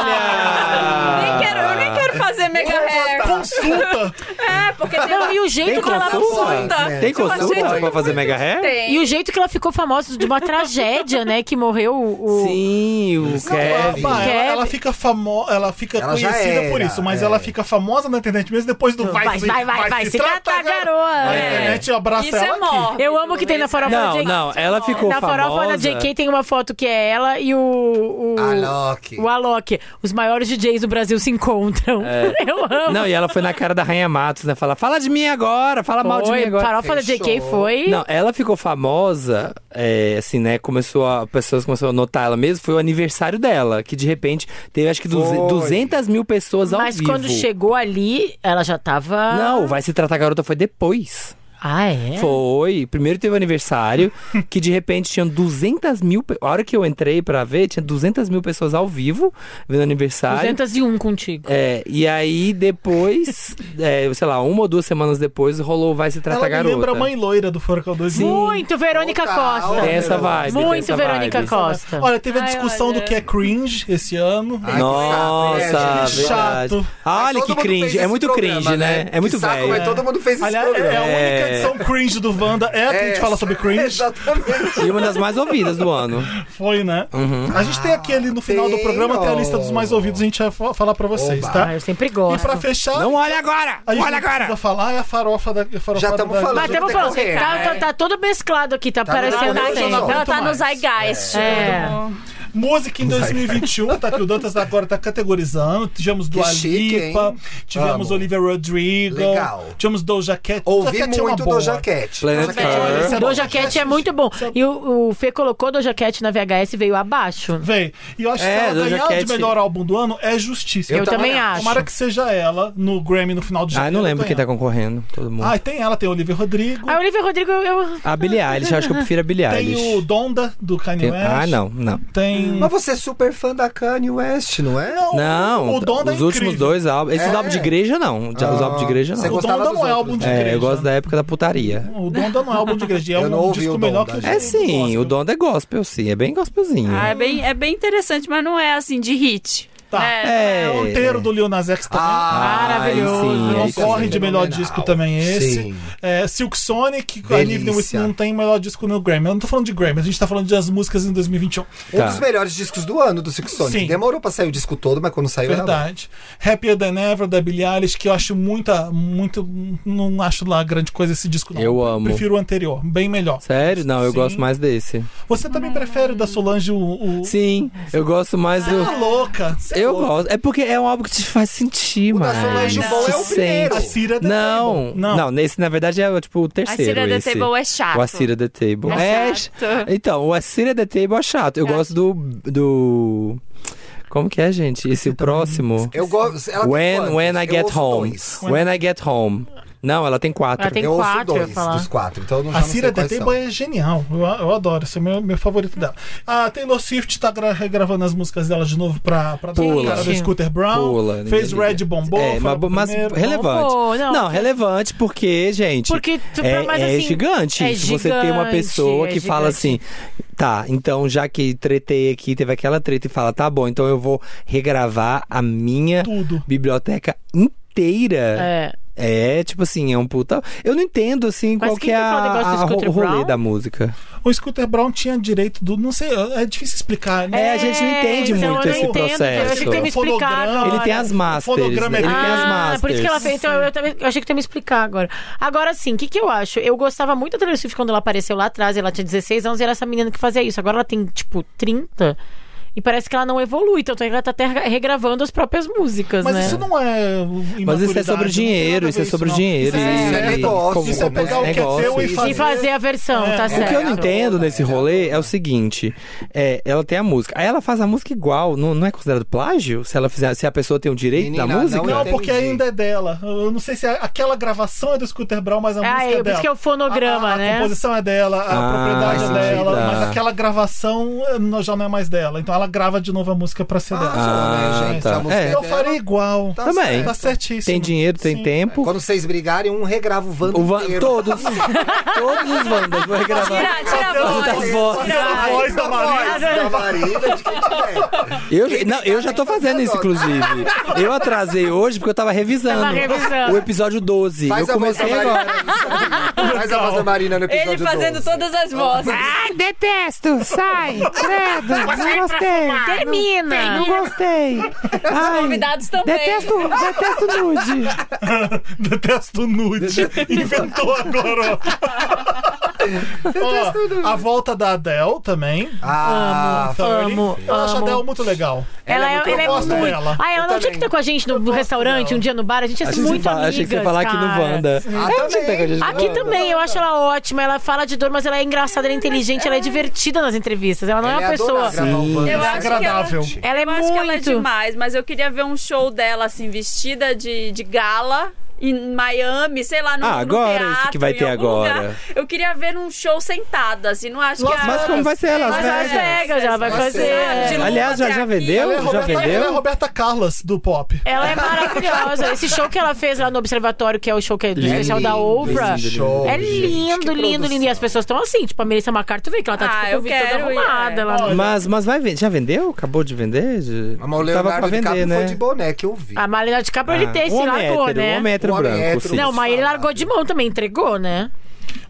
S7: Olha!
S4: Nem quero, eu nem quero fazer mega
S2: Tá.
S4: hair.
S1: Consulta!
S4: É, porque tem
S3: Não,
S4: uma...
S3: e o jeito
S7: Tem
S3: que ela
S7: consulta?
S4: consulta.
S7: Tem
S4: Eu achei
S7: consulta pra fazer mega hair?
S4: Tem.
S3: E o jeito que ela ficou famosa de uma tragédia, né? Que morreu o. o-
S7: Sim, o Kevin.
S1: Opa, ela,
S3: Kevin.
S1: ela fica famosa, ela fica
S2: É, Ela já
S1: conhecida por
S2: era,
S1: isso, mas
S2: é.
S1: ela fica famosa na internet mesmo depois do vai,
S3: Vai,
S1: se-
S3: vai, vai, vai. Se catar, garoa.
S1: A
S4: É.
S1: internet abraça
S4: Isso
S1: ela
S4: é
S1: aqui.
S4: mórbido.
S3: Eu amo que tem na
S4: isso é
S3: farofa da
S7: Não,
S3: JK.
S7: não, ela ficou
S3: na
S7: famosa.
S3: farofa da JK tem uma foto que é ela e o. o
S2: Ah, Alok.
S3: O Alok. Os maiores DJs do Brasil se encontram. Eu amo.
S7: É. Não, e ela foi na cara da Rainha Matos, né? Fala, fala de mim agora, fala tá mal de mim
S3: Foi,
S7: agora.
S3: farofa da JK
S2: Fechou.
S3: foi.
S7: Não, ela ficou famosa, é, assim, né? Começou a. Pessoas começaram a notar ela mesmo. Foi o aniversário dela, que de repente teve acho que duze-
S2: Foi.
S7: 200 mil pessoas ao
S3: Mas
S7: vivo.
S3: quando chegou ali, ela já tava.
S7: Não, vai se tratar garota foi depois.
S3: Ah, é?
S7: Foi. Primeiro teve o aniversário, que de repente tinham 200 mil. pe- A hora que eu entrei pra ver, tinha 200 mil pessoas ao vivo vendo o aniversário.
S3: 201 contigo.
S7: tá. É, e aí depois, é, sei lá, uma ou duas semanas depois, rolou Vai Se Trata
S1: Ela me
S7: Garota.
S1: lembra a mãe loira do Furacão 2.
S3: Muito Verônica
S2: Total.
S3: Costa.
S7: Tem essa vibe. tem
S3: Muito
S7: essa
S3: Verônica
S7: vibe.
S3: Costa.
S1: Olha, teve a
S4: Ai,
S1: discussão
S4: olha.
S1: do que é cringe esse ano.
S2: Ai, que
S1: que
S2: saco, né, gente?
S7: Nossa, verdade.
S1: chato.
S7: Ah, olha
S2: Todo
S7: que
S2: mundo fez
S7: cringe. É
S2: esse
S7: muito
S2: programa,
S7: cringe, né? É muito
S2: que saco,
S7: velho.
S2: mas todo mundo fez esse
S1: Aliás, é a
S2: programa.
S1: única
S7: É.
S1: edição cringe do Wanda. É a que a gente fala sobre cringe.
S2: Exatamente.
S7: E uma das mais ouvidas do ano.
S1: Foi, né? A gente tem aqui ali no final do
S2: Uhum. Ah, Tem,
S1: programa, tem a
S2: ó.
S1: lista dos mais ouvidos, a gente vai fa- falar pra vocês,
S2: Oba.
S3: Ah,
S1: tá?
S3: eu sempre
S1: E
S3: gosto.
S1: pra fechar,
S7: Não olha agora!
S1: a gente
S7: Olha
S1: não precisa
S7: agora!
S1: falar, é a farofa da. a farofa
S2: Já tamo
S1: da-
S2: falando.
S3: Mas temos falando,
S2: Tem que
S3: tá,
S2: correr,
S3: tá, tá todo mesclado aqui, tá,
S4: Ela
S3: parecendo
S4: tá,
S1: Eu já não
S4: ela
S3: gente.
S1: aguento
S4: tá no
S1: mais.
S4: Zeitgeist.
S3: É.
S4: todo mundo.
S1: Música em 2021, tá? Que o Dantas agora tá categorizando. Tivemos Dua
S2: Que chique,
S1: Lipa,
S2: hein?
S1: tivemos
S2: Amo.
S1: Olivia Rodrigo,
S2: Legal.
S1: tivemos Doja Cat.
S2: Ouvi
S1: Doja Cat é uma
S2: muito
S1: boa.
S2: do Jaquete.
S7: Planet Earth.
S1: Esse é bom.
S3: Doja Cat é muito bom. E o, o Fê colocou Doja Cat na VHS e veio abaixo.
S1: Véi, e eu acho
S7: É,
S1: que se ela
S7: Doja
S1: ganhar
S7: Cat-
S1: de melhor álbum do ano é justiça.
S3: Eu, também
S2: também
S3: acho.
S1: Tomara que seja ela no Grammy no final de
S7: Ah, eu
S1: janeiro.
S7: não lembro quem tá
S1: ganhando.
S7: concorrendo. Todo mundo.
S1: Ah, e tem ela, tem Olivia Rodrigo.
S3: A Olivia Rodrigo, Ah, eu- eu.
S7: A Billie Eilish, acho que eu prefiro a Billie
S1: Tem o
S7: Eilish.
S1: Donda, do é? Kanye
S7: Ah, Tem-
S1: West.
S7: Ah, não, não.
S3: Hum.
S1: Tem.
S2: Mas você é super fã da Kanye West, não é?
S1: Não,
S7: Não,
S1: o Donda
S7: os
S1: é
S7: últimos
S1: incrível.
S7: dois álbuns. Esses
S2: É.
S7: álbuns de igreja, não. Já- Os
S2: Ah,
S7: álbuns de igreja,
S2: você
S7: não.
S1: O
S2: gostava
S1: Donda
S2: dos
S1: não é
S2: outros,
S1: álbum de
S2: né?
S1: igreja.
S7: É, eu gosto da época da putaria.
S1: O Donda não é álbum de igreja, é
S2: Eu não
S1: um
S2: ouvi
S1: disco
S2: o
S1: melhor
S2: Donda,
S1: que
S2: gente.
S7: É sim, o
S1: Donda.
S7: Donda é gospel, sim. É bem gospelzinho.
S4: Ah, é, bem, é bem interessante, mas não é assim de hit.
S1: Tá.
S4: né?
S1: É o inteiro do Lil Nas X também.
S3: Maravilhoso.
S7: Sim,
S1: Não
S7: um Ah, aí sim.
S1: corre de melhor
S2: fenomenal.
S1: disco também esse.
S2: Sim.
S1: É, Silk Sonic, a
S2: Delícia.
S1: Live não tem melhor disco no Grammy. Eu não tô falando de Grammy, a gente tá falando de as músicas em 2021.
S2: Um
S7: Tá.
S2: dos melhores discos do ano do Silk Sonic.
S1: Sim.
S2: Demorou pra sair o disco todo, mas quando
S7: É
S2: saiu era bom.
S1: Verdade. Happier Than Ever, da Billie Eilish, que eu acho muita, muito. Não acho lá grande coisa esse disco, não.
S7: Eu amo.
S1: Prefiro o anterior, bem melhor.
S7: Sério? Não, eu
S1: Sim.
S7: gosto mais desse.
S1: Você também prefere o da Solange o. o...
S7: Sim, eu gosto mais do.
S1: Tá louca. Cê é
S7: Eu
S1: louca.
S7: gosto. É porque é um álbum que te faz sentir,
S2: O da
S7: mano.
S2: Solange
S4: Bom
S2: é o primeiro.
S1: A Cira
S7: Não,
S1: não.
S7: não, nesse na verdade é tipo o
S4: A
S7: terceiro.
S4: Cira da
S7: esse.
S4: Table é chato.
S7: O Acira the Table.
S4: É
S7: É,
S4: chato.
S7: Então, o Acira the Table é chato. Eu gosto do. do. Como que é, gente? Esse o próximo.
S2: Eu gosto. ela tem
S7: When,
S2: quantos?
S7: when I
S2: Eu
S7: get
S2: ouço
S7: home.
S2: dois.
S7: When I get home. Não, ela tem quatro.
S3: Ela tem
S2: eu ouço
S3: quatro, eu ia
S2: dois
S3: falar.
S2: dos quatro, então eu não já
S1: A
S2: não sei
S1: Cira
S2: quais
S1: Detebo
S2: são.
S1: é genial. Eu, eu adoro. Esse é o meu, meu favorito dela. A Taylor Swift tá gra- regravando as músicas dela de novo pra, pra dar
S7: Pula.
S1: na cara do Scooter Brown.
S7: Pula, ninguém
S1: Ah, fez
S7: liga.
S1: Red Bombou.
S7: É,
S1: foi
S7: mas,
S1: o
S7: mas
S1: primeiro.
S7: relevante.
S3: Bombou, não.
S7: não, relevante porque, gente.
S3: Porque tu-
S7: é,
S3: mas,
S7: é
S3: assim,
S7: gigante.
S3: é
S7: isso. você tem uma
S3: gigante,
S7: pessoa
S3: é
S7: que fala assim. Tá, então já que tretei aqui, teve aquela treta e fala, tá bom, então eu vou regravar a minha
S1: Tudo.
S7: biblioteca inteira.
S3: É.
S7: É. tipo assim, é um puta. Eu não entendo, assim,
S3: Mas
S7: qual
S3: quem
S7: que é
S3: que fala o negócio do
S7: a, a,
S3: Scooter
S7: o rolê
S3: Brown?
S7: da música.
S1: O Scooter Brown tinha direito do. Não sei, é difícil explicar. né?
S7: É, a gente não entende
S3: então
S7: muito
S3: eu
S7: esse
S3: não entendo, Eu achei que
S7: processo.
S3: tem me explicar
S1: Fonograma.
S3: agora.
S7: Ele tem as masters.
S1: fonograma Ah, é
S7: né? Ele tem as
S3: Ah,
S7: masters.
S3: por isso que ela fez. Então, eu, também, eu achei que tu ia me explicar agora. Agora sim, o que, que eu acho? Eu gostava muito da Taylor Swift quando ela apareceu lá atrás. Ela tinha 16 anos e era essa menina que fazia isso. Agora ela tem, tipo, 30. E parece que ela não evolui. Tanto é que ela tá até regravando as próprias músicas,
S1: Mas
S3: né?
S1: isso não é.
S7: Mas isso é
S1: imaturidade, não
S7: sobre
S1: tem nada
S7: dinheiro,
S1: a
S7: isso é
S1: ver
S7: sobre
S1: não.
S7: dinheiro.
S2: Isso é
S7: e-
S2: negócio,
S7: como-
S1: isso é
S7: como
S1: pegar o que é
S7: negócio.
S1: teu e
S7: Isso.
S2: né?
S1: fazer.
S3: E fazer a versão,
S1: É.
S3: tá
S1: O que
S7: O
S3: certo.
S7: que eu não entendo nesse
S2: É,
S7: rolê é o seguinte: é, ela tem a música, aí ela faz a música igual, não, não é considerado plágio? Se ela fizer, se a pessoa tem o direito
S2: Menina,
S7: da
S2: não
S7: música?
S1: Não,
S2: Entendi.
S1: porque ainda é dela. Eu não sei se é- aquela gravação é do Scooter Brown, mas a
S3: Ah,
S1: música
S3: é,
S1: é
S3: por
S1: dela.
S3: isso que é o fonograma,
S1: A- a,
S3: né?
S1: A composição é dela, a
S7: Ah,
S1: propriedade é
S7: faz
S1: dela,
S7: sentido.
S1: mas
S7: Ah.
S1: aquela gravação eh, não- já não é mais dela. Então ela grava de novo a música pra CD.
S2: Ah,
S7: Ah,
S2: gente,
S7: tá.
S2: a música
S7: É.
S2: é
S1: eu
S2: dela.
S1: faria igual.
S2: Tá
S7: Também.
S2: certo.
S1: Tá certíssimo.
S7: Tem dinheiro, tem
S1: Sim.
S7: tempo.
S2: É Quando vocês brigarem, um regrava o Wanda
S7: O Van-
S2: inteiro.
S7: Todos. todos os Wandas. Vou regravar.
S4: Tira, tira a
S7: Todas
S4: voz.
S7: as vozes.
S4: Tira
S1: A
S4: a
S1: voz
S4: voz.
S1: da Maria.
S2: Da Marília, de quem tiver.
S7: Eu, não, eu já tô fazendo isso, inclusive. Eu atrasei hoje porque eu tava revisando.
S3: Tava revisando.
S7: O episódio 12.
S2: Faz
S7: eu
S2: a voz da
S7: comecei agora.
S2: Marina. Faz a voz da Marina no episódio
S4: Ele fazendo
S2: 12.
S4: todas
S7: Ah,
S4: as vozes.
S7: Ai, detesto! Sai! Credo! Não
S4: Ah,
S7: gostei!
S3: Termina!
S7: gostei! Ai,
S4: Convidados também.
S7: detesto nude!
S1: Detesto nude. Inventou agora, ó. ó. A volta da Adele também.
S2: Ah,
S1: Amo, Eu acho a
S3: amo.
S1: Adele muito legal.
S3: Ela,
S2: muito
S3: é, ela é
S1: gosto
S3: muito.
S1: dela.
S3: Ah, ela não
S2: Eu
S3: tinha
S2: também.
S3: que estar com a gente no restaurante,
S1: dela.
S3: um dia no bar. A gente ia ser
S7: Achei que,
S3: muito
S7: você fala-
S3: amigas,
S7: achei que você ia falar aqui no
S3: cara.
S7: Wanda.
S2: Ah,
S7: Eu achei que
S2: também.
S7: tá com a gente
S3: Aqui
S7: no Wanda.
S3: também, eu acho ela ótima. Ela fala de dor, mas ela é engraçada, ela é inteligente, ela é divertida nas entrevistas. Ela não é
S2: Ela
S3: uma
S2: é
S3: pessoa.
S2: adorável,
S7: Sim.
S2: Wanda.
S4: Eu
S2: Ela é
S4: acho que ela-
S1: agradável.
S3: Ela é
S4: eu acho que ela é
S3: muito.
S4: demais, mas eu queria ver um show dela, assim, vestida de, de gala. Em Miami, sei lá, no
S7: Ah, agora, esse
S4: teatro,
S7: que vai
S4: em
S7: ter
S4: algum
S7: agora.
S4: lugar. Eu queria ver um show sentada, assim, não acho que a-
S7: Mas como vai ser elas,
S3: Mas Las
S7: né?
S3: Vegas, ela vai
S2: Las
S3: fazer.
S4: Vegas. Ah, De-
S7: Aliás, já, já vendeu?
S1: Ela é a
S7: já
S1: Roberta, ela é a
S7: vendeu?
S1: Roberta Carlos do pop.
S3: Ela é maravilhosa. Esse show que ela fez lá no Observatório, que é o show que é do
S7: Lindo,
S3: especial da Oprah.
S7: lindo,
S2: Show,
S3: É
S2: gente, que
S3: lindo, lindo,
S2: produção.
S3: lindo. E as pessoas estão assim, tipo, a Melissa MacArthur vê que ela tá
S4: Ah,
S3: tipo, com o
S4: eu
S3: vídeo toda
S4: quero ir,
S3: arrumada.
S4: é.
S3: Ela...
S7: Mas, mas vai vender? Já vendeu? Acabou de vender? De-
S2: Mas o Leonardo
S7: Tava pra vender,
S2: DiCaprio
S7: né?
S2: foi de boné, que eu vi.
S3: A Marina de Capra, ele
S7: Ah,
S3: tem
S7: um
S3: esse
S7: homem
S3: largou,
S7: hétero,
S3: né?
S7: Um homem hétero
S2: Um homem
S7: branco,
S2: hétero.
S7: sim.
S3: Não, mas ele largou de mão também, entregou, né?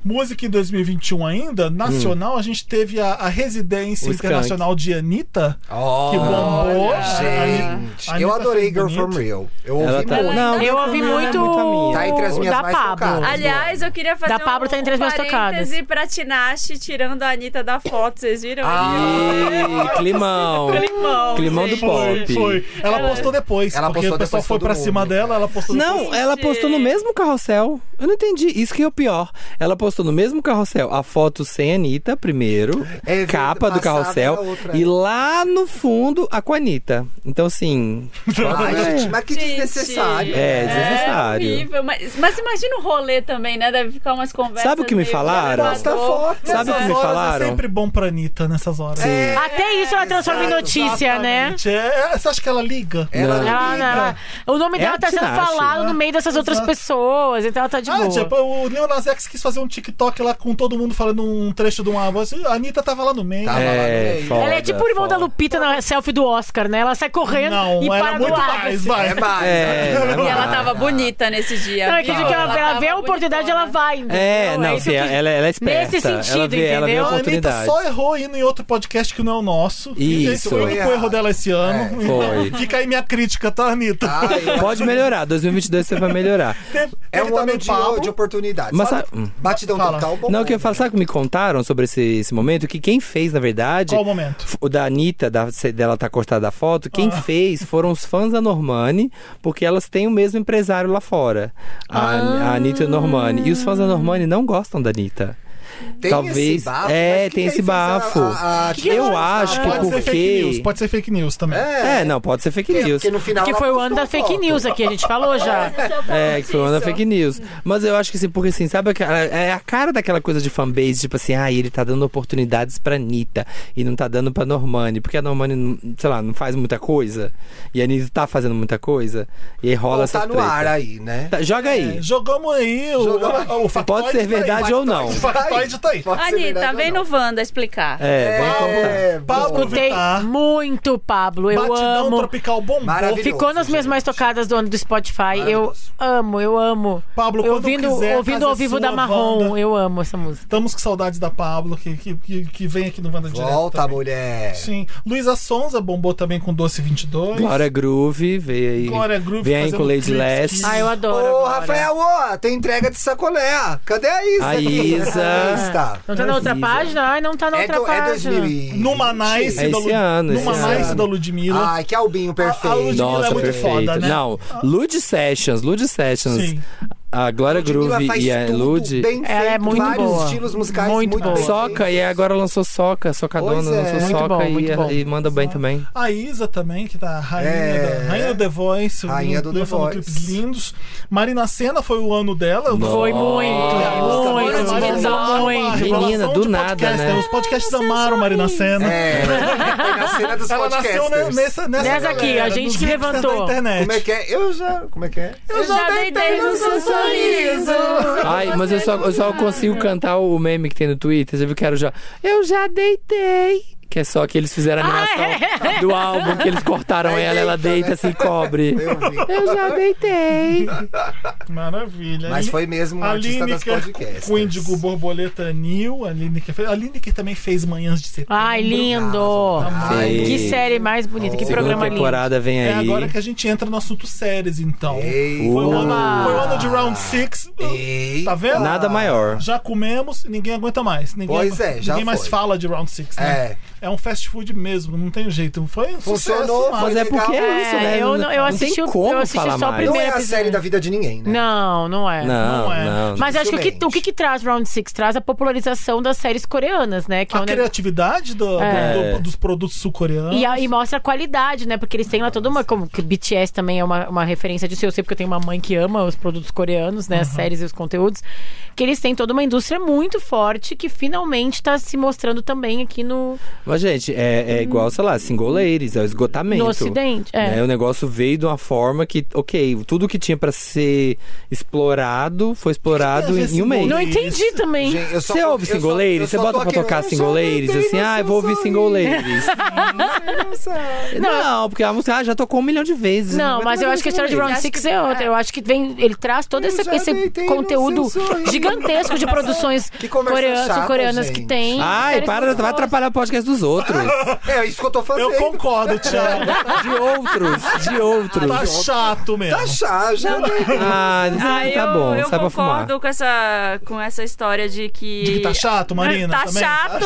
S1: Música em 2021 ainda,
S2: Hum.
S1: nacional, a gente teve a, a residência
S7: O Skank.
S1: internacional de Anitta.
S2: Olha,
S1: Que bombou.
S2: Gente,
S1: A Anitta
S2: eu adorei
S1: fez
S2: Girl
S1: bonito.
S2: From Real. Eu ouvi
S7: Ela tá...
S2: muito.
S7: Não,
S3: Eu ouvi
S7: não é
S3: muito,
S7: a minha.
S2: Tá entre as
S3: o
S2: minhas
S3: da
S2: mais
S3: Pablo.
S2: tocadas.
S4: Aliás, eu queria fazer
S3: Da Pablo
S4: um,
S3: tá entre as
S4: um
S3: minhas
S4: parêntese
S3: tocadas.
S4: pra Tinashe tirando a Anitta da foto, vocês viram?
S7: Ih, Climão.
S4: Climão.
S7: Climão do
S4: gente.
S1: Foi,
S7: pop.
S1: foi. Ela postou depois,
S2: Ela
S1: porque
S2: postou
S1: o pessoal
S2: depois
S1: foi
S2: todo
S1: pra
S2: mundo.
S1: cima dela, ela postou
S7: Não,
S4: Gente.
S7: ela postou no mesmo carrossel. Eu não entendi. Isso que é o pior. Ela postou no mesmo carrossel a foto sem a Anitta, primeiro,
S2: É,
S7: capa
S2: passada
S7: do carrossel,
S2: da outra,
S7: e
S2: é.
S7: lá no fundo a com a Anitta. Então, assim.
S2: Ai, gente, mas que
S4: Gente.
S2: desnecessário.
S7: É, desnecessário.
S4: É horrível, mas, mas imagina o rolê também, né? Deve ficar umas conversas.
S7: Sabe o que me
S4: meio
S7: falaram?
S4: elevador.
S2: Posta foto.
S1: Nessas
S7: Sabe o que me
S1: horas
S7: falaram?
S1: É sempre bom pra Anitta nessas horas. É,
S3: Ah, Até isso ela transforma em
S2: exato,
S3: notícia, né?
S1: exatamente. É, é, você acha que ela liga?
S2: Ela
S3: Ela-
S2: liga.
S3: ela- o nome
S7: É
S3: dela
S7: a
S3: tá sendo
S7: Tinashe,
S3: falado no meio dessas outras
S1: Exato.
S3: pessoas, então ela tá de
S1: ah,
S3: boa.
S1: tipo, o Lil Nas X quis fazer um TikTok lá com todo mundo falando um trecho de uma voz. A Anitta tava lá no meio.
S2: Tava Ah, lá no
S7: É,
S2: meio.
S7: foda,
S3: ela é tipo o irmão
S7: foda.
S3: da Lupita na selfie do Oscar, né? Ela sai correndo
S1: Não,
S3: e para
S1: era
S3: do
S1: muito
S3: lado.
S1: mais,
S3: assim.
S1: vai.
S2: É mais.
S7: É,
S4: E
S3: tá
S4: ela
S7: mas-
S4: tava bonita nesse dia.
S3: Não, é que,
S4: viu?
S3: de que ela, ela vê a
S4: tava
S3: oportunidade,
S4: bonitona.
S3: ela vai. entendeu?
S7: É, não,
S3: isso
S7: sim,
S3: que-
S7: ela, ela é esperta.
S3: Nesse
S7: ela
S3: sentido,
S7: vê, ela vê a
S3: entendeu?
S1: A Anitta
S7: oportunidade.
S1: só errou indo em outro podcast que não é o nosso.
S7: Isso.
S1: Esse foi o único
S2: Foi
S1: erro dela esse ano.
S7: É, foi.
S1: Então, Fica aí minha crítica, tá, Anitta?
S2: Ai, eu-
S7: Pode melhorar, 2022 você vai melhorar.
S2: é
S1: Ele
S2: um ano
S1: também
S2: de,
S1: Pablo.
S2: de oportunidade.
S7: Mas
S2: sabe?
S7: sabe-
S2: Batidão
S1: Fala.
S2: total, bom.
S7: Não, o que eu falo, sabe o que me contaram sobre esse, esse momento? Que quem fez, na verdade.
S1: Qual o momento?
S7: f- O da Anitta, da, se- dela tá cortada a foto, quem
S1: Ah.
S7: fez foram os fãs da Normani, porque elas têm o mesmo empresário lá fora. A,
S3: Ah.
S7: a Anitta e a Normani. E os fãs da Normani não gostam da Anitta.
S2: Tem
S7: Talvez-
S2: esse bafo.
S7: é,
S2: mas que
S7: tem
S2: que
S7: esse
S2: fez
S7: bafo.
S2: a- a-
S7: Que que eu acho que
S1: pode ser
S7: porque-
S1: fake news, pode ser fake news também.
S7: É, não, pode ser fake
S2: porque-
S7: news.
S2: Porque no final
S3: Que
S2: ela
S3: foi o
S2: postou
S3: ano da
S2: uma
S3: fake
S2: foto.
S3: news aqui, a gente falou já.
S7: É, que foi uma da fake news. Mas eu acho que assim, porque assim, sabe, aquela- é a cara daquela coisa de fanbase, tipo assim, ah, ele tá dando oportunidades pra Anitta e não tá dando pra Normani, porque a Normani, não- sei lá, não faz muita coisa e a Anitta tá fazendo muita coisa e aí rola
S2: Bom,
S7: essa
S2: Tá no ar aí, né?
S7: Joga aí.
S1: É, Jogamos aí o,
S2: Jogamos-
S1: o factoide.
S7: Pode ser
S1: tá aí,
S7: verdade ou não.
S1: O factoide tá aí.
S2: Pode ser
S4: Anitta,
S2: verdade
S4: vem
S2: ou
S4: no
S2: não.
S4: Wanda explicar.
S7: É, vem contar.
S2: É,
S1: Pablo
S2: bom.
S3: Escutei
S1: Vittar.
S3: muito, Pablo. Eu
S1: Batidão
S3: amo.
S1: tropical bombou.
S2: Maravilhoso.
S3: Ficou nas minhas
S2: gente.
S3: mais tocadas do ano do Spotify. Eu
S2: Maravilhoso.
S3: amo, eu amo.
S1: Pablo,
S3: eu
S1: quando
S3: ouvindo,
S1: quiser
S3: ouvindo
S1: fazer
S3: ao vivo
S1: sua
S3: da Marrom,
S1: Wanda.
S3: eu amo essa música.
S1: Estamos com saudades da Pablo, que, que, que, que vem aqui no Wanda Direto.
S2: Volta,
S1: também.
S2: mulher.
S1: Sim. Luísa Sonza bombou também com Doce 22.
S7: Glória Groove, veio aí.
S1: Glória Groove
S7: Vem aí com
S1: fazendo
S7: Lady
S1: clipes
S7: Less.
S1: que-
S3: Ah, eu adoro.
S2: Ô,
S3: agora.
S2: Rafael, ó, tem entrega de sacolé. Cadê a Isa?
S7: A Isa.
S2: A Isa.
S3: Não tá na outra
S7: Precisa.
S3: página? Ai, não tá na
S2: É,
S3: outra
S2: do, é
S3: página.
S2: 2020.
S1: Numa Nice
S7: É
S1: da
S7: esse
S1: Lu-
S7: ano, esse
S1: Numa
S7: ano.
S1: Nice da Ludmilla.
S2: Ai, que albinho
S1: A- a
S2: perfeito.
S1: Ludmilla- Ela é
S7: Nossa,
S1: muito
S7: perfeito.
S1: foda, né?
S7: Não, Lud Sessions, Lud Sessions.
S1: Sim.
S7: a Glória
S2: Ludmilla
S7: Groove
S2: faz
S7: e a
S2: tudo
S7: Elud.
S2: bem
S3: Ela é
S2: feito,
S3: muito
S2: vários
S3: boa.
S2: estilos musicais
S3: Muito
S2: muito,
S3: boa.
S2: bem
S7: Soca, e agora lançou Soca, Socadona,
S2: Pois é.
S7: lançou
S2: Muito
S7: Soca
S3: bom,
S7: e-
S3: muito bom.
S7: e manda bem também.
S1: A Isa também, que tá rainha,
S2: É.
S1: da, rainha do The Voice.
S2: Rainha do The
S1: lançando
S2: Voice.
S1: clipes lindos. Marina Sena foi o ano dela.
S3: Foi muito,
S2: Nossa,
S1: Marina
S3: muito,
S1: Sena
S2: Marina
S3: muito,
S1: é uma
S3: muito.
S1: revelação
S7: Menina,
S1: de
S7: do
S1: podcast,
S7: nada, né?
S1: Os podcasts amaram Marina Sena.
S2: É, foi na cena dos
S1: Ela nasceu ne-
S2: podcasters.
S1: nessa, nessa,
S3: Nessa aqui,
S1: galera,
S3: a gente
S1: dos
S3: que
S1: hipsters
S3: levantou.
S1: Da internet.
S2: Como é que é? Eu já. Como é que é?
S4: Eu já deitei no seu sorriso.
S7: Ai, mas eu só, eu só consigo cantar o meme que tem no Twitter. Já viu que era já. Eu já deitei. Que é só que eles fizeram a animação
S3: Ah, é?
S7: do álbum, que eles cortaram
S2: Aí
S7: ela, ela
S2: deita,
S7: deita,
S2: né?
S7: se cobre.
S2: Eu vi.
S7: Eu já deitei.
S1: Maravilha.
S2: Mas
S1: E
S2: foi mesmo uma
S1: a
S2: artista das
S1: Lineker
S2: podcasts.
S1: com o Indigo Borboleta Nil. A Lineker, fez- a Lineker também fez Manhãs de Setembro.
S3: Ai, lindo.
S7: Ai,
S3: Que
S7: Sim.
S3: série mais bonita, que
S7: Segunda
S3: programa lindo.
S7: temporada vem
S1: É
S7: aí.
S1: agora que a gente entra no assunto séries, então.
S2: Ei,
S1: Foi o ano,
S3: Oba.
S1: foi o ano de Round 6.
S2: ei.
S1: Tá vendo?
S7: Nada maior.
S1: Já comemos e ninguém aguenta mais. Ninguém,
S2: Pois é, já
S1: Ninguém mais
S2: foi.
S1: fala de Round 6, né?
S2: É.
S1: É um fast food mesmo, não tem jeito. Foi um
S2: Funcionou,
S1: sucesso,
S7: Mas é porque é
S3: É,
S7: isso, né?
S3: eu não- eu
S7: tem
S3: assisti o-
S7: como
S3: eu assisti
S7: falar
S3: só o
S7: mais.
S2: Não é
S3: primeiro
S2: a
S3: episódio.
S2: série da vida de ninguém, né?
S3: Não, não é.
S7: Não,
S1: Não é.
S7: não.
S3: Mas acho que o, que
S2: Dificilmente.
S3: o que, que traz Round Six Traz a popularização das séries coreanas, né? Que é
S1: A
S3: um ne-
S1: criatividade do-
S7: É.
S1: do- do- dos produtos sul-coreanos.
S3: E, a- e mostra a qualidade, né? Porque eles têm lá toda uma. Como que BTS também é uma, uma referência disso. Eu sei porque eu tenho uma mãe que ama os produtos coreanos, né? As séries e os conteúdos. Que eles têm toda uma indústria muito forte que finalmente tá se mostrando também aqui no,
S7: Mas, gente, é, é igual, sei lá, single ladies, é o esgotamento.
S3: no Ocidente. É.
S7: Né? O negócio veio de uma forma que, ok, tudo que tinha pra ser explorado foi explorado
S1: tem a ver
S7: em, em um
S1: single
S7: mês.
S3: Não entendi
S1: Isso,
S3: também.
S2: Gente, eu só-
S7: Você ouve
S2: eu só-
S7: single
S2: eu
S7: ladies? Você
S2: só
S7: bota
S2: tô
S7: pra
S2: aqui,
S7: tocar
S2: eu só
S7: single ladies?
S2: deitei
S7: Assim,
S2: no
S7: ah,
S2: seu
S7: eu vou ouvir
S2: sorriso.
S7: single ladies. não, porque a música ah, já tocou um milhão de vezes.
S3: Não,
S7: aguento
S3: mas eu
S7: mais
S3: acho que a história de
S7: single
S3: Round
S7: ladies.
S3: Six é outra. Eu acho que vem, ele traz todo esse,
S2: já
S3: esse
S2: deitei no
S3: conteúdo
S2: seu sorriso.
S3: gigantesco de produções
S2: Que conversa
S3: coreanas,
S2: chata,
S3: sul-coreanas que
S2: gente.
S3: tem.
S7: Ai,
S3: Séries
S7: para,
S3: muito
S7: vai
S3: boas.
S7: atrapalhar o podcast dos outros.
S2: É isso que eu tô fazendo.
S1: Eu concordo, Thiago.
S7: De outros, de outros.
S1: Tá chato mesmo.
S2: Tá chá, já.
S7: Ah, ah,
S4: Aí
S3: então
S7: tá
S4: eu-
S7: bom,
S4: eu
S7: sai pra fumar.
S4: concordo com essa, com essa história de que.
S1: De que tá chato, Marina?
S4: Tá
S1: também?
S4: chato.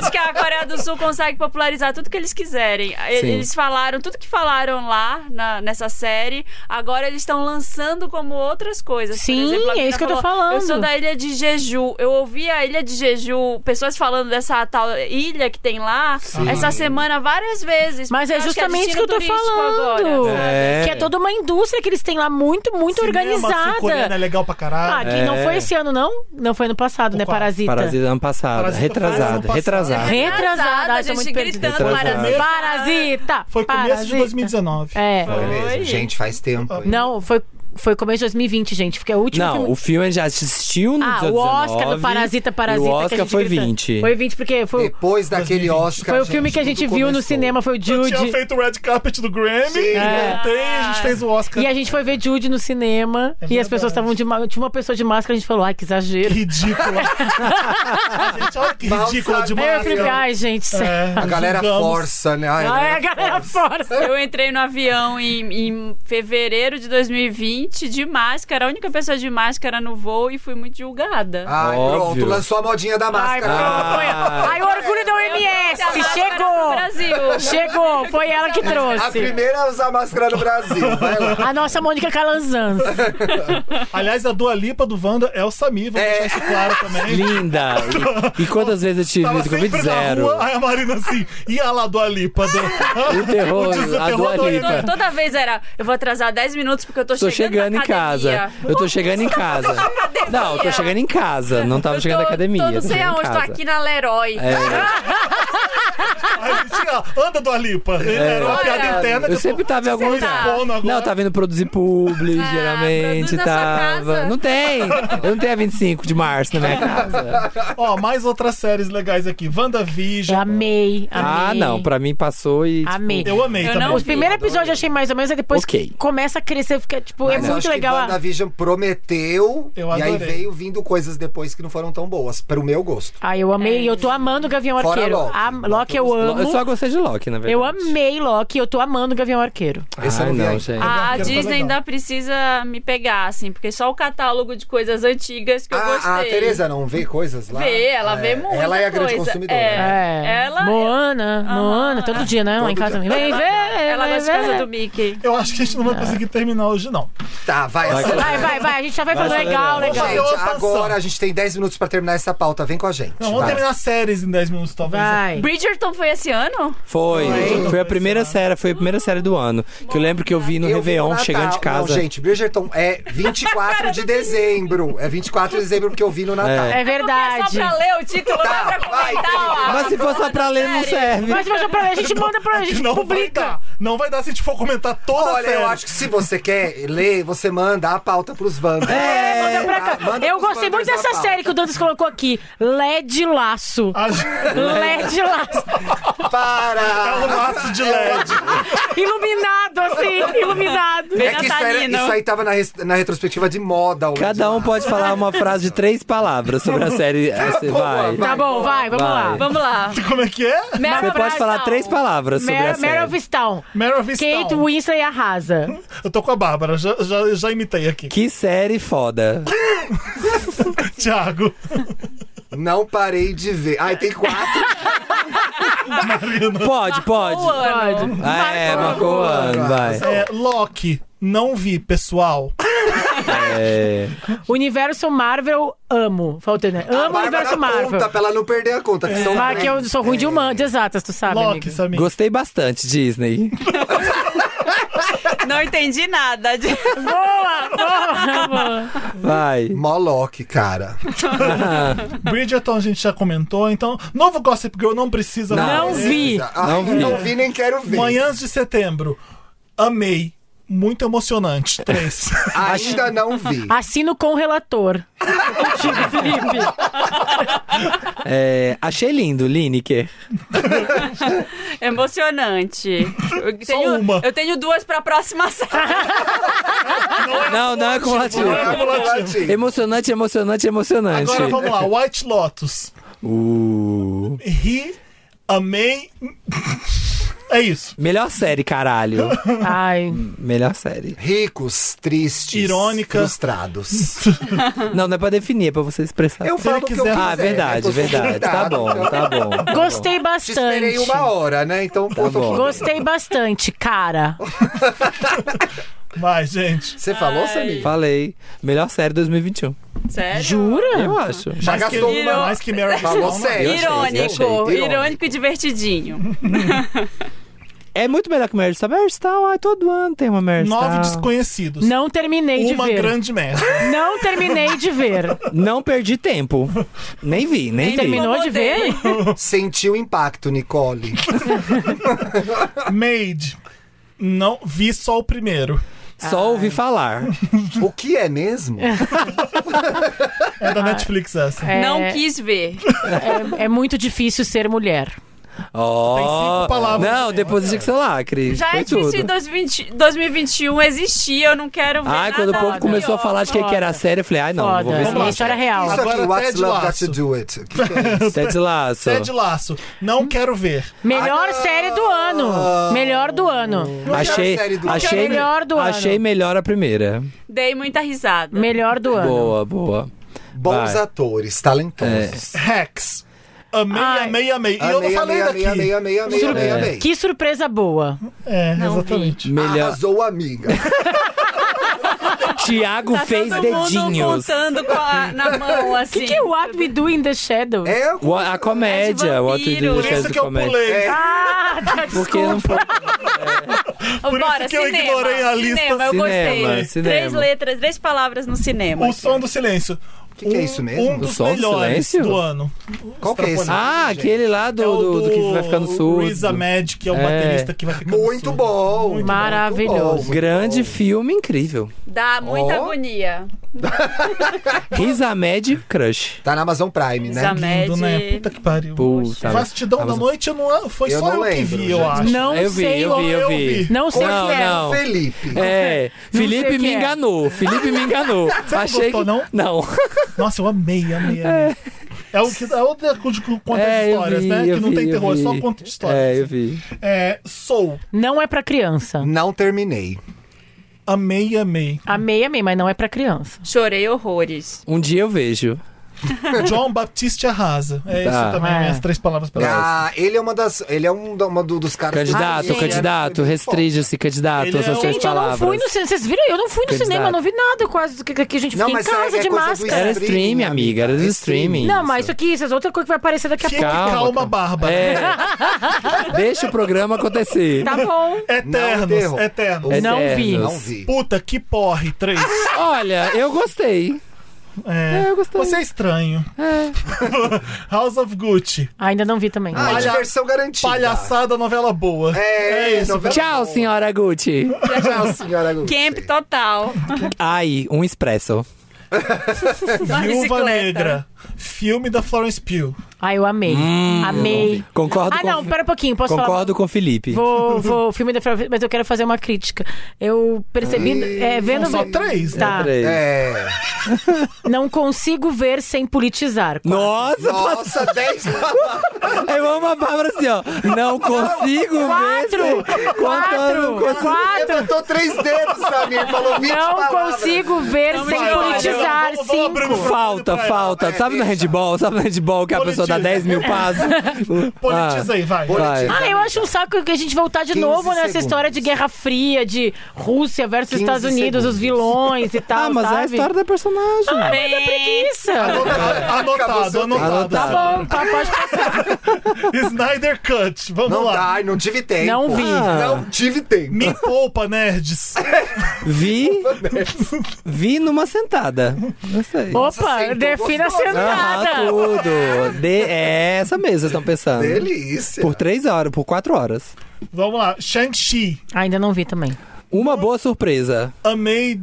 S4: Diz que a Coreia do Sul consegue popularizar tudo que eles quiserem. E-
S7: Sim.
S4: Eles falaram tudo que falaram lá na- nessa série. Agora eles estão lançando como outras coisas.
S3: Sim,
S4: Por exemplo, a
S3: é
S4: menina
S3: isso que eu tô
S4: falou,
S3: falando.
S4: Eu sou da ilha de Jeju. Eu ouvi a ilha de Jeju, pessoas falando dessa tal ilha que tem lá, essa semana várias vezes.
S3: Mas é
S4: Eu acho que
S3: justamente o que eu tô
S4: destino turístico
S3: falando.
S4: agora.
S7: É.
S3: Que é toda uma indústria que eles têm lá muito, muito
S1: Cinema sul-coreano
S3: organizada.
S1: é legal pra
S3: Ah,
S1: caralho.
S3: que não foi esse ano, não? Não foi ano passado, né?
S1: qual?
S3: Parasita.
S7: É. Parasita ano passado.
S1: Parasita foi ano
S7: retrasado,
S1: passado.
S7: retrasado.
S3: Retrasada,
S4: Atrasada,
S3: Ai, tô muito
S4: gente
S3: perdida.
S4: gritando.
S7: Retrasada.
S4: Parasita.
S3: Parasita!
S1: Foi começo
S3: Parasita.
S1: de 2019.
S3: É.
S2: Foi
S4: Oi.
S2: mesmo. Gente, faz tempo. hein?
S3: Não, foi, foi começo de 2020, gente. Porque é o último
S7: Não,
S3: filme-
S7: o filme já assistiu no
S3: Ah,
S7: dia
S3: o Oscar
S7: 19,
S3: do Parasita, Parasita.
S7: e
S3: que
S7: O
S3: a
S7: Oscar
S3: gente
S7: foi
S3: grita.
S7: 20.
S3: Foi 20, porque foi,
S2: Depois daquele
S1: 2020.
S2: Oscar.
S3: foi o filme que a gente
S2: tudo
S3: viu no
S2: começou.
S3: cinema, foi o
S1: Eu
S3: Jude. Ah.
S1: tinha feito o Red Carpet do Grammy, voltei, a gente fez o Oscar.
S3: E a gente foi ver Jude no cinema. e as
S1: verdade.
S3: pessoas estavam de ma- Tinha uma pessoa de máscara, a gente falou, ai, que exagero.
S1: Ridícula. gente, olha que
S2: Mal
S1: ridícula
S2: sabe.
S1: de
S3: Aí eu falei,
S1: máscara.
S3: ai, gente. sério.
S1: É,
S2: A galera
S1: julgamos.
S2: força, né? Ai,
S3: Ai, a galera força.
S4: Eu entrei no avião em, em fevereiro de 2020 de máscara, a única pessoa de máscara no voo e fui muito julgada.
S2: Ai,
S7: Óbvio.
S2: pronto, lançou a modinha da
S3: Ai,
S2: máscara.
S3: pronto, foi.
S7: Ah.
S3: Ai, orgulho da OMS!
S4: Eu trouxe a máscara pro
S3: Chegou!
S4: Brasil.
S3: Chegou! Foi ela que
S2: a
S3: trouxe.
S2: primeira a usar máscara no Brasil. Vai lá.
S3: A nossa Mônica Calanzans.
S1: Aliás, a Dua Lipa do Wanda é o Sami, vamos
S2: É.
S1: deixar isso claro também.
S7: Linda. E, e quantas vezes eu tive
S1: Tava
S7: visto Covid?
S1: sempre na
S7: Zero.
S1: rua, aí a Marina assim, e a lá Dua Lipa? Do...
S7: O terror,
S1: diz o
S7: a
S1: terror
S7: Dua
S1: do
S7: Lipa.
S4: To- Toda vez era, eu vou atrasar 10 minutos porque eu tô,
S7: Tô chegando em
S4: academia.
S7: casa. Eu tô chegando em casa. Não, eu tô chegando em casa. Não tava
S4: Eu
S7: chegando na
S4: tô-
S7: academia.
S4: Tô não
S7: tô
S4: sei
S7: chegando em
S4: aonde, tô
S7: casa.
S4: aqui na Leroy.
S1: Aí a gente, ó, anda Dua Lipa. Era uma
S4: Olha,
S1: piada interna. que
S7: É. Eu sempre tava em algum
S3: Tá.
S1: tô
S7: lugar.
S1: expondo agora.
S7: Não, tá. tava indo produzir publi,
S4: Ah,
S7: geralmente.
S4: produz na sua
S7: Tava.
S4: casa.
S7: Não tem. Eu não tenho a 25 de março na minha casa.
S1: Ó, mais outras séries legais aqui.
S3: Eu
S1: WandaVision.
S3: Amei, amei.
S7: Ah, não. Pra mim passou e. tipo,
S3: Amei.
S1: Eu amei
S4: Eu
S1: também.
S4: não
S3: Os primeiros episódios eu achei mais ou menos, aí depois
S7: Ok.
S3: que começa a crescer, fica, tipo,
S2: Mas
S3: é
S2: eu
S3: muito
S2: acho
S3: legal.
S2: que WandaVision prometeu.
S1: Eu
S2: e aí
S1: adorei.
S2: veio vindo coisas depois que não foram tão boas, pro meu gosto.
S3: Ah, eu amei. Eu tô amando o Gavião
S2: Fora
S3: Arqueiro.
S2: Loki.
S3: Ah, Loki eu amo.
S7: Eu só gostei de Loki, na verdade.
S3: Eu amei Loki, eu tô amando o Gavião Arqueiro.
S2: Esse eu
S7: Ai,
S2: não vi
S7: não,
S2: ainda.
S7: gente.
S3: Ah,
S4: A
S1: Quero tá
S4: Disney
S1: legal.
S4: ainda precisa me pegar, assim, porque só o catálogo de coisas antigas que eu
S2: A, a
S4: gostei.
S2: Tereza Ah, não vê coisas lá?
S4: Vê, ela
S2: É,
S4: vê muita coisa.
S2: Ela é a grande consumidora.
S4: É.
S2: né?
S4: Ela-
S3: Moana,
S4: Ah,
S3: Moana, todo dia, né? Lá em
S2: todo
S3: casa. Vem ver,
S4: Ela
S3: vem
S4: é de
S3: ver.
S4: casa do Mickey.
S3: É.
S1: Eu acho que a gente não vai conseguir terminar hoje, não.
S2: Tá, vai,
S7: Vai,
S2: acelera.
S3: Vai, vai, vai. A gente já vai
S7: Vai
S3: fazer legal,
S7: acelerando.
S3: legal.
S1: Vai.
S2: Gente,
S1: outra
S2: agora
S1: ação.
S2: a gente tem 10 minutos pra terminar essa pauta. Vem com a gente.
S1: Não, vamos
S2: vai.
S1: terminar séries em 10 minutos, talvez. né?
S3: Vai. É
S4: Bridgerton foi esse ano?
S7: Foi.
S1: Foi.
S7: Foi a primeira série, foi a primeira série do ano. Que eu lembro que eu vi no
S2: Eu vi
S7: Réveillon,
S2: Natal.
S7: chegando de casa.
S2: Não, gente, Bridgerton é 24 de dezembro. É 24 de dezembro porque eu vi no Natal.
S7: É.
S3: É verdade.
S4: Porque é só pra ler o título,
S2: Tá,
S4: não é pra
S2: vai,
S4: comentar. ó.
S7: Mas se for só pra ler, não serve.
S3: Mas, mas pra, a gente manda pra a gente
S1: Não vai
S3: publica.
S1: dar. Não vai dar se a gente for comentar toda a
S2: Olha,
S1: série.
S2: eu acho que se você quer ler, você manda a pauta pros Wanders.
S7: É, manda
S3: Pra cá. Eu gostei muito dessa série que o Dantas colocou aqui. LED laço.
S1: A gente-
S3: LED laço.
S1: É um
S2: Para!
S1: laço de LED.
S3: Iluminado, assim, iluminado.
S2: É que isso, era,
S4: Natalino.
S2: isso aí tava na, res- na retrospectiva de moda. o
S7: Cada um
S2: Edmar.
S7: pode falar uma frase de três palavras sobre a série. Aí Você vai.
S3: Tá bom, vai, vamos
S7: Vai.
S3: lá. Vamos-
S4: Vamos lá.
S1: Como é que é?
S4: Meryl
S7: Você pode
S4: Brasal.
S7: falar três palavras sobre a
S3: Mare- Mare
S7: série.
S3: of Town.
S1: Meryl of
S3: Kate
S1: Stone.
S3: Winslet arrasa.
S1: Eu tô com a Bárbara, já, já, já imitei aqui.
S7: Que série foda.
S1: Thiago,
S2: Não parei de ver. Ai, tem quatro.
S1: Marina.
S7: Pode, pode.
S4: O ano.
S3: Pode.
S7: Ah, é, marcou o ano, vai.
S1: É, Loki, não vi, pessoal.
S7: É.
S3: Universo Marvel, amo. Faltei,
S7: Ah,
S3: né? Amo o
S2: Bárbara
S3: Universo Marvel.
S2: Conta, pra ela não perder a conta. Que são
S3: Mas que eu sou ruim de
S7: É.
S3: humano, de exatas, tu sabe,
S1: Loki,
S3: Ah, amigo.
S1: Samir.
S7: Gostei bastante, Disney.
S4: Não entendi nada. de-
S3: Boa, boa, boa.
S7: Vai.
S2: Moloch, cara.
S1: Bridgerton a gente já comentou, então. Novo Gossip Girl não precisa
S7: Não.
S3: Não
S1: mais.
S3: vi.
S2: Ai,
S7: Não vi.
S2: não vi nem quero ver.
S1: Manhãs de setembro. Amei. Muito emocionante. Três.
S2: Ainda não vi.
S3: Assino com o relator. Contigo, Felipe.
S7: É, achei lindo, Lineker.
S4: Emocionante. Eu tenho,
S1: uma.
S4: Eu tenho duas pra próxima série.
S7: Não, não é cumulativo.
S1: Não é
S2: Cumulativo.
S7: Emocionante, emocionante, emocionante.
S1: Agora vamos lá. White Lotus.
S7: Uh.
S1: Ri, amei. É isso.
S7: Melhor série, caralho.
S3: Ai,
S7: Melhor série.
S2: Ricos, tristes,
S1: Irônica.
S2: frustrados.
S7: Não, não é pra definir, é pra você expressar.
S2: Eu falo
S1: ele
S2: o que eu
S1: quiser-
S2: quiser.
S7: Ah, verdade,
S2: eu tô
S7: verdade. Tá
S2: convidado,
S7: bom,
S2: então.
S7: tá bom. tá bom.
S3: gostei
S2: Te
S3: bastante.
S2: esperei uma hora, né? Então, pô, eu tô
S7: Tá bom.
S2: convidado.
S3: Gostei bastante, cara.
S1: Vai, gente.
S2: Você falou, Samir?
S7: Falei. Melhor série 2021.
S4: Sério?
S3: Jura?
S7: Eu acho.
S2: Já
S1: mais
S2: gastou
S1: que,
S4: uma.
S1: mais que Mary
S2: Falou sério.
S7: achei, eu achei.
S4: Irônico,
S2: Irônico.
S4: irônico e divertidinho.
S7: É muito melhor que Mary Star. Mary Star, ai, todo ano tem uma Mary Star.
S1: Nove desconhecidos.
S3: Não terminei de
S1: Uma
S3: ver.
S1: grande merda.
S3: Não terminei de ver.
S7: Não perdi tempo. Nem vi, nem, vi.
S3: Terminou de ver?
S2: Sentiu impacto, Nicole.
S1: Made. Não vi só o primeiro.
S7: Só ouvi falar.
S2: o que é mesmo?
S1: É
S3: Ah.
S1: da Netflix essa.
S3: É,
S4: Não quis ver.
S3: é, é muito difícil ser mulher.
S7: Ó.
S1: Tem cinco palavras
S7: Não,
S1: também,
S7: depois que sei lá, Cris.
S4: Já
S7: Foi
S4: é difícil em
S7: tudo.
S4: 2020 2021 existir, um eu não quero ver
S7: Ai,
S4: nada.
S7: quando o povo começou a
S4: pior.
S7: falar de que, que era sério, eu falei, ai não, não vou
S3: Foda.
S7: ver
S3: É
S7: isso.
S1: Vamos
S3: uma
S1: lá.
S3: história real.
S2: Isso aqui,
S1: Agora,
S2: What's
S1: Ted
S2: Love
S1: Lasso.
S2: Got to Do It? O que que é
S7: não. Ted Lasso.
S1: Ted Laço. Não
S3: Hum?
S1: quero ver.
S3: Melhor série do
S7: Ah.
S3: ano. Melhor do ano.
S7: Achei,
S2: série é do
S7: achei,
S3: ano. Melhor do
S7: achei
S3: ano.
S7: melhor a primeira.
S4: Dei muita risada.
S3: Melhor do ano.
S7: Boa, boa.
S2: Bons
S7: Vai. É.
S2: atores, talentosos.
S1: Rex. Amei,
S3: Ai.
S1: amei, amei. E eu não
S2: Amei,
S1: falei
S2: amei,
S1: daqui.
S2: amei, amei, amei, amei, amei, amei. é-
S3: Que surpresa boa.
S1: É, exatamente.
S7: Melhor.
S2: Arrasou, amiga.
S7: Tiago
S4: Tá
S7: fez
S4: todo mundo
S7: dedinhos.
S4: contando com a- na mão,
S3: O
S4: assim.
S3: que, que é What We Do in the Shadow?
S2: É,
S7: Wa- A comédia,
S4: É de
S7: What We
S4: vampiro.
S7: Do
S4: Por
S7: in the
S1: Por isso
S7: Shadows
S1: que eu é
S7: Comédia.
S1: pulei.
S3: Ah, tá,
S7: Porque
S3: desculpa.
S7: não foi
S1: Por isso que eu ignorei a lista.
S4: Cinema, eu
S7: Cinema,
S4: gostei.
S7: cinema.
S4: Três letras, três palavras no cinema.
S1: O som do silêncio. O
S2: é. que é isso mesmo?
S1: Um
S2: O
S1: dos
S7: som do
S1: melhores
S7: silêncio?
S1: do ano.
S2: qual que é esse?
S7: Ah, aquele lá do,
S1: É o
S7: do, do que vai ficar no sul.
S1: Riza Mad, que é o
S7: É.
S1: baterista que vai ficar no
S2: Muito
S1: sul.
S2: bom. muito
S3: Maravilhoso.
S2: bom.
S7: Grande filme incrível.
S4: Dá muita
S2: Ó.
S4: agonia.
S7: Risa Mad Crush.
S2: Tá na Amazon Prime, né?
S4: Exame-
S1: Lindo, né?
S4: Mad.
S1: Puta que pariu.
S7: Puta.
S1: Vastidão da
S7: Amazon-
S1: noite eu não, foi
S2: Eu
S1: só
S2: não
S1: eu que
S2: lembro,
S1: vi, eu
S2: gente.
S1: acho.
S3: Não
S7: eu vi,
S3: sei.
S7: eu vi, eu vi.
S3: Não sei.
S7: Não, não.
S2: Felipe.
S7: É,
S3: sei
S7: Felipe
S3: o que
S7: me
S3: é.
S7: enganou. Felipe me enganou. Você
S1: não
S7: Achei
S1: gostou,
S7: que...
S1: não?
S7: Não.
S1: Nossa, eu amei, amei, amei. É o que é o de, de, de conta
S7: É,
S1: de
S7: eu
S1: histórias,
S7: vi,
S1: né?
S7: eu
S1: Que não
S7: vi,
S1: tem
S7: eu
S1: terror, é só
S7: vi.
S1: conta de
S7: É, eu
S1: histórias.
S7: vi.
S1: É, Soul,
S3: Não é pra criança.
S2: Não terminei.
S1: amei, amei.
S3: Amei, amei, mas não é pra criança.
S4: Chorei horrores.
S7: Um dia eu vejo.
S1: John Baptiste arrasa. É
S7: Tá.
S1: isso também,
S3: É.
S1: minhas três palavras para você.
S2: Ah, ele é uma das. Ele é um, da- uma do- dos caras.
S7: Candidato,
S2: Ah, gente,
S7: candidato,
S2: é muito
S7: restringe-se, candidato,
S1: Ele é
S7: às suas
S1: um-
S7: três
S1: Gente,
S3: Eu não
S7: palavras.
S3: fui no cinema. Vocês viram? Eu não fui no
S7: Candidato.
S3: cinema, não vi nada quase que, que a gente
S2: Não,
S3: fica em
S2: mas é-
S3: casa
S2: é
S3: de
S2: coisa do
S3: máscara.
S7: Era
S2: streaming,
S7: streaming, amiga, era do streaming.
S2: streaming.
S3: Não, mas isso aqui, isso é outra coisa que vai aparecer daqui a
S1: Que
S3: pouco.
S7: Calma,
S1: calma,
S7: cara.
S1: Bárbara.
S7: É. Deixa o programa acontecer.
S3: Tá bom.
S2: é um Não,
S1: Eternos,
S2: enterro.
S1: eternos.
S7: Eternos.
S3: Não vi.
S2: bom. Não vi.
S1: Puta, que porre, três.
S7: Olha, eu gostei.
S1: É.
S7: É, eu gostei. É.
S1: Você é estranho. House of Gucci.
S3: Ainda não vi também.
S2: Ah,
S1: Palha-
S2: diversão garantida.
S1: Palhaçada, novela boa.
S2: É,
S1: isso.
S2: novela
S7: Tchau,
S2: boa.
S7: senhora Gucci.
S2: Tchau, senhora Gucci.
S4: Camp total.
S7: Ai, um expresso.
S4: Na
S1: Viúva
S4: bicicleta.
S1: Negra. Filme da Florence Pugh.
S3: Ah, eu amei. amei.
S7: Hum, Concordo
S3: Ah,
S7: com
S3: não, pera um pouquinho, posso falar?
S7: Concordo com o Felipe.
S3: Vou, vou, filme da Flávia, mas eu quero fazer uma crítica. Eu percebi,
S2: Ih,
S3: é, vendo...
S1: São só três, né?
S3: Tá,
S7: Peraí.
S2: É.
S3: não consigo ver sem politizar.
S7: Nossa,
S2: Nossa, 10
S7: eu amo a Bárbara assim, ó. Não consigo
S3: Quatro!
S7: ver. Contando
S3: Quatro! Quatro!
S2: Levantou três dedos, Samir. Falou 20
S3: Não
S2: palavras.
S3: consigo ver sem
S4: brincando.
S3: politizar,
S1: Vamos- vamos abrir
S3: cinco.
S1: um-
S7: Falta,
S1: Vai,
S7: falta.
S2: vai,
S7: Sabe no
S2: deixa.
S7: handball? Sabe no handball que a
S1: Politiza.
S7: pessoa dá 10 mil passos?
S1: Politiza aí, vai.
S7: Ah, vai.
S3: Ah, eu acho um saco que a gente voltar de
S2: 15
S3: novo nessa
S2: segundos.
S3: história de Guerra Fria, de Rússia versus
S2: 15
S3: Estados Unidos, os
S2: segundos.
S3: vilões e tal,
S7: Ah, mas é a
S3: sabe?
S7: história da personagem.
S3: Mas é preguiça.
S1: Anota-
S2: Acabou
S1: Anotado,
S2: seu tempo.
S1: anotado.
S3: Tá
S7: Anotado.
S3: bom, tá, pode passar.
S1: Snyder Cut. Vamos
S2: Não
S1: lá.
S2: dá, não tive tempo. Ah,
S3: Não vi.
S2: Não tive tempo.
S1: Me poupa, nerds.
S7: Vi. Vi numa sentada. Gostei.
S3: Opa,
S2: sentou
S3: defina a
S2: gostoso.
S7: Ah,
S3: sentada.
S7: tudo. De- é essa mesmo, vocês estão pensando.
S2: Delícia.
S7: Por três horas, por quatro horas.
S1: Vamos lá. Shang-Chi.
S3: Ainda não vi também.
S7: Uma boa surpresa.
S1: Amei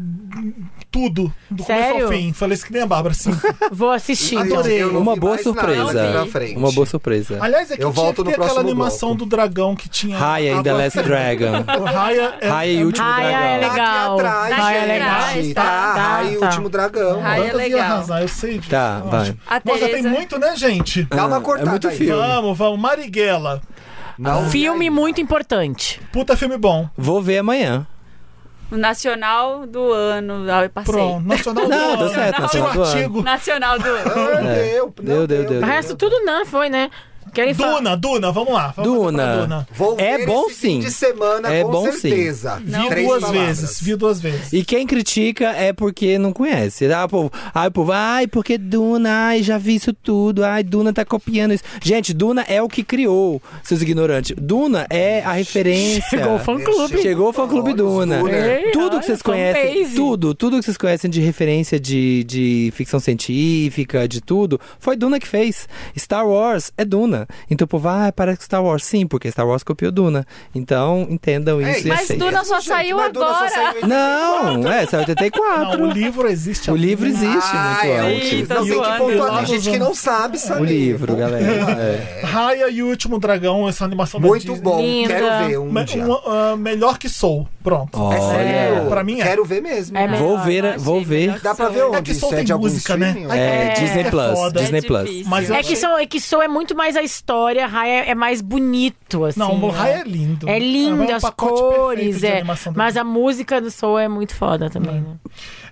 S1: tudo. Do começo
S3: Sério?
S1: ao fim. Falei isso que nem a Bárbara, sim.
S3: Vou assistir.
S2: Ai,
S3: então.
S2: gente, eu não
S7: Uma
S2: vi
S7: boa
S2: mais
S7: surpresa.
S2: nada daqui pra frente.
S7: Uma boa surpresa.
S1: Aliás, é que
S2: Eu
S1: tinha
S2: volto
S1: que
S2: no
S1: ter aquela
S2: próximo
S1: animação do
S2: bloco.
S1: dragão que tinha...
S7: Raya in The
S1: a-
S7: Last Dragon.
S1: O Raya é...
S7: Raya e o Último
S3: Raya é
S7: Dragão.
S3: legal.
S2: Tá aqui atrás,
S4: Tá
S2: gente.
S4: aqui atrás,
S2: Tá,
S3: tá, tá,
S2: Raio,
S3: tá.
S2: último dragão.
S4: Raio é
S1: Quantas ia
S4: legal.
S1: arrasar, eu sei disso.
S7: Tá,
S1: eu
S7: vai.
S1: acho.
S4: A
S1: Nossa,
S4: Tereza.
S1: tem muito, né, gente?
S2: Dá uma
S7: Ah,
S2: cortada
S7: é muito
S2: aí.
S7: filme.
S1: Vamos, vamos. Marighella.
S2: Não,
S3: então. Filme muito importante.
S1: Puta filme bom.
S7: Vou ver amanhã.
S4: O nacional do ano. Ah, eu passei.
S1: Pronto. Nacional
S7: Não,
S1: do
S7: deu
S1: ano.
S7: certo,
S1: Tira
S7: Nacional
S1: o
S7: do ano.
S1: artigo.
S4: Nacional do ano.
S7: É.
S2: Deu,
S7: Deu, deu,
S1: Tá
S7: deu.
S3: O resto tudo não foi, né? Querem falar?
S1: Duna, Duna, vamos lá. Vamos
S7: Duna.
S1: pra Duna.
S2: Vou
S7: É
S2: ver
S7: bom
S2: esse fim
S7: sim.
S2: de semana,
S7: É
S2: com
S7: bom sim.
S2: certeza.
S1: Vi
S2: Três
S1: duas
S2: palavras.
S1: vezes, vi duas vezes.
S7: E quem critica é porque não conhece. Ah, o povo, ai, o povo, ai, porque Duna, ai, já vi isso tudo, ai, Duna tá copiando isso. Gente, Duna é o que criou, seus ignorantes. Duna é a referência.
S3: Chegou o fã clube.
S7: Chegou o fã clube
S2: Olha os
S7: Duna.
S2: Duna.
S3: Ei,
S7: Tudo
S3: olha,
S7: que vocês
S3: fanbase.
S7: conhecem, tudo, tudo que vocês conhecem de referência de, de ficção científica, de tudo, foi Duna que fez. Star Wars é Duna. Então o povo, ah, parece que Star Wars, sim, porque Star Wars copiou Duna. Então entendam
S2: É
S7: isso
S2: isso,
S7: e
S4: Mas
S7: aceitem.
S4: Duna só
S2: Gente,
S4: saiu
S2: mas Duna só
S4: agora.
S2: saiu em-
S7: Não, é, saiu em 84.
S1: Não, o livro existe.
S7: O livro existe
S2: Ai,
S7: muito
S2: é
S7: antes.
S4: Ih,
S2: útil.
S4: tá
S2: Não, tem que
S4: zoando.
S2: pontuar, tem
S1: Eu
S2: gente
S1: amo.
S2: que não sabe, sabe?
S7: O livro, galera. É.
S1: Raia e o Último Dragão, essa animação da
S2: Muito
S1: Disney.
S2: bom,
S3: Linda.
S2: quero ver um
S1: Me-
S2: dia.
S1: uma- ah, melhor que Soul, pronto.
S2: É sério?
S7: Olha.
S1: Pra mim é.
S2: Quero ver mesmo. né?
S3: É melhor,
S7: Vou ver,
S4: Ah,
S7: né?
S4: achei
S7: vou ver.
S4: melhor.
S2: Dá pra ver
S4: É
S1: que
S2: onde?
S1: só
S2: Isso é
S1: tem
S2: de algum
S1: música, né?
S2: streaming?
S7: É,
S1: É,
S7: Disney
S1: é
S7: Plus,
S1: foda.
S7: Disney
S4: É
S7: Plus.
S4: difícil.
S1: Mas eu
S3: É que,
S1: achei-
S3: sou, é que sou é muito mais a história, Raya é mais bonito, assim.
S1: Não, o
S3: né?
S1: Raia é lindo.
S3: É lindo,
S1: É um
S3: as
S1: pacote perfeito
S3: cores,
S1: de
S3: é.
S1: animação da
S3: Mas
S1: Disney.
S3: a música do Soul é muito foda também, né?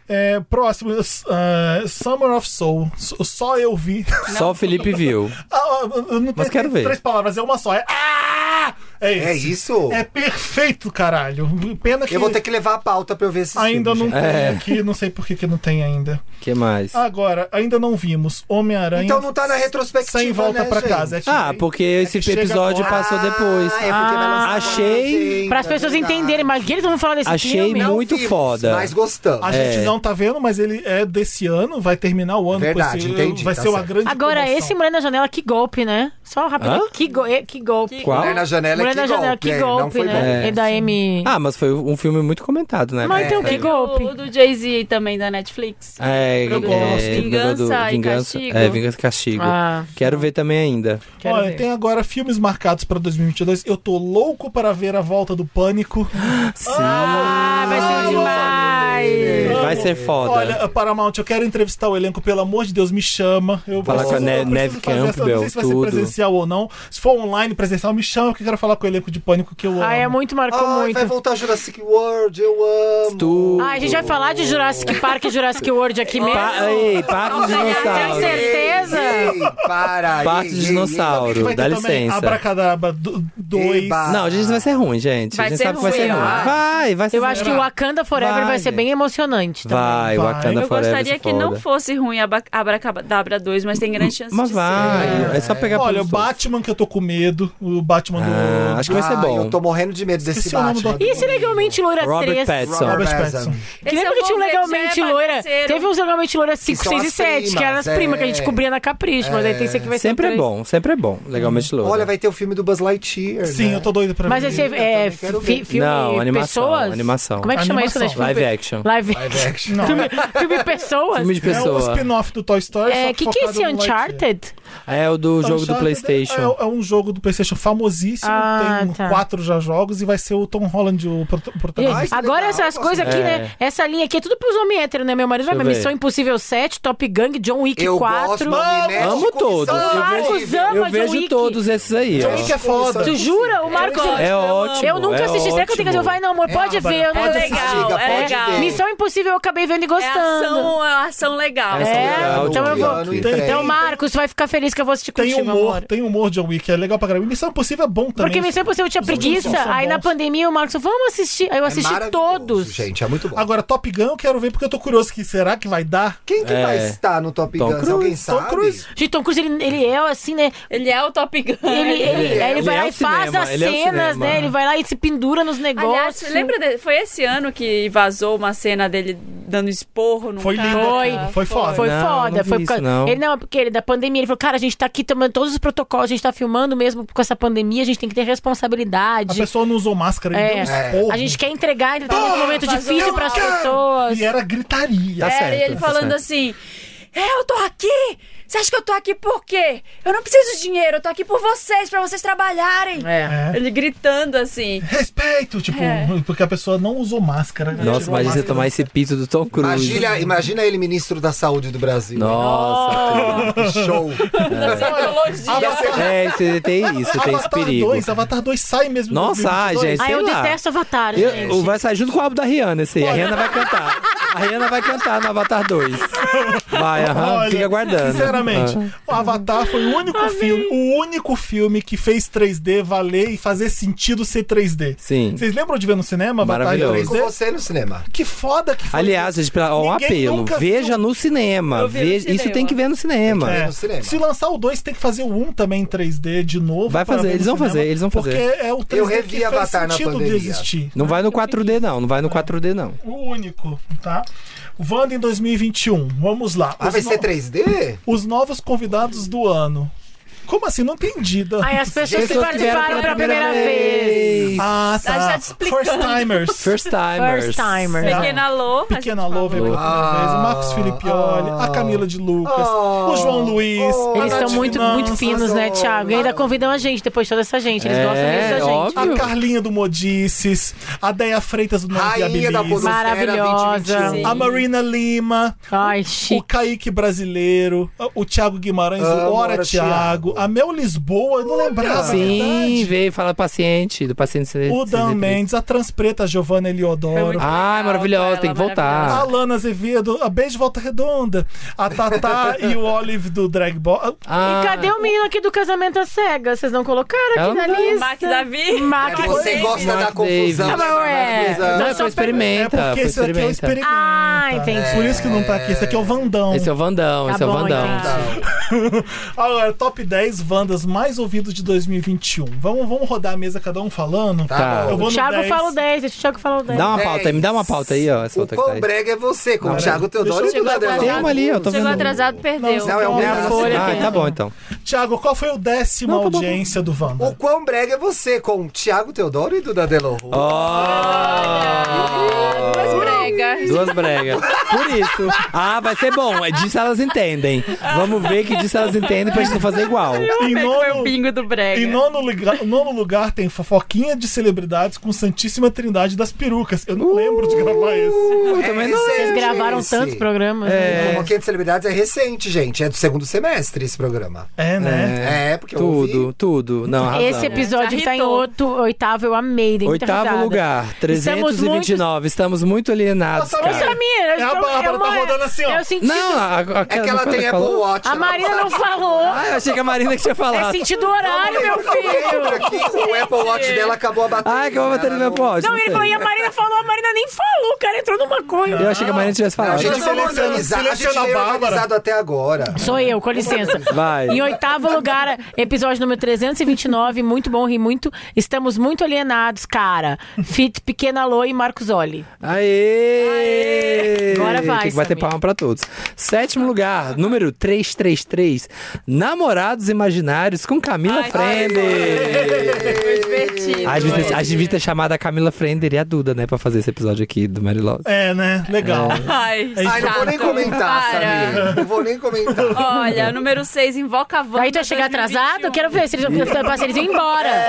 S1: É, próximo, ah, Summer of Soul. S- Só eu vi.
S7: Só o Felipe viu.
S1: Ah, eu- eu não
S7: Mas
S1: tenho
S7: quero ver.
S1: Três palavras, é uma só. É. Ah! É isso.
S2: É isso?
S1: É perfeito, caralho. Pena que.
S2: Eu vou ter que levar a pauta pra eu ver esse
S1: Ainda não
S2: filme,
S1: tem
S7: É.
S1: aqui, não sei por que, que não tem ainda.
S7: que mais?
S1: Agora, ainda não vimos Homem-Aranha.
S2: Então não tá na retrospectiva,
S1: Sem volta
S2: né,
S1: pra
S2: gente?
S1: casa. É que-
S7: Ah, porque esse
S1: chega
S7: episódio
S1: agora.
S7: passou depois.
S2: Ah, é porque vai lançar
S7: Achei-
S2: agora, gente,
S3: Para as
S2: é
S3: pessoas
S2: verdade.
S3: entenderem, mas eles vão falar desse
S7: Achei
S3: filme.
S7: muito- foda.
S2: Mas gostamos.
S1: A gente não tá vendo, mas ele é desse ano, vai terminar o ano
S2: Verdade,
S1: com esse
S2: entendi,
S1: Vai
S2: tá
S1: ser uma
S2: certo.
S1: grande.
S3: Agora,
S1: promoção.
S3: esse Mulher na Janela, que golpe, né? Só rapidinho,
S7: Hã?
S3: que, go- é, que golpe.
S4: Que-
S7: Qual?
S2: Mulher na janela
S3: Mulher
S2: é que
S3: na Janela,
S2: golpe,
S3: que
S2: é, não
S3: golpe,
S2: foi bom.
S3: né?
S7: bom.
S3: E da M.
S7: Ah, mas foi um filme muito comentado, né?
S3: Mas então, que
S4: O
S1: é
S3: golpe.
S4: do Jay-Z também da Netflix.
S7: É,
S1: Eu
S7: é,
S1: gosto.
S4: Vingança e
S7: vingança,
S4: Castigo.
S7: É, Vingança e Castigo.
S3: Ah,
S7: Quero ver também ainda.
S3: quero
S1: Olha,
S3: ver.
S1: tem agora filmes marcados pra 2022. Eu tô louco para ver a volta do Pânico.
S7: Sim.
S3: Ah, vai ser
S1: Ah,
S3: Ai.
S7: Vai ser foda.
S1: Olha, Paramount, eu quero entrevistar o elenco, pelo amor de Deus, me chama. Eu
S7: Falar
S1: preciso-
S7: com a Ne-
S1: eu preciso
S7: Neve
S1: fazer essa-
S7: Campbell,
S1: Não sei se vai
S7: tudo.
S1: ser presencial ou não. Se for online, presencial, me chama, porque eu quero falar com o elenco de pânico que eu amo.
S3: Ai, é muito, marcou
S2: Ai,
S3: muito.
S2: vai voltar Jurassic World, eu amo.
S7: Tudo.
S3: Ai, a gente vai falar de Jurassic Park e Jurassic World aqui mesmo.
S7: Pa Ei, parque dos
S3: Tem
S7: dinossauros.
S3: certeza?
S2: Ei, para.
S7: Parque
S2: ei,
S7: dos
S2: ei,
S7: dinossauros.
S1: Vai ter
S7: Dá
S1: também
S7: licença.
S1: Abracadabra 2.
S2: Eba.
S7: Não, a gente vai ser ruim, gente.
S4: Vai
S7: a gente
S4: ser
S7: sabe que vai ser
S4: ruim,
S7: ruim.
S4: vai.
S7: Vai, vai ser
S3: Eu acho que o Wakanda Forever vai,
S7: Vai,
S3: ser bem
S7: gente.
S3: emocionante também.
S7: Vai,
S1: Vai.
S7: Wakanda
S4: Eu
S7: Forever vai
S4: gostaria
S7: ser
S4: que não
S7: foda. Hum,
S4: fosse ruim a Abra- Abracadabra 2, mas tem grande chance
S7: Mas
S4: de ser.
S7: vai, é só pegar
S1: Olha, o
S7: pelos dois.
S1: Batman que eu tô com medo. O Batman
S7: Ah,
S1: do.
S7: acho que vai ser
S2: Ai,
S7: bom.
S2: Eu tô morrendo de medo desse
S1: Esqueci o nome
S2: Batman.
S1: do-
S3: E esse Legalmente Loira
S7: Robert
S3: 3?
S7: Pattinson.
S2: Robert
S1: Robert Pattinson.
S3: Que lembra
S4: Esse
S3: que
S4: eu
S3: tinha um
S4: vou ver,
S3: Legalmente
S4: já é
S3: Loira?
S4: bagaceiro.
S3: Teve um uns Legalmente Loira 5,
S2: Que são
S3: 6 e
S2: as
S3: 7, que eram as
S2: primas,
S3: primas que a
S2: é.
S3: gente cobria na Capricho, mas aí tem esse aqui vai ser
S7: Sempre é
S3: três.
S7: bom, sempre é bom. Legalmente louco.
S2: Olha, vai ter o filme do Buzz Lightyear.
S1: Sim,
S2: né?
S1: eu tô doido pra
S3: Mas
S1: ver.
S3: esse é,
S2: também quero
S3: fi-
S2: ver.
S3: filme
S7: Não, animação,
S3: pessoas?
S7: animação.
S3: Como é que chama isso?
S1: Animação.
S3: Né? Filme-
S7: Live action.
S3: Live,
S2: Live action.
S1: Não,
S3: filme, filme pessoas?
S7: Filme de
S1: é o
S7: pessoa.
S1: spin-off do Toy Story.
S3: É,
S1: só
S3: que que é
S1: focado
S3: esse
S1: no Lightyear.
S3: Uncharted?
S7: É o do jogo do
S1: Uncharted
S7: PlayStation.
S1: É, é um jogo do PlayStation famosíssimo.
S3: Ah,
S1: tem
S3: tá.
S1: quatro já jogos e vai ser o Tom Holland o prota- o protagonista.
S2: Ai,
S3: Gente,
S2: que
S3: agora
S2: legal,
S3: essas
S2: nossa.
S3: coisas aqui,
S7: É.
S3: né? Essa linha aqui é tudo pros homens héteros, né? Meu marido vai pra
S7: Deixa eu ver.
S3: Missão Impossível 7, Top Gun, John Wick
S2: Eu
S3: 4.
S2: gosto, não me mexe
S7: Amo
S2: com
S7: todos.
S2: missão
S7: Eu
S3: Marcos
S2: impossível.
S3: ama
S7: Eu
S3: Ah, John
S7: vejo
S3: Wick.
S7: todos esses aí,
S1: John
S7: ó.
S1: Wick é foda.
S3: Tu jura? O Marco.
S7: É ótimo.
S3: Eu nunca
S7: é
S3: assisti. Será que eu tenho que dizer?
S7: ótimo.
S3: Vai, não, amor, pode
S1: Bárbara,
S3: ver. Eu não
S4: É
S3: vou
S2: Pode
S3: assistir.
S4: legal,
S2: assistir,
S4: é
S2: pode
S4: legal.
S2: ver.
S3: Missão Impossível eu acabei vendo e
S4: É
S3: gostando.
S4: ação, é ação legal.
S7: Essa
S3: É,
S7: legal,
S3: então eu
S7: John
S3: vou.
S7: Wick.
S2: Tem-
S3: Então,
S2: tem-
S3: Marcos, tu vai ficar feliz que eu vou assistir
S1: Tem
S3: contigo,
S1: humor,
S3: amor.
S1: tem humor, John Wick. É legal pra caramba. E Missão Impossível é bom também.
S3: Porque Missão Impossível eu tinha
S1: Os últimos
S3: preguiça.
S1: são
S3: Aí na
S1: bons.
S3: pandemia o Marcos falou, vamos assistir. Aí eu
S2: É
S3: assisti
S2: maravilhoso,
S3: todos.
S2: Gente, é muito bom.
S1: Agora, Top Gun eu quero ver porque eu tô curioso que será que vai dar?
S2: Quem que
S7: É.
S2: vai estar no Top
S7: Tom
S2: Gun?
S7: Cruise,
S2: Alguém
S1: Tom
S2: sabe?
S1: Cruise.
S3: Gente, Tom Cruise, ele, ele é assim, né?
S4: Ele é o Top Gun.
S3: Ele, ele, aí ele
S7: Ele
S3: vai
S7: é
S3: lá
S7: o
S3: e faz
S7: cinema,
S3: as
S7: ele é o
S3: cenas,
S7: cinema.
S3: né? Ele vai lá e se pendura nos
S4: Aliás,
S3: negócios.
S4: lembra? de- foi esse ano que vazou uma cena dele dando esporro no
S1: Foi
S4: cara?
S1: lindo
S3: Tá. Foi.
S1: aquilo, foi foda.
S3: Foi
S7: Não,
S3: foda,
S7: não vi
S3: foi por
S7: isso,
S3: causa.
S7: não.
S3: Ele não, é porque ele da pandemia, ele falou: cara, a gente tá aqui tomando todos os protocolos, a gente tá filmando mesmo com essa pandemia, a gente tem que ter
S1: A
S3: responsabilidade.
S1: pessoa não usou máscara, então, ele
S3: É.
S7: um
S1: deu uns
S2: É.
S1: porros.
S3: A gente quer entregar entretenimento um momento
S4: fazer
S3: difícil
S4: um
S3: pras
S4: cara.
S3: pessoas.
S7: é,
S1: E era gritaria.
S7: Tá
S4: É,
S7: certo,
S4: e ele
S7: tá
S4: falando
S7: certo.
S4: assim: Eu tô aqui! Você acha que eu tô aqui por quê? Eu não preciso de dinheiro, eu tô aqui por vocês, pra vocês trabalharem.
S3: É.
S1: É.
S4: Ele gritando assim.
S1: Respeito, tipo,
S4: É.
S1: porque a pessoa não usou máscara. né?
S7: Nossa,
S1: Tirou a
S7: imagina você
S1: máscara.
S7: tomar esse pito do Tom Cruise.
S2: Imagina, imagina ele ministro da saúde do Brasil.
S7: Nossa.
S2: Que Show.
S1: Avatar-
S7: É, você tem isso, tem esse
S1: Avatar
S7: perigo.
S1: 2, Avatar 2 sai mesmo. Então, em
S7: Nossa, ai,
S1: 2022.
S7: gente,
S3: Ah,
S7: sei
S3: eu
S7: lá.
S3: detesto Avatar,
S7: Eu-
S3: gente.
S7: o- vai sair junto com o álbum da Rihanna, esse aí. A Rihanna vai cantar. A Rihanna vai cantar no Avatar 2. Vai, aham,
S1: Olha,
S7: fica aguardando.
S1: Sinceramente,
S7: Ah.
S1: o Avatar foi o único filme, o único filme que fez 3D valer e fazer sentido ser 3D.
S7: Sim.
S1: Vocês lembram de ver no cinema Avatar em
S7: Maravilhoso.
S2: Com
S1: 3D?
S2: você no cinema.
S1: Que foda que foi.
S7: Aliás, gente, pra, ó, um
S1: Ninguém
S7: apelo.
S1: nunca
S7: Veja
S1: viu.
S7: no cinema.
S4: Eu vi no
S7: Veja, isso
S4: cinema.
S7: tem que ver no cinema.
S1: É,
S2: no cinema.
S1: Se lançar o 2, tem que fazer o 1 um também em 3D de novo.
S7: Vai
S1: para
S7: fazer,
S1: ver no
S7: eles vão
S1: cinema,
S7: fazer, eles vão fazer.
S1: Porque é o 3D
S2: revi
S1: que
S2: Avatar
S1: faz
S2: na
S1: sentido
S2: pandemia.
S1: de existir.
S7: Não vai no 4D, não. Não vai no 4D, não.
S1: O único, tá? Wanda em 2021. Vamos lá.
S2: Ah,
S1: Os
S2: vai
S1: no-
S2: ser 3D?
S1: Os novos convidados do ano. Como assim? Não entendi. Dan.
S3: Aí as pessoas que
S7: Pessoas que vieram
S3: participaram pela primeira vez.
S1: Ah,
S4: Ah,
S1: tá.
S4: já te explicando.
S1: First timers.
S7: First timers.
S3: First timer.
S4: Pequena Lô. a
S1: Pequena
S4: gente
S1: Lô veio pela
S2: Ah.
S1: primeira vez, o Marcos Filipioli, a Camila de Lucas,
S2: Ah.
S1: o João Luiz.
S2: Oh.
S1: a
S3: Eles
S1: Nath
S3: estão muito, muito
S1: Finanças,
S3: finos, né, Thiago? E ainda convidam a gente depois de toda essa gente. Eles
S7: É,
S3: gostam mesmo da gente.
S7: óbvio.
S2: Ah.
S1: A Carlinha do Modices, a Deia Freitas do Não
S2: Rainha da
S1: Viabilize,
S2: Podosfera
S3: Maravilhosa.
S2: 2021.
S1: a Marina Lima,
S3: Ai,
S1: o
S3: chique.
S1: Kaique Brasileiro, o Thiago Guimarães,
S2: Amo,
S1: o Hora
S2: ora
S1: Thiago,
S2: Thiago.
S1: a Mel Lisboa, eu não lembrava, é
S7: Sim,
S3: É
S1: verdade.
S7: veio falar paciente, do paciente CD.
S1: O Dan Mendes, a Transpreta Giovanna Eliodoro.
S7: Ai, maravilhosa,
S4: Ela
S7: tem que voltar.
S1: A Alana Azevedo, a Beijo Volta Redonda, a Tatá e o Olive do Drag Ball.
S7: Ah,
S3: E cadê o menino aqui do casamento à cega? Vocês não colocaram aqui
S7: Ela
S3: na
S7: não deu.
S4: Fez.
S3: lista?
S4: Mac Davi.
S3: Mac
S2: É, você
S3: Davis.
S2: gosta da
S7: Mark
S2: confusão. né,
S7: Davis.
S3: Ah, ué.
S2: Marisa?
S7: Não, foi
S3: só
S1: É
S7: experimenta.
S1: porque esse daqui
S7: foi
S1: é o
S7: experimenta.
S1: experimento.
S3: Ah, entendi.
S1: Por isso que não tá aqui. Esse aqui é o Vandão.
S7: Esse é o Vandão,
S3: Tá
S7: esse é o
S3: bom,
S7: Vandão.
S3: então.
S1: Agora, top 10 Wandas mais ouvidos de 2021. Vamos, vamos rodar a mesa, cada um falando?
S7: Tá.
S1: Eu
S2: bom.
S1: vou
S3: O
S1: no
S3: Thiago
S1: 10.
S3: fala o 10, deixa o Thiago falar o 10.
S7: Dá uma pauta aí, me dá uma pauta aí, ó. Essa
S2: É O
S7: outra que tá
S2: quão
S7: aí.
S2: brega é você, com o
S1: Peraí.
S2: Thiago Teodoro e
S1: Deixa eu
S2: Duda
S1: chegar
S2: Adelão.
S7: Tem uma ali, ó, tô
S4: Chegou
S7: vendo.
S4: atrasado, perdeu.
S2: Não, é um
S1: Tem uma
S2: pedaço.
S1: folha
S7: Ah,
S1: aqui.
S7: tá bom então.
S1: Tiago, qual foi o décimo audiência do Wanda?
S2: O quão brega é você, com o Thiago Teodoro e Duda Adelão.
S7: Ó,
S4: Duas bregas.
S7: Duas bregas. Por isso. Ah, vai ser bom. É disso elas entendem. Vamos ver que disso elas entendem pra gente não fazer igual.
S1: Em
S4: Foi é o né?
S1: nono,
S4: bingo do brega.
S1: em nono lugar, nono lugar tem fofoquinha de celebridades com Santíssima Trindade das Perucas. Eu não lembro de gravar esse.
S7: Eu também não sei.
S3: Vocês gravaram
S2: É esse.
S3: tantos programas. né?
S2: É. Fofoquinha de celebridades é recente, gente. É do segundo semestre esse programa.
S1: É, né?
S2: É, porque eu ouvi.
S7: Tudo, tudo. Não, arrasamos.
S3: Esse episódio
S4: Já
S3: tá em
S4: irritou.
S3: outro, oitavo, eu amei. dei muita
S7: Oitavo
S3: risada.
S7: lugar, 329. Estamos muito alienados,
S1: Nossa,
S3: Ô,
S7: cara.
S3: Samir,
S1: É a Bárbara, tá rodando assim, ó.
S3: Eu senti.
S7: Não, a, a,
S2: É que ela
S7: como
S2: tem Apple
S7: falou?
S2: Watch.
S3: a
S2: ela
S3: Marina não
S2: fala-
S3: falou.
S7: Ah, eu achei que a Marina que tinha
S3: É
S7: falado.
S3: sentido horário, meu
S2: Lembra
S3: filho.
S2: que o Apple Watch dela acabou a bateria.
S7: Ah, que eu vou bater no
S2: Ela
S7: meu pote.
S3: Não, ele falou, e a Marina falou, a Marina nem falou, o cara entrou numa coisa.
S7: Eu achei que a Marina tivesse
S2: Não,
S7: falado.
S2: a
S1: Não,
S2: gente
S1: não,
S2: veio
S1: não,
S2: organizado, a gente
S1: seleciona a
S2: veio
S1: Bárbara.
S2: organizado até agora.
S3: Sou eu, com licença.
S7: Vai.
S3: Em oitavo lugar, episódio número 329, muito bom, ri muito. Estamos muito alienados, cara. Fit Pequena Lô e Marcos Oli.
S7: Aê!
S3: Agora vai,
S7: Tem que bater
S3: Samir.
S7: palma pra todos. Sétimo lugar, número 333. Namorados Imaginários com Camila
S4: Ai,
S7: Frender.
S4: Foi divertido.
S7: A gente,
S4: esse.
S7: a gente devia ter chamado a Camila Frender e a Duda, né? Pra fazer esse episódio aqui do Mary Love.
S1: É, né? Legal.
S4: Ai,
S1: Ai,
S2: Ai, não vou nem
S4: chato.
S2: comentar,
S4: Para.
S2: Samir. Não vou nem comentar.
S4: Olha, número 6, invoca a Wanda.
S3: Aí tu ia chegar
S4: 2021.
S3: atrasado? Quero ver se eles, um eles iam embora.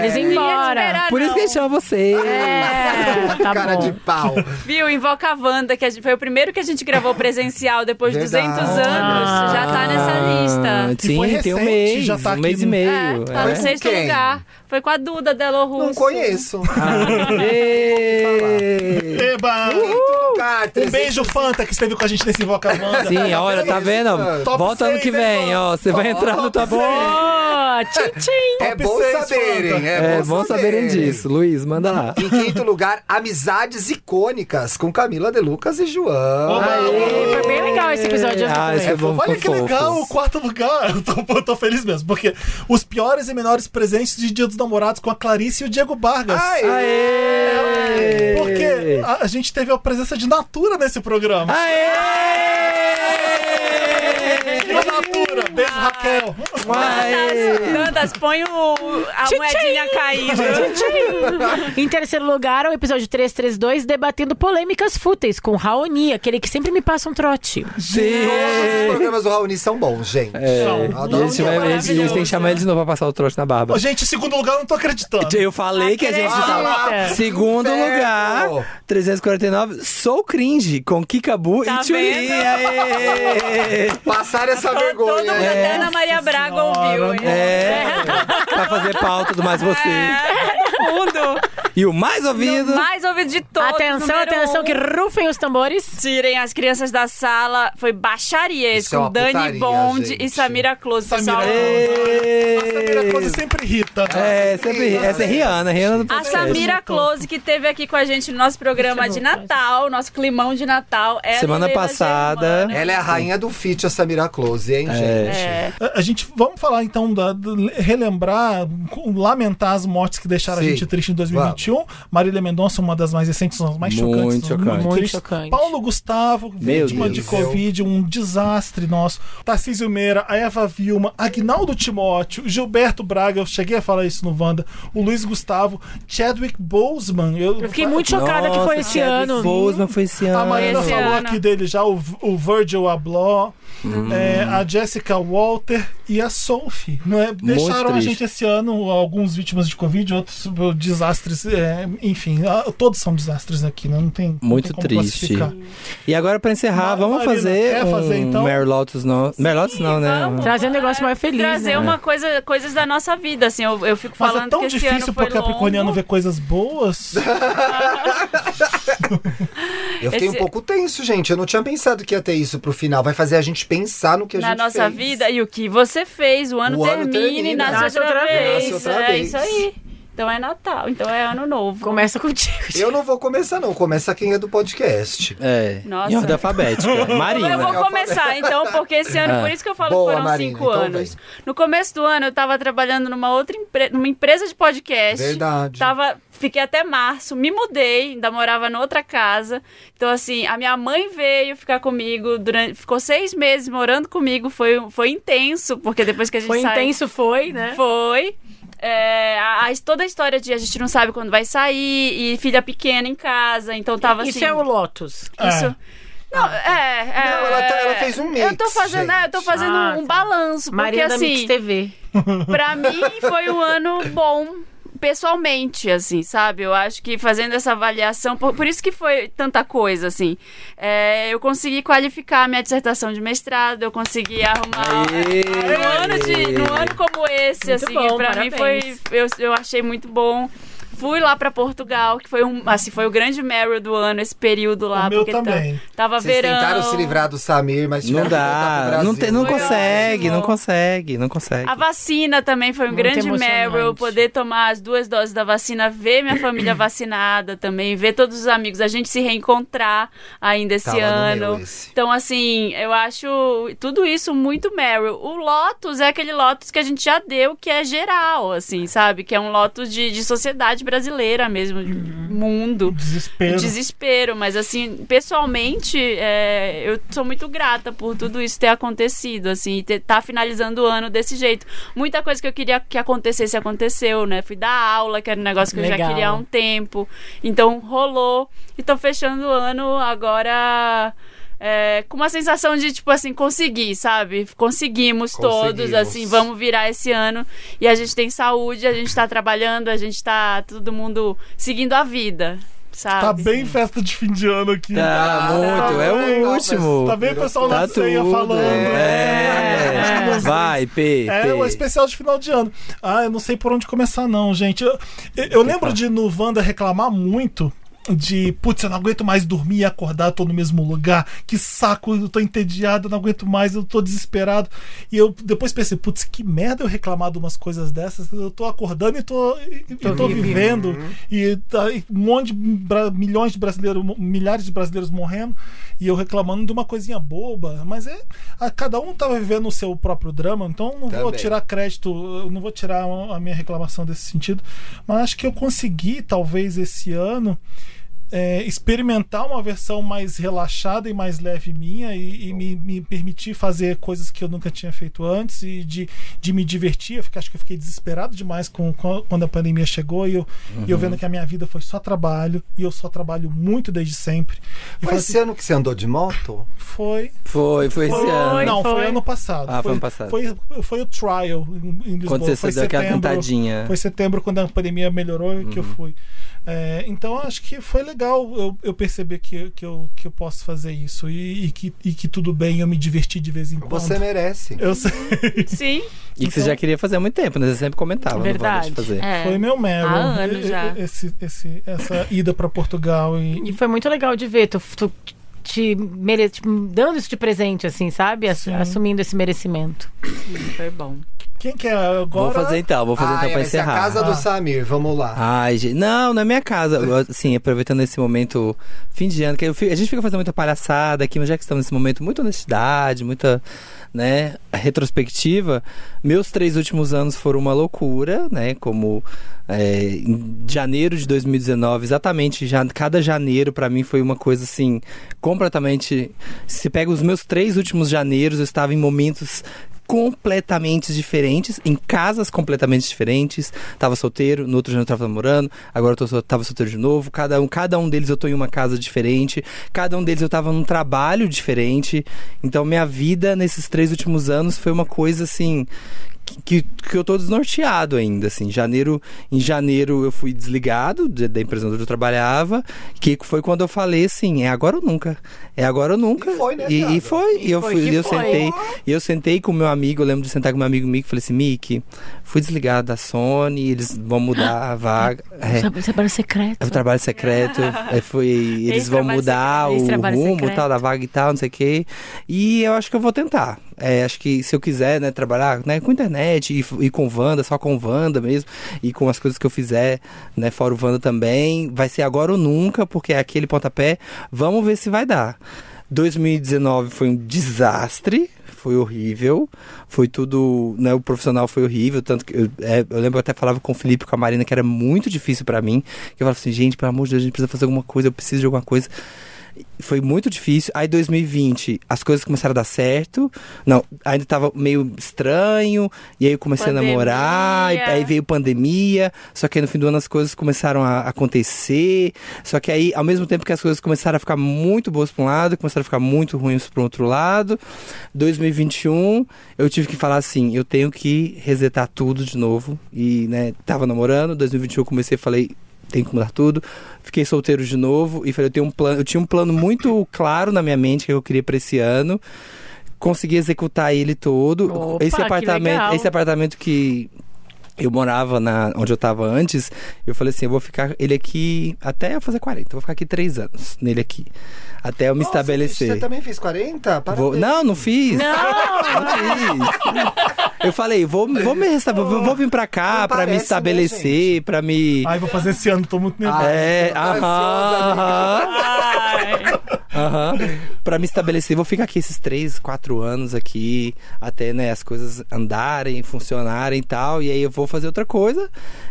S3: Eles iam
S4: É. Não um. ia te
S3: embora.
S4: esperar,
S7: Por isso
S4: não.
S7: que a gente chama vocês.
S3: É, tá
S2: Cara
S3: bom.
S2: de pau.
S4: Viu? Invoca a Wanda, que a gente- foi o primeiro que a gente gravou presencial depois de 200
S2: Verdade.
S4: anos. Já tá nessa
S7: Ah,
S4: lista.
S7: Sim,
S1: E foi
S7: tem um
S1: recente,
S7: mês,
S1: já tá
S7: um
S1: aqui
S7: mês e
S1: no-
S7: meio.
S4: É, tá
S7: é.
S4: no sexto
S2: Quem?
S4: lugar. Foi com a Duda Delo Russo.
S2: Não conheço.
S7: Ah.
S4: tá
S7: Aê!
S1: Eba!
S2: Quinto lugar,
S1: Um
S2: 300.
S1: beijo, Fanta, que esteve com a gente nesse Invoca Wanda.
S7: Sim, olha, tá vendo?
S1: Top
S7: Volta ano
S1: seis,
S7: que
S1: hein,
S7: vem,
S1: mano?
S7: ó. Você vai entrar no tá bom.
S3: Ó, tchim, tchim.
S2: É
S1: Top
S2: bom
S1: seis,
S2: saberem,
S1: Fanta.
S2: é,
S7: É, bom saberem disso. Luiz, manda lá.
S2: Em quinto lugar, amizades icônicas com Camila De Lucas e João.
S1: Oba!
S3: E Foi bem legal esse episódio. eu
S7: Ah,
S3: também.
S7: esse é bom,
S1: Olha
S7: foi
S1: que
S7: fofo.
S1: legal, o quarto lugar. Eu tô, eu tô feliz mesmo, porque os piores e menores presentes de Dia dos Namorados com a Clarice e o Diego Vargas.
S2: Ai,
S7: Aê!
S1: Porque a, a gente teve a presença de Natura nesse programa.
S7: Aê!
S1: Ô, Natura, beijo, Raquel.
S7: Aê!
S4: Dandas, põe o, a moedinha caindo.
S3: em terceiro lugar, o episódio 332, debatendo polêmicas fúteis com Raoni, aquele que sempre me passa um trote.
S2: Todos os
S7: Sim!
S2: programas do Raoni são bons, gente.
S7: É, e a gente, vai, a gente- a gente tem que chamar ele de novo pra passar o trote na barba.
S1: Ô, gente, em segundo lugar, eu não tô acreditando.
S7: Eu falei que a gente
S2: Acredita.
S7: tava. Segundo
S2: Inferno.
S7: lugar, 349, Sou Cringe, com Kikabu
S4: Tá
S7: e Tchuli.
S4: vendo?
S7: Aê!
S2: Passar essa
S4: Todo mundo,
S2: vergonha.
S7: É.
S4: até Ana Maria Braga ouviu.
S2: né?
S4: hein?
S7: É, pra fazer pauta do Mais Você.
S4: É, todo mundo.
S7: E o mais ouvido.
S4: Mais ouvido de todos.
S3: atenção,
S4: número
S3: atenção,
S4: um.
S3: que rufem os tambores.
S4: Tirem as crianças da sala. Foi baixaria esse
S2: Isso é
S4: com
S2: uma
S4: Dani
S2: putaria,
S4: Bond
S2: gente. é
S4: e Samira Close.
S1: Samira
S4: pessoal.
S1: Close.
S7: Aê!
S1: Essa primeira coisa sempre irrita. né?
S7: É, sempre. Essa é Rihanna, Rihanna do
S4: A
S7: podcast.
S4: Samira Close, que teve aqui com a gente no nosso programa
S3: é
S4: de Natal, nosso climão de Natal. É a
S7: Semana
S4: Leila
S7: passada.
S4: Germano.
S2: Ela é a rainha do feat, a Samira Close, hein, gente?
S4: É.
S1: A, a gente, vamos falar então, da, do- relembrar, com- lamentar as mortes que deixaram
S2: Sim.
S1: a gente triste em 2021. Marília Mendonça, uma das mais recentes, uma das mais
S7: Muito
S1: chocantes.
S7: chocante.
S1: tristes.
S3: Muito chocante.
S1: Paulo Gustavo,
S7: Meu
S1: vítima
S7: Deus.
S1: de Covid, um desastre nosso. Tarcísio Meira, a Eva Vilma, Agnaldo Timóteo, Gilberto Braga, eu cheguei a falar isso no Wanda, o Luiz Gustavo, Chadwick Boseman. Eu,
S3: Eu fiquei muito chocada que foi esse ano.
S7: Bozeman é foi esse ano.
S1: a Marina
S4: Esse
S1: Ah, falou
S4: ano.
S1: aqui dele já, o, o Virgil Abloh,
S7: Hum.
S1: é, a Jessica Walter e a Sophie. Não é? Deixaram a
S7: triste.
S1: gente esse ano, alguns vítimas de Covid, outros uh, desastres, é, enfim, a- todos são desastres aqui, né? não tem não
S7: Muito
S1: tem como
S7: triste.
S1: classificar.
S7: E agora, pra encerrar,
S1: Ma-
S7: vamos
S1: Marina,
S7: fazer.
S1: quer fazer,
S7: um
S1: então?
S7: Mary Lotus não. Mary Lotus não, né?
S4: vamos.
S3: Trazer um negócio mais feliz.
S4: Trazer
S3: né?
S4: uma coisa, coisas da nossa vida, assim. Eu, eu fico
S1: Mas
S4: falando
S1: é tão
S4: que esse
S1: difícil
S4: ano
S1: pro
S4: foi
S1: Capricorniano
S4: longo.
S1: ver coisas boas.
S2: Eu fiquei
S4: Esse-
S2: um pouco tenso, gente. Eu não tinha pensado que ia ter isso pro final. Vai fazer a gente pensar no que a
S4: na
S2: gente
S4: nossa
S2: fez.
S4: vida e o que você fez, o ano,
S2: O ano
S4: termina, e
S2: termina.
S4: nasce,
S3: Nasce
S4: outra,
S3: outra
S4: vez.
S2: vez. Nasce outra
S4: é
S2: vez.
S4: isso aí. Então é Natal, então é ano novo.
S3: Começa contigo.
S2: Eu não vou começar, não. Começa quem é do podcast.
S7: É.
S4: Nossa.
S7: Em ordem alfabética. Marina.
S4: Eu vou começar, então, porque esse ano,
S7: Ah.
S4: por isso que eu falo
S2: Boa,
S4: que foram
S2: Marina,
S4: cinco
S2: então
S4: anos. No começo do ano, eu tava trabalhando numa outra empresa, numa empresa de podcast.
S2: Verdade.
S4: Tava, fiquei até março, me mudei, ainda morava noutra casa. Então, assim, a minha mãe veio ficar comigo durante. Ficou seis meses morando comigo. Foi, foi intenso, porque depois que a gente
S3: Foi
S4: saiu.
S3: intenso, foi, né?
S4: Foi. É, a- a- toda a história de a gente não sabe quando vai sair, e filha pequena em casa, então tava
S3: Isso
S4: assim.
S3: é o Lotus.
S4: Isso. Não, é, é.
S2: Não, ela tá- ela fez um mix,
S4: Eu tô fazendo,
S2: gente.
S4: eu tô fazendo
S3: Ah,
S4: um
S3: tá.
S4: balanço.
S3: Maria
S4: porque
S3: da
S4: assim,
S3: Mix TV.
S4: Pra mim foi um ano bom pessoalmente, assim, sabe? Eu acho que fazendo essa avaliação, por, por isso que foi tanta coisa, assim. É, eu consegui qualificar a minha dissertação de mestrado, eu consegui arrumar.
S7: Aê!
S4: Era um ano de, num ano como esse,
S3: Muito
S4: assim,
S3: bom,
S4: pra mim foi,
S3: parabéns.
S4: eu, eu achei muito bom. Fui lá pra Portugal, que foi um, assim, foi o grande Meryl do ano esse período lá,
S1: O meu
S4: porque tá-
S1: também.
S4: tava
S2: Vocês
S4: verão.
S2: tentaram se livrar do Samir, mas
S7: Não
S2: tiveram que voltar pro
S7: dá, não,
S2: Brasil.
S7: tem- não
S4: Foi
S7: consegue,
S4: ótimo.
S7: não consegue, não consegue.
S4: A vacina também foi um
S3: Muito
S4: grande
S3: emocionante.
S4: Meryl. Poder tomar as duas doses da vacina, ver minha família vacinada também, ver todos os amigos, a gente se reencontrar ainda esse
S2: Tá lá no meu
S4: ano.
S2: esse.
S4: Então, assim, eu acho tudo isso muito Meryl. O Lotus é aquele Lotus que a gente já deu, que é geral, assim, sabe? Que é um Lotus de, de sociedade brasileira mesmo, de
S2: Uhum.
S4: mundo.
S1: Desespero.
S4: Desespero, mas assim, pessoalmente, é, eu sou muito grata por tudo isso ter acontecido, assim, e ter, tá finalizando o ano desse jeito. Muita coisa que eu queria que acontecesse, aconteceu, né? Fui dar aula, que era um negócio que eu já
S3: Legal.
S4: queria há um tempo. Então, rolou. E tô fechando o ano agora. é, com uma sensação de, tipo assim, consegui, sabe? Conseguimos, todos,
S2: Conseguimos.
S4: assim, vamos virar esse ano. E a gente tem saúde, a gente tá trabalhando, a gente tá todo mundo seguindo a vida, sabe?
S1: Tá bem festa de fim de ano aqui.
S2: Ah,
S7: Tá muito, é
S1: bem,
S7: o último.
S1: Tá bem o pessoal na
S7: Tá
S1: ceia
S7: tudo,
S1: falando.
S7: É,
S1: É.
S7: vai, P.
S1: É, o
S7: P.
S1: especial de final de ano. Ah, eu não sei por onde começar, não, gente. Eu, eu- eu lembro de no Wanda reclamar muito. De, putz, eu não aguento mais dormir e acordar, tô no mesmo lugar. Que saco, eu tô entediado, eu não aguento mais, eu tô desesperado. E eu depois pensei, putz, que merda eu reclamar de umas coisas dessas. Eu tô acordando e tô, e- e tô vivendo. E, tá, e um monte de bra- milhões de brasileiros, mo- milhares de brasileiros morrendo. E eu reclamando de uma coisinha boba. Mas é. a- cada um tava vivendo o seu próprio drama, então não vou
S2: Também.
S1: tirar tirar crédito, eu não vou tirar a minha reclamação desse sentido, mas acho que eu consegui, talvez, esse ano. é, experimentar uma versão mais relaxada e mais leve minha e, e me, me permitir fazer coisas que eu nunca tinha feito antes e de, de me divertir. Eu fica- acho que eu fiquei desesperado demais com, com- quando a pandemia chegou e eu, e eu vendo que a minha vida foi só trabalho e eu só trabalho muito desde sempre. E
S2: Foi
S1: falei
S2: esse ano que você andou de moto?
S1: assim, foi
S7: Foi, foi esse
S1: foi-
S7: ano.
S1: Não, foi,
S4: foi.
S1: ano passado.
S7: Ah, foi ano passado.
S1: Foi, foi o trial em, em Lisboa.
S7: Quando você
S1: foi
S7: deu aquela Uhum.
S1: setembro-
S7: cantadinha.
S1: Foi setembro, quando a pandemia melhorou, que eu fui. É, então, acho que foi legal eu, eu perceber que, que, eu, que eu posso fazer isso e, e que, e que tudo bem, eu me diverti de vez em quando.
S2: Você merece.
S1: Eu sei.
S4: Sim.
S7: E que você já queria fazer há muito tempo, né? Você sempre comentava.
S3: Verdade.
S7: Não vou deixar de fazer.
S4: É.
S1: Foi meu Meryl.
S4: Há anos
S1: e-
S4: já.
S1: e- Esse, esse, essa ida pra Portugal e.
S3: E foi muito legal de ver. Tu, tu te mere... te dando isso de presente, assim, sabe? Ass-
S1: Sim.
S3: Assumindo esse merecimento.
S4: Foi bom.
S1: Quem que é agora?
S7: Vou fazer então, vou fazer então
S2: Ai,
S7: pra
S2: vai ser é, a
S7: encerrar.
S2: casa
S1: Ah.
S2: do Samir, vamos lá.
S7: Ai, gente. Não, na minha casa. Eu, Assim, aproveitando esse momento, fim de ano, que eu fi- a gente fica fazendo muita palhaçada aqui, mas já que estamos nesse momento, muita honestidade, muita, né, retrospectiva. Meus três últimos anos foram uma loucura, né? Como é, em janeiro de 2019, exatamente, já, cada janeiro pra mim foi uma coisa assim, completamente. Se pega os meus três últimos janeiros, eu estava em momentos completamente diferentes, em casas completamente diferentes. Tava solteiro, no outro dia eu tava namorando, agora eu tô, sol- tava solteiro de novo. Cada um, cada um deles eu tô em uma casa diferente, cada um deles eu tava num trabalho diferente. Então minha vida nesses três últimos anos foi uma coisa assim. Que, que eu tô desnorteado ainda, assim. Janeiro, em janeiro eu fui desligado de- da empresa onde eu trabalhava, que foi quando eu falei assim, é agora ou nunca. É agora ou nunca.
S2: E foi, né,
S7: E,
S2: viado?
S7: e foi. E eu
S3: foi
S7: fui,
S3: que
S7: eu
S3: foi.
S7: sentei, e eu sentei com meu amigo, eu lembro de sentar com meu amigo Mick e falei assim, Mick, fui desligado da Sony, eles vão mudar a vaga. É,
S3: Sabe- Saber
S7: é o
S3: secreto.
S7: trabalho secreto, é, foi, eles vão
S4: Ex-trabalho
S7: mudar
S3: secreto.
S7: o
S3: Ex-trabalho
S7: rumo
S3: secreto.
S7: tal, da vaga e tal, não sei o quê. E eu acho que eu vou tentar. É, acho que se eu quiser, né, trabalhar né, com internet e, f- e com Wanda, só com Wanda mesmo, e com as coisas que eu fizer, né, fora o Wanda também, vai ser agora ou nunca, porque é aquele pontapé. Vamos ver se vai dar. 2019 foi um desastre, foi horrível, foi tudo, né, o profissional foi horrível, tanto que eu, é, eu lembro eu até falava com o Felipe, com a Marina, que era muito difícil pra mim, que eu falava assim, gente, pelo amor de Deus, a gente precisa fazer alguma coisa, eu preciso de alguma coisa. Foi muito difícil. Aí 2020, as coisas começaram a dar certo. Não, ainda tava meio estranho. E aí eu comecei a
S4: Pandemia.
S7: namorar. e- aí veio pandemia. Só que aí no fim do ano as coisas começaram a acontecer. Só que aí, ao mesmo tempo que as coisas começaram a ficar muito boas pra um lado, começaram a ficar muito ruins pro outro lado. 2021, eu tive que falar assim: eu tenho que resetar tudo de novo. E, né, tava namorando. 2021 eu comecei e falei: tem que mudar tudo. Fiquei solteiro de novo e falei, eu tenho um plano, eu tinha um plano muito claro na minha mente que eu queria pra esse ano. Consegui executar ele todo.
S3: Opa,
S7: esse
S3: que
S7: apartamento,
S3: legal.
S7: esse apartamento que eu morava na onde eu tava antes, eu falei assim, eu vou ficar ele aqui até eu fazer 40, eu vou ficar aqui três anos nele aqui, até eu me
S2: Nossa,
S7: estabelecer.
S2: Você também fez 40? Parabéns.
S7: Vou- Não, não fiz. Não fiz. Eu falei, vou, vou me restabelecer, vou, vou vir pra cá
S2: Não
S7: pra me
S2: parece, né,
S7: estabelecer, pra me
S1: Ai, vou fazer esse ano, tô muito nervoso.
S2: Ah,
S7: é,
S2: você tá
S7: aham,
S4: Ai.
S7: aham. Pra me estabelecer, vou ficar aqui esses três, quatro anos aqui, até né, as coisas andarem, funcionarem e tal. E aí eu vou fazer outra coisa.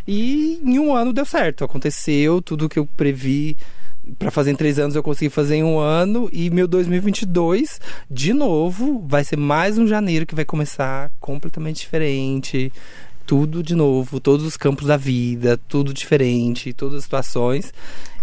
S7: E em um ano deu certo. Aconteceu tudo que eu previ. Pra fazer em três anos eu consegui fazer em um ano. E meu 2022, de novo, vai ser mais um janeiro que vai começar completamente diferente. Tudo de novo, todos os campos da vida, tudo diferente, todas as situações.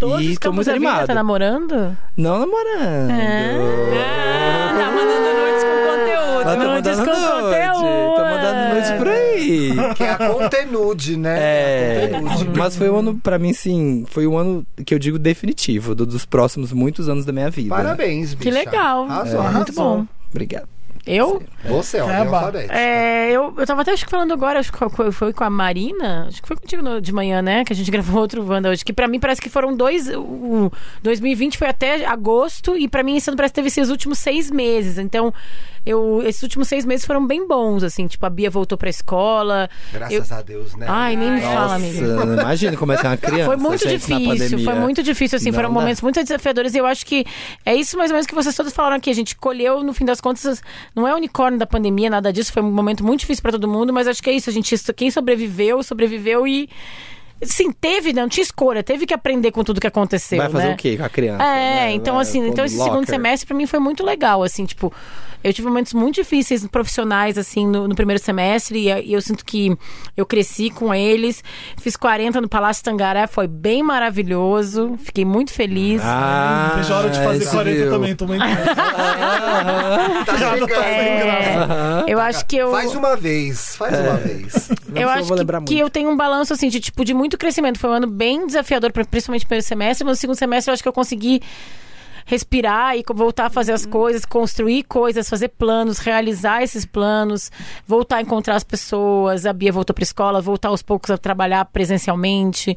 S3: Todos
S7: e
S3: os
S7: tô
S3: campos
S7: muito
S3: da vida,
S7: animado.
S3: tá É. namorando?
S7: Não namorando.
S4: Ah, tá mandando noites com conteúdo.
S7: Mas tô
S3: Nudes
S7: tá mandando
S3: Tá com conteúdo.
S7: Tô mandando noite por aí.
S2: Que é a contenude, né?
S7: É,
S2: a contenude.
S7: mas foi um ano, pra mim, sim, foi um ano que eu digo definitivo, do- dos próximos muitos anos da minha vida.
S2: Parabéns,
S3: Que
S2: bicha.
S3: legal.
S2: Arrasou,
S3: É, Muito
S2: arrasou.
S3: bom.
S7: Obrigado.
S3: Eu?
S2: Você, ó,
S1: Eba.
S2: alfabeto.
S3: É, eu, eu tava até acho que falando agora, acho que foi- foi com a Marina, acho que foi contigo no- de manhã, né? Que a gente gravou outro Wanda hoje. Que pra mim parece que foram dois. O, o 2020 foi até agosto, e pra mim esse ano parece que teve esses últimos seis meses. Então, eu, esses últimos seis meses foram bem bons, assim. Tipo, a Bia voltou pra escola.
S2: Graças a Deus, né?
S3: Ai, nem me fala, amiga.
S7: Nossa, imagina como é que é uma criança.
S3: Foi muito
S7: gente, na
S3: difícil,
S7: pandemia.
S3: foi muito difícil, assim,
S7: Não
S3: foram
S7: dá.
S3: momentos muito desafiadores. E eu acho que é isso mais ou menos que vocês todos falaram aqui. A gente colheu, no fim das contas, não é unicórnio da pandemia, nada disso. Foi um momento muito difícil pra todo mundo, mas acho que é isso. A gente, quem sobreviveu, sobreviveu e. Sim, teve, não tinha escolha, teve que aprender com tudo que aconteceu.
S7: Vai fazer
S3: né?
S7: o quê com a criança?
S3: É,
S7: né?
S3: então
S7: Vai
S3: assim,
S7: pôr
S3: então
S7: no
S3: esse
S7: locker.
S3: segundo semestre pra mim foi muito legal, assim, tipo, eu tive momentos muito difíceis profissionais, assim, no, no primeiro semestre, e, e eu sinto que eu cresci com eles, fiz 40 no Palácio Tangaré, foi bem maravilhoso, fiquei muito feliz.
S7: Ah,
S1: Vejo a hora de fazer
S7: você
S1: 40
S7: viu.
S1: também, tô muito nervoso.
S2: Tá
S1: Já
S2: chegando.
S1: tá sem graça.
S3: Eu acho que eu.
S2: Faz uma vez, faz
S7: É.
S2: uma vez.
S7: Não,
S3: Eu
S7: só
S3: acho
S7: vou lembrar
S3: que, que
S7: muito.
S3: eu tenho um balanço assim de tipo de muito crescimento. Foi um ano bem desafiador, pra- principalmente no primeiro semestre, mas no segundo semestre eu acho que eu consegui respirar e co- voltar a fazer as coisas, construir coisas, fazer planos, realizar esses planos, voltar a encontrar as pessoas. A Bia voltou para escola, voltar aos poucos a trabalhar presencialmente.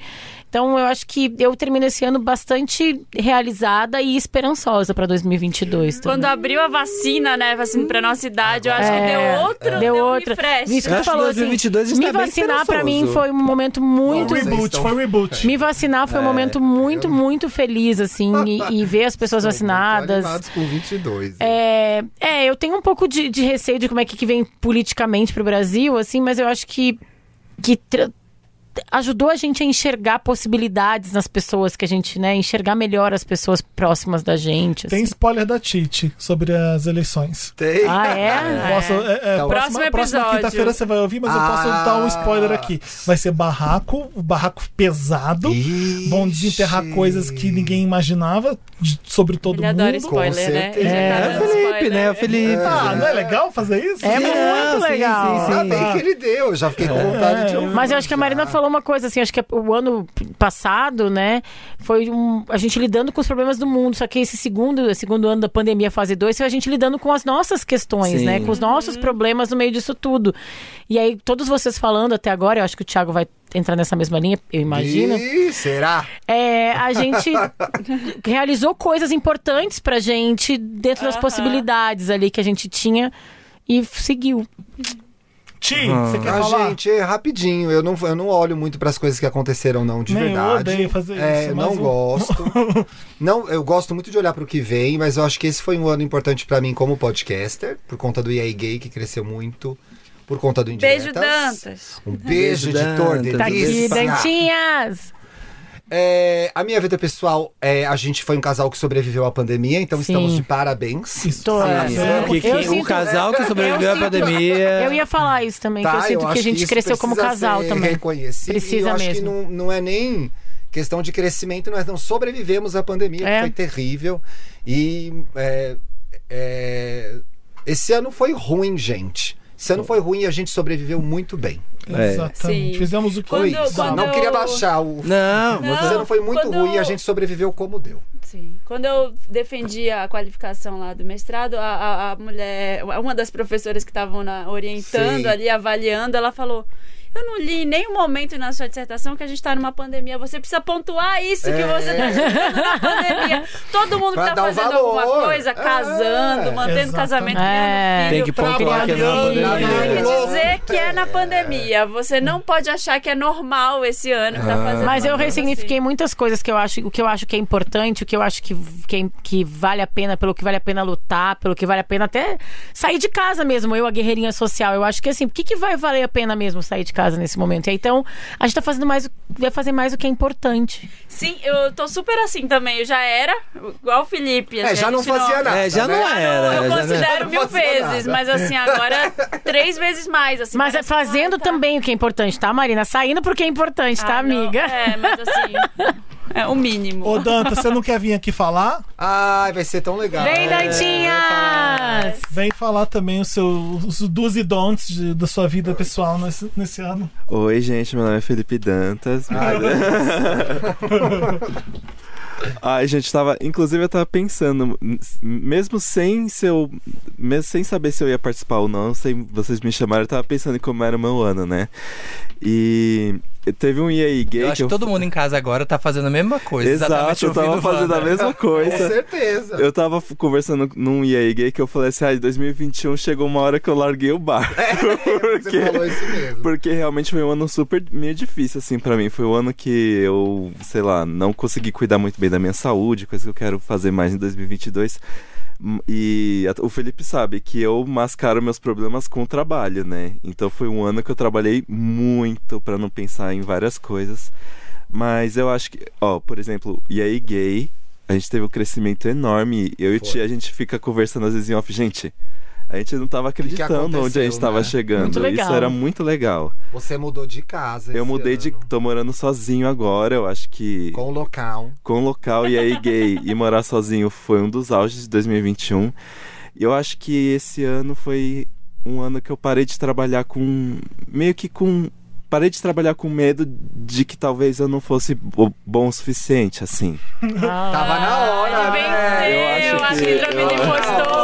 S3: Então eu acho que eu termino esse ano bastante realizada e esperançosa para 2022. também.
S4: Quando abriu a vacina, né? Vacina pra nossa idade, eu acho que deu outro.
S3: É, Deu
S4: um
S3: outra.
S4: refresh.
S3: Isso que
S7: Eu
S3: tu
S7: acho que
S3: falou,
S7: 2022 a
S3: assim,
S7: gente
S3: me
S7: tá bem
S3: vacinar para mim
S7: esperançoso.
S3: foi um momento muito
S1: Foi um
S2: Vocês
S1: reboot,
S2: estão-
S1: foi um reboot.
S3: Me vacinar
S7: é,
S3: foi um momento muito, muito feliz, assim, e, e ver as pessoas
S2: Muito
S3: vacinadas.
S2: Animados com 22. hein?
S3: É, é, eu tenho um pouco de, de receio de como é que que vem politicamente pro Brasil, assim, mas eu acho que, que tra- ajudou a gente a enxergar possibilidades nas pessoas que a gente, né, enxergar melhor as pessoas próximas da gente.
S1: Tem
S3: Assim.
S1: spoiler da Tite sobre as eleições.
S2: Tem.
S3: Ah, é?
S1: Posso, é, é,
S2: Então,
S1: próxima,
S4: próximo
S1: próxima
S4: episódio.
S1: quinta-feira você vai ouvir, mas eu posso
S2: Ah.
S1: dar um spoiler aqui. Vai ser barraco, um barraco pesado.
S2: Ixi.
S1: Vão desenterrar coisas que ninguém imaginava de- sobre todo
S4: Ele
S1: mundo.
S4: adora
S2: Com
S4: spoiler, né?
S2: certeza.
S4: Ele já tá
S7: É,
S4: dando
S7: o Felipe,
S4: spoiler.
S7: né? O Felipe.
S1: Ah, não é legal fazer isso?
S3: É
S7: Não,
S3: muito
S7: sim,
S3: legal.
S7: sim,
S2: Ainda
S7: sim.
S2: Ah, bem que ele deu, eu já fiquei
S1: É.
S2: com vontade de ouvir.
S3: Mas eu acho que a Marina
S2: já.
S3: falou uma coisa, assim, acho que o ano passado, né, foi um- a gente lidando com os problemas do mundo, só que esse segundo, segundo ano da pandemia, fase 2, foi a gente lidando com as nossas questões,
S7: Sim.
S3: né, com os nossos problemas no meio disso tudo. E aí, todos vocês falando até agora, eu acho que o Thiago vai entrar nessa mesma linha, eu imagino.
S2: Ih, será?
S3: É, a gente realizou coisas importantes pra gente dentro das possibilidades ali que a gente tinha e seguiu.
S1: Ti, você quer
S2: Ah,
S1: falar?
S2: gente, é rapidinho. Eu não, eu não olho muito pras coisas que aconteceram, não, de
S1: Nem, eu
S2: verdade.
S1: odeio fazer
S2: É,
S1: isso,
S2: eu
S1: mas
S2: não
S1: eu-
S2: gosto. não, eu gosto muito de olhar pro que vem, mas eu acho que esse foi um ano importante pra mim como podcaster, por conta do EA Gay, que cresceu muito, por conta do
S4: Beijo,
S2: Indiretas.
S4: Dantas.
S2: Um beijo,
S7: Beijo,
S2: editor
S7: Dantas.
S3: Tá aqui,
S2: delícia.
S3: Dantinhas!
S2: É, a minha vida pessoal, é, a gente foi um casal que sobreviveu à pandemia, então
S3: Sim.
S2: estamos de parabéns. tá?
S3: Estou.
S7: Isso, porque
S3: Eu
S7: Ah, que-
S3: sinto-
S7: o casal que sobreviveu
S3: eu
S7: à
S3: sinto-
S7: pandemia. Tá,
S3: Eu ia falar isso também, que Então, eu sinto
S2: acho
S3: que a gente
S2: isso
S3: cresceu como
S2: precisa
S3: casal
S2: ser
S3: também.
S2: Reconhecido.
S3: Precisa
S2: e eu acho que
S3: mesmo.
S2: não, não é nem questão de crescimento, nós não sobrevivemos à pandemia,
S3: É.
S2: que foi terrível. E é, é, esse ano foi ruim, gente. Esse ano foi ruim e a gente sobreviveu muito bem.
S5: É.
S1: Exatamente.
S4: Sim.
S1: Fizemos o que
S4: Quando-
S2: foi isso.
S4: quando
S2: não
S4: eu-
S2: queria baixar o.
S7: Não,
S4: Não.
S2: Esse ano foi muito
S4: quando-
S2: ruim e a gente sobreviveu como deu.
S4: Sim. Quando eu defendi a qualificação lá do mestrado, a, a, a mulher, uma das professoras que estavam na- orientando
S2: Sim.
S4: ali, avaliando, ela falou. Eu não li em nenhum momento na sua dissertação que a gente está numa pandemia. Você precisa pontuar isso que
S2: É.
S4: você está estudando na pandemia. Todo mundo que
S2: Pra
S4: está
S2: dar um
S4: fazendo
S2: valor.
S4: alguma coisa,
S2: É.
S4: casando, mantendo
S1: Exatamente.
S4: o casamento,
S3: É.
S4: criando
S7: Tem
S4: filho,
S7: que pontuar que é na
S1: Trabalhando,
S4: tem que
S7: pandemia.
S1: trabalhando.
S4: dizer que é na pandemia. Você não pode achar que é normal esse ano que tá fazendo.
S3: Mas eu
S4: uma coisa
S3: ressignifiquei muitas coisas que eu acho, o que eu acho que é importante, o que eu acho que, que, que vale a pena, pelo que vale a pena lutar, pelo que vale a pena até sair de casa mesmo, eu, a guerreirinha social. Eu acho que assim, o que, que vai valer a pena mesmo sair de casa nesse momento? E aí, então, a gente tá fazendo mais, o- vai fazer mais o que é importante.
S4: Sim, eu tô super assim também. Eu já era, igual o Felipe.
S2: É,
S4: assim,
S2: já
S4: a
S2: não
S4: gente
S2: fazia nada.
S7: É, já
S2: né?
S7: não era.
S4: Eu
S7: já não-
S4: considero
S2: não
S4: mil
S2: fazia
S4: vezes,
S2: nada.
S4: mas assim, agora três vezes mais. Assim,
S3: Mas é
S4: parece-
S3: fazendo
S4: Ah, tá.
S3: também o que é importante, tá, Marina? Saindo porque é importante, tá,
S4: Ah, não,
S3: amiga?
S4: É, mas assim, é o mínimo.
S1: Ô, Danta, você não quer vir aqui falar?
S2: Ai, vai ser tão legal. É,
S3: Vem, Dantinhas!
S1: Vem falar também os seus os do's e don'ts de- da sua vida pessoal nesse, nesse ano.
S5: Oi, gente, meu nome é Felipe Dantas. Ai, gente, tava. Inclusive, eu tava pensando, n- mesmo sem ser. o- Mesmo sem saber se eu ia participar ou não, sem vocês me chamaram, eu tava pensando em como era o meu ano, né? E teve um EA gay.
S7: Eu acho que
S5: eu-
S7: todo mundo em casa agora tá fazendo a mesma coisa.
S5: Exato,
S7: exatamente
S5: eu tava
S7: ouvindo né? É,
S5: fazendo a
S7: Wanda.
S5: mesma
S2: Com
S5: coisa.
S2: certeza.
S5: Eu tava f- conversando num EA gay que eu falei assim: ah, em 2021 chegou uma hora que eu larguei o bar.
S2: É, Você falou isso mesmo.
S5: Porque realmente foi um ano super meio difícil, assim, pra mim. Foi um ano que eu, sei lá, não consegui cuidar muito bem da minha saúde, coisa que eu quero fazer mais em 2022. Hum, E a- o Felipe sabe que eu mascaro meus problemas com o trabalho, né? Então foi um ano que eu trabalhei muito pra não pensar em várias coisas. Mas eu acho que, ó, por exemplo, e aí gay, a gente teve um crescimento enorme. Eu e o
S2: Foi.
S5: Tia, a gente fica conversando às vezes em off, gente. A gente não tava
S2: que
S5: acreditando onde a gente
S2: aconteceu,
S5: tava
S2: né?
S5: chegando.
S3: Muito legal.
S5: Isso era muito legal.
S2: Você mudou de casa.
S5: Eu
S2: esse
S5: mudei de.
S2: ano.
S5: tô morando sozinho agora, eu acho que. Com,
S2: Com local.
S5: local e aí gay e morar sozinho foi um dos auges de 2021. E eu acho que esse ano foi um ano que eu parei de trabalhar com. meio que com. Parei de trabalhar com medo de que talvez eu não fosse bo- bom o suficiente, assim.
S2: Tava na
S1: Ah.
S2: hora, né?
S4: Ele venceu,
S5: eu
S4: a
S5: acho que-
S4: síndrome do
S5: eu acho-
S4: impostor.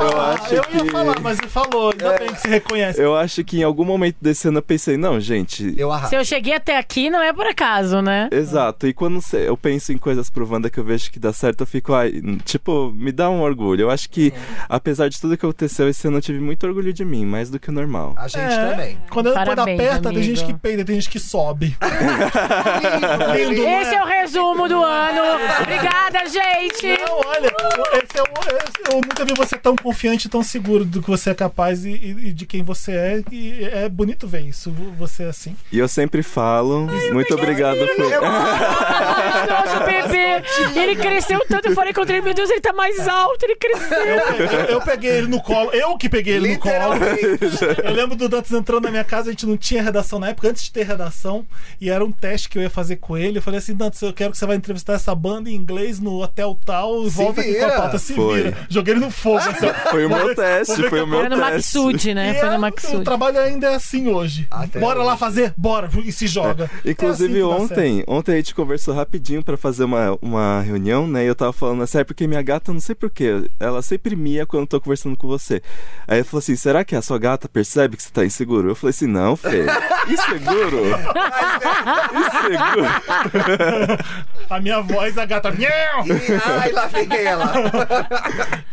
S5: Eu acho
S1: Ah, eu
S5: que- É.
S1: ia falar, mas você falou, ainda bem que se reconhece.
S5: Eu acho que em algum momento desse ano eu pensei, não, gente,
S2: Eu arraso.
S3: Se eu cheguei até aqui, não é por acaso, né?
S5: Exato, e quando cê- eu penso em coisas pro Wanda que eu vejo que dá certo, eu fico, ai, n- tipo, me dá um orgulho. Eu acho que, apesar de tudo que aconteceu esse ano, eu tive muito orgulho de mim, mais do que o normal.
S2: A gente
S1: É.
S2: também.
S1: Quando, quando
S3: Parabéns,
S1: aperta, tem
S3: amigo.
S1: gente que peida, tem gente que sobe. Lindo, né? não
S3: Esse é o resumo do ano. Obrigada, gente!
S1: Não, olha, esse é o- esse- eu nunca vi você tão confiante, tão seguro do que você é capaz e, e- e de quem você é. E é bonito ver isso, você assim.
S5: E eu sempre falo, muito obrigado por.
S3: Nosso bebê, ele cresceu tanto. Eu falei contra ele, meu Deus, ele tá mais alto, ele cresceu.
S1: Eu, eu peguei ele no colo, eu que peguei ele no colo.
S2: Literalmente.
S1: Eu lembro do Dantas entrando na minha casa, a gente não tinha redação na época, antes de ter redação, e era um teste que eu ia fazer com ele. Eu falei assim, Dantas, eu quero que você vá entrevistar essa banda em inglês no hotel tal, e
S2: Se
S1: volta aqui com a
S2: vira.
S1: pauta, se
S5: Foi.
S1: vira. Joguei ele no fogo. assim, ó.
S5: Foi o meu teste, foi o meu
S3: Foi no
S5: teste.
S3: Maxud, né?
S1: E
S3: Foi
S1: é-
S3: no
S1: O
S3: Maxud.
S1: trabalho ainda é assim hoje.
S2: Até
S1: bora lá
S2: hoje.
S1: fazer? Bora! E se joga.
S5: Inclusive
S1: É assim que dá certo.
S5: ontem, ontem a gente conversou rapidinho pra fazer uma, uma reunião, né? E eu tava falando assim, é porque minha gata, não sei porquê, ela sempre mia quando eu tô conversando com você. Aí eu falei assim, será que a sua gata percebe que você tá inseguro? Eu falei assim, não, Fê. Inseguro? Inseguro.
S1: A minha voz, a gata. Miau!
S2: Ai, lá vem ela.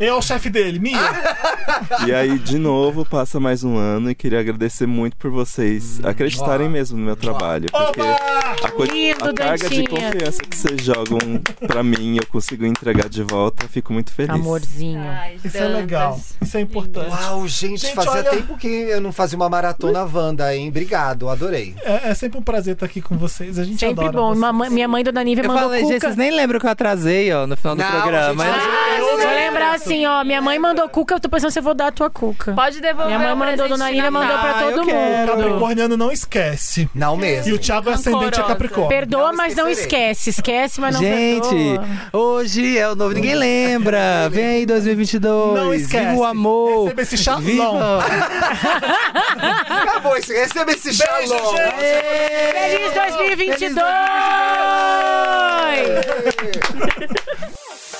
S1: Eu é o chefe dele. Miau! dia.
S5: E aí, de novo, passa mais um ano e queria agradecer muito por vocês acreditarem mesmo no meu trabalho.
S2: Ah,
S5: Porque a, coi-
S3: Lindo,
S5: a carga de
S3: Dantinha.
S5: confiança que vocês jogam pra mim, eu consigo entregar de volta, fico muito feliz.
S3: Amorzinho.
S1: Isso é legal. Isso é importante.
S2: Uau, gente,
S1: Gente,
S2: fazia
S1: olha-
S2: tempo que eu não fazia uma maratona Wanda, hein? Obrigado, adorei.
S1: É, é sempre um prazer estar aqui com vocês. A gente
S3: Sempre
S1: adora
S3: bom.
S1: vocês.
S3: Mamãe- minha mãe, Dona Nívia,
S7: Eu
S3: mandou
S7: falei, gente,
S3: cuca.
S7: vocês nem lembram que eu atrasei, ó, no final do
S2: Não,
S7: programa.
S2: gente,
S7: Mas-
S3: Ah, vou lembrar assim, ó. Minha mãe mandou cuca, eu tô pensando se eu vou dar a tua cuca.
S4: Pode devolver
S3: Minha mãe
S4: o
S3: mandou,
S4: presente
S3: Dona
S4: de
S3: Nívia mandou
S4: Natal.
S3: pra
S7: Ah, eu
S3: todo
S7: quero.
S3: mundo.
S1: Capricorniano não esquece.
S2: Não mesmo.
S1: E o Thiago é ascendente a
S4: Rancorosa.
S1: Capricórnio.
S3: Perdoa,
S2: Não
S3: mas não
S2: esquecerei.
S3: esquece. Esquece, mas não
S7: Gente,
S3: perdoa.
S7: hoje é o novo. Ninguém lembra. Vem aí 2022.
S1: Não esquece.
S7: Viva o amor.
S1: Receba esse xalão.
S7: Viva.
S2: Acabou esse, recebe esse
S1: Beijo,
S2: shalom.
S1: gente!
S3: Feliz 2022!
S7: Feliz 2022!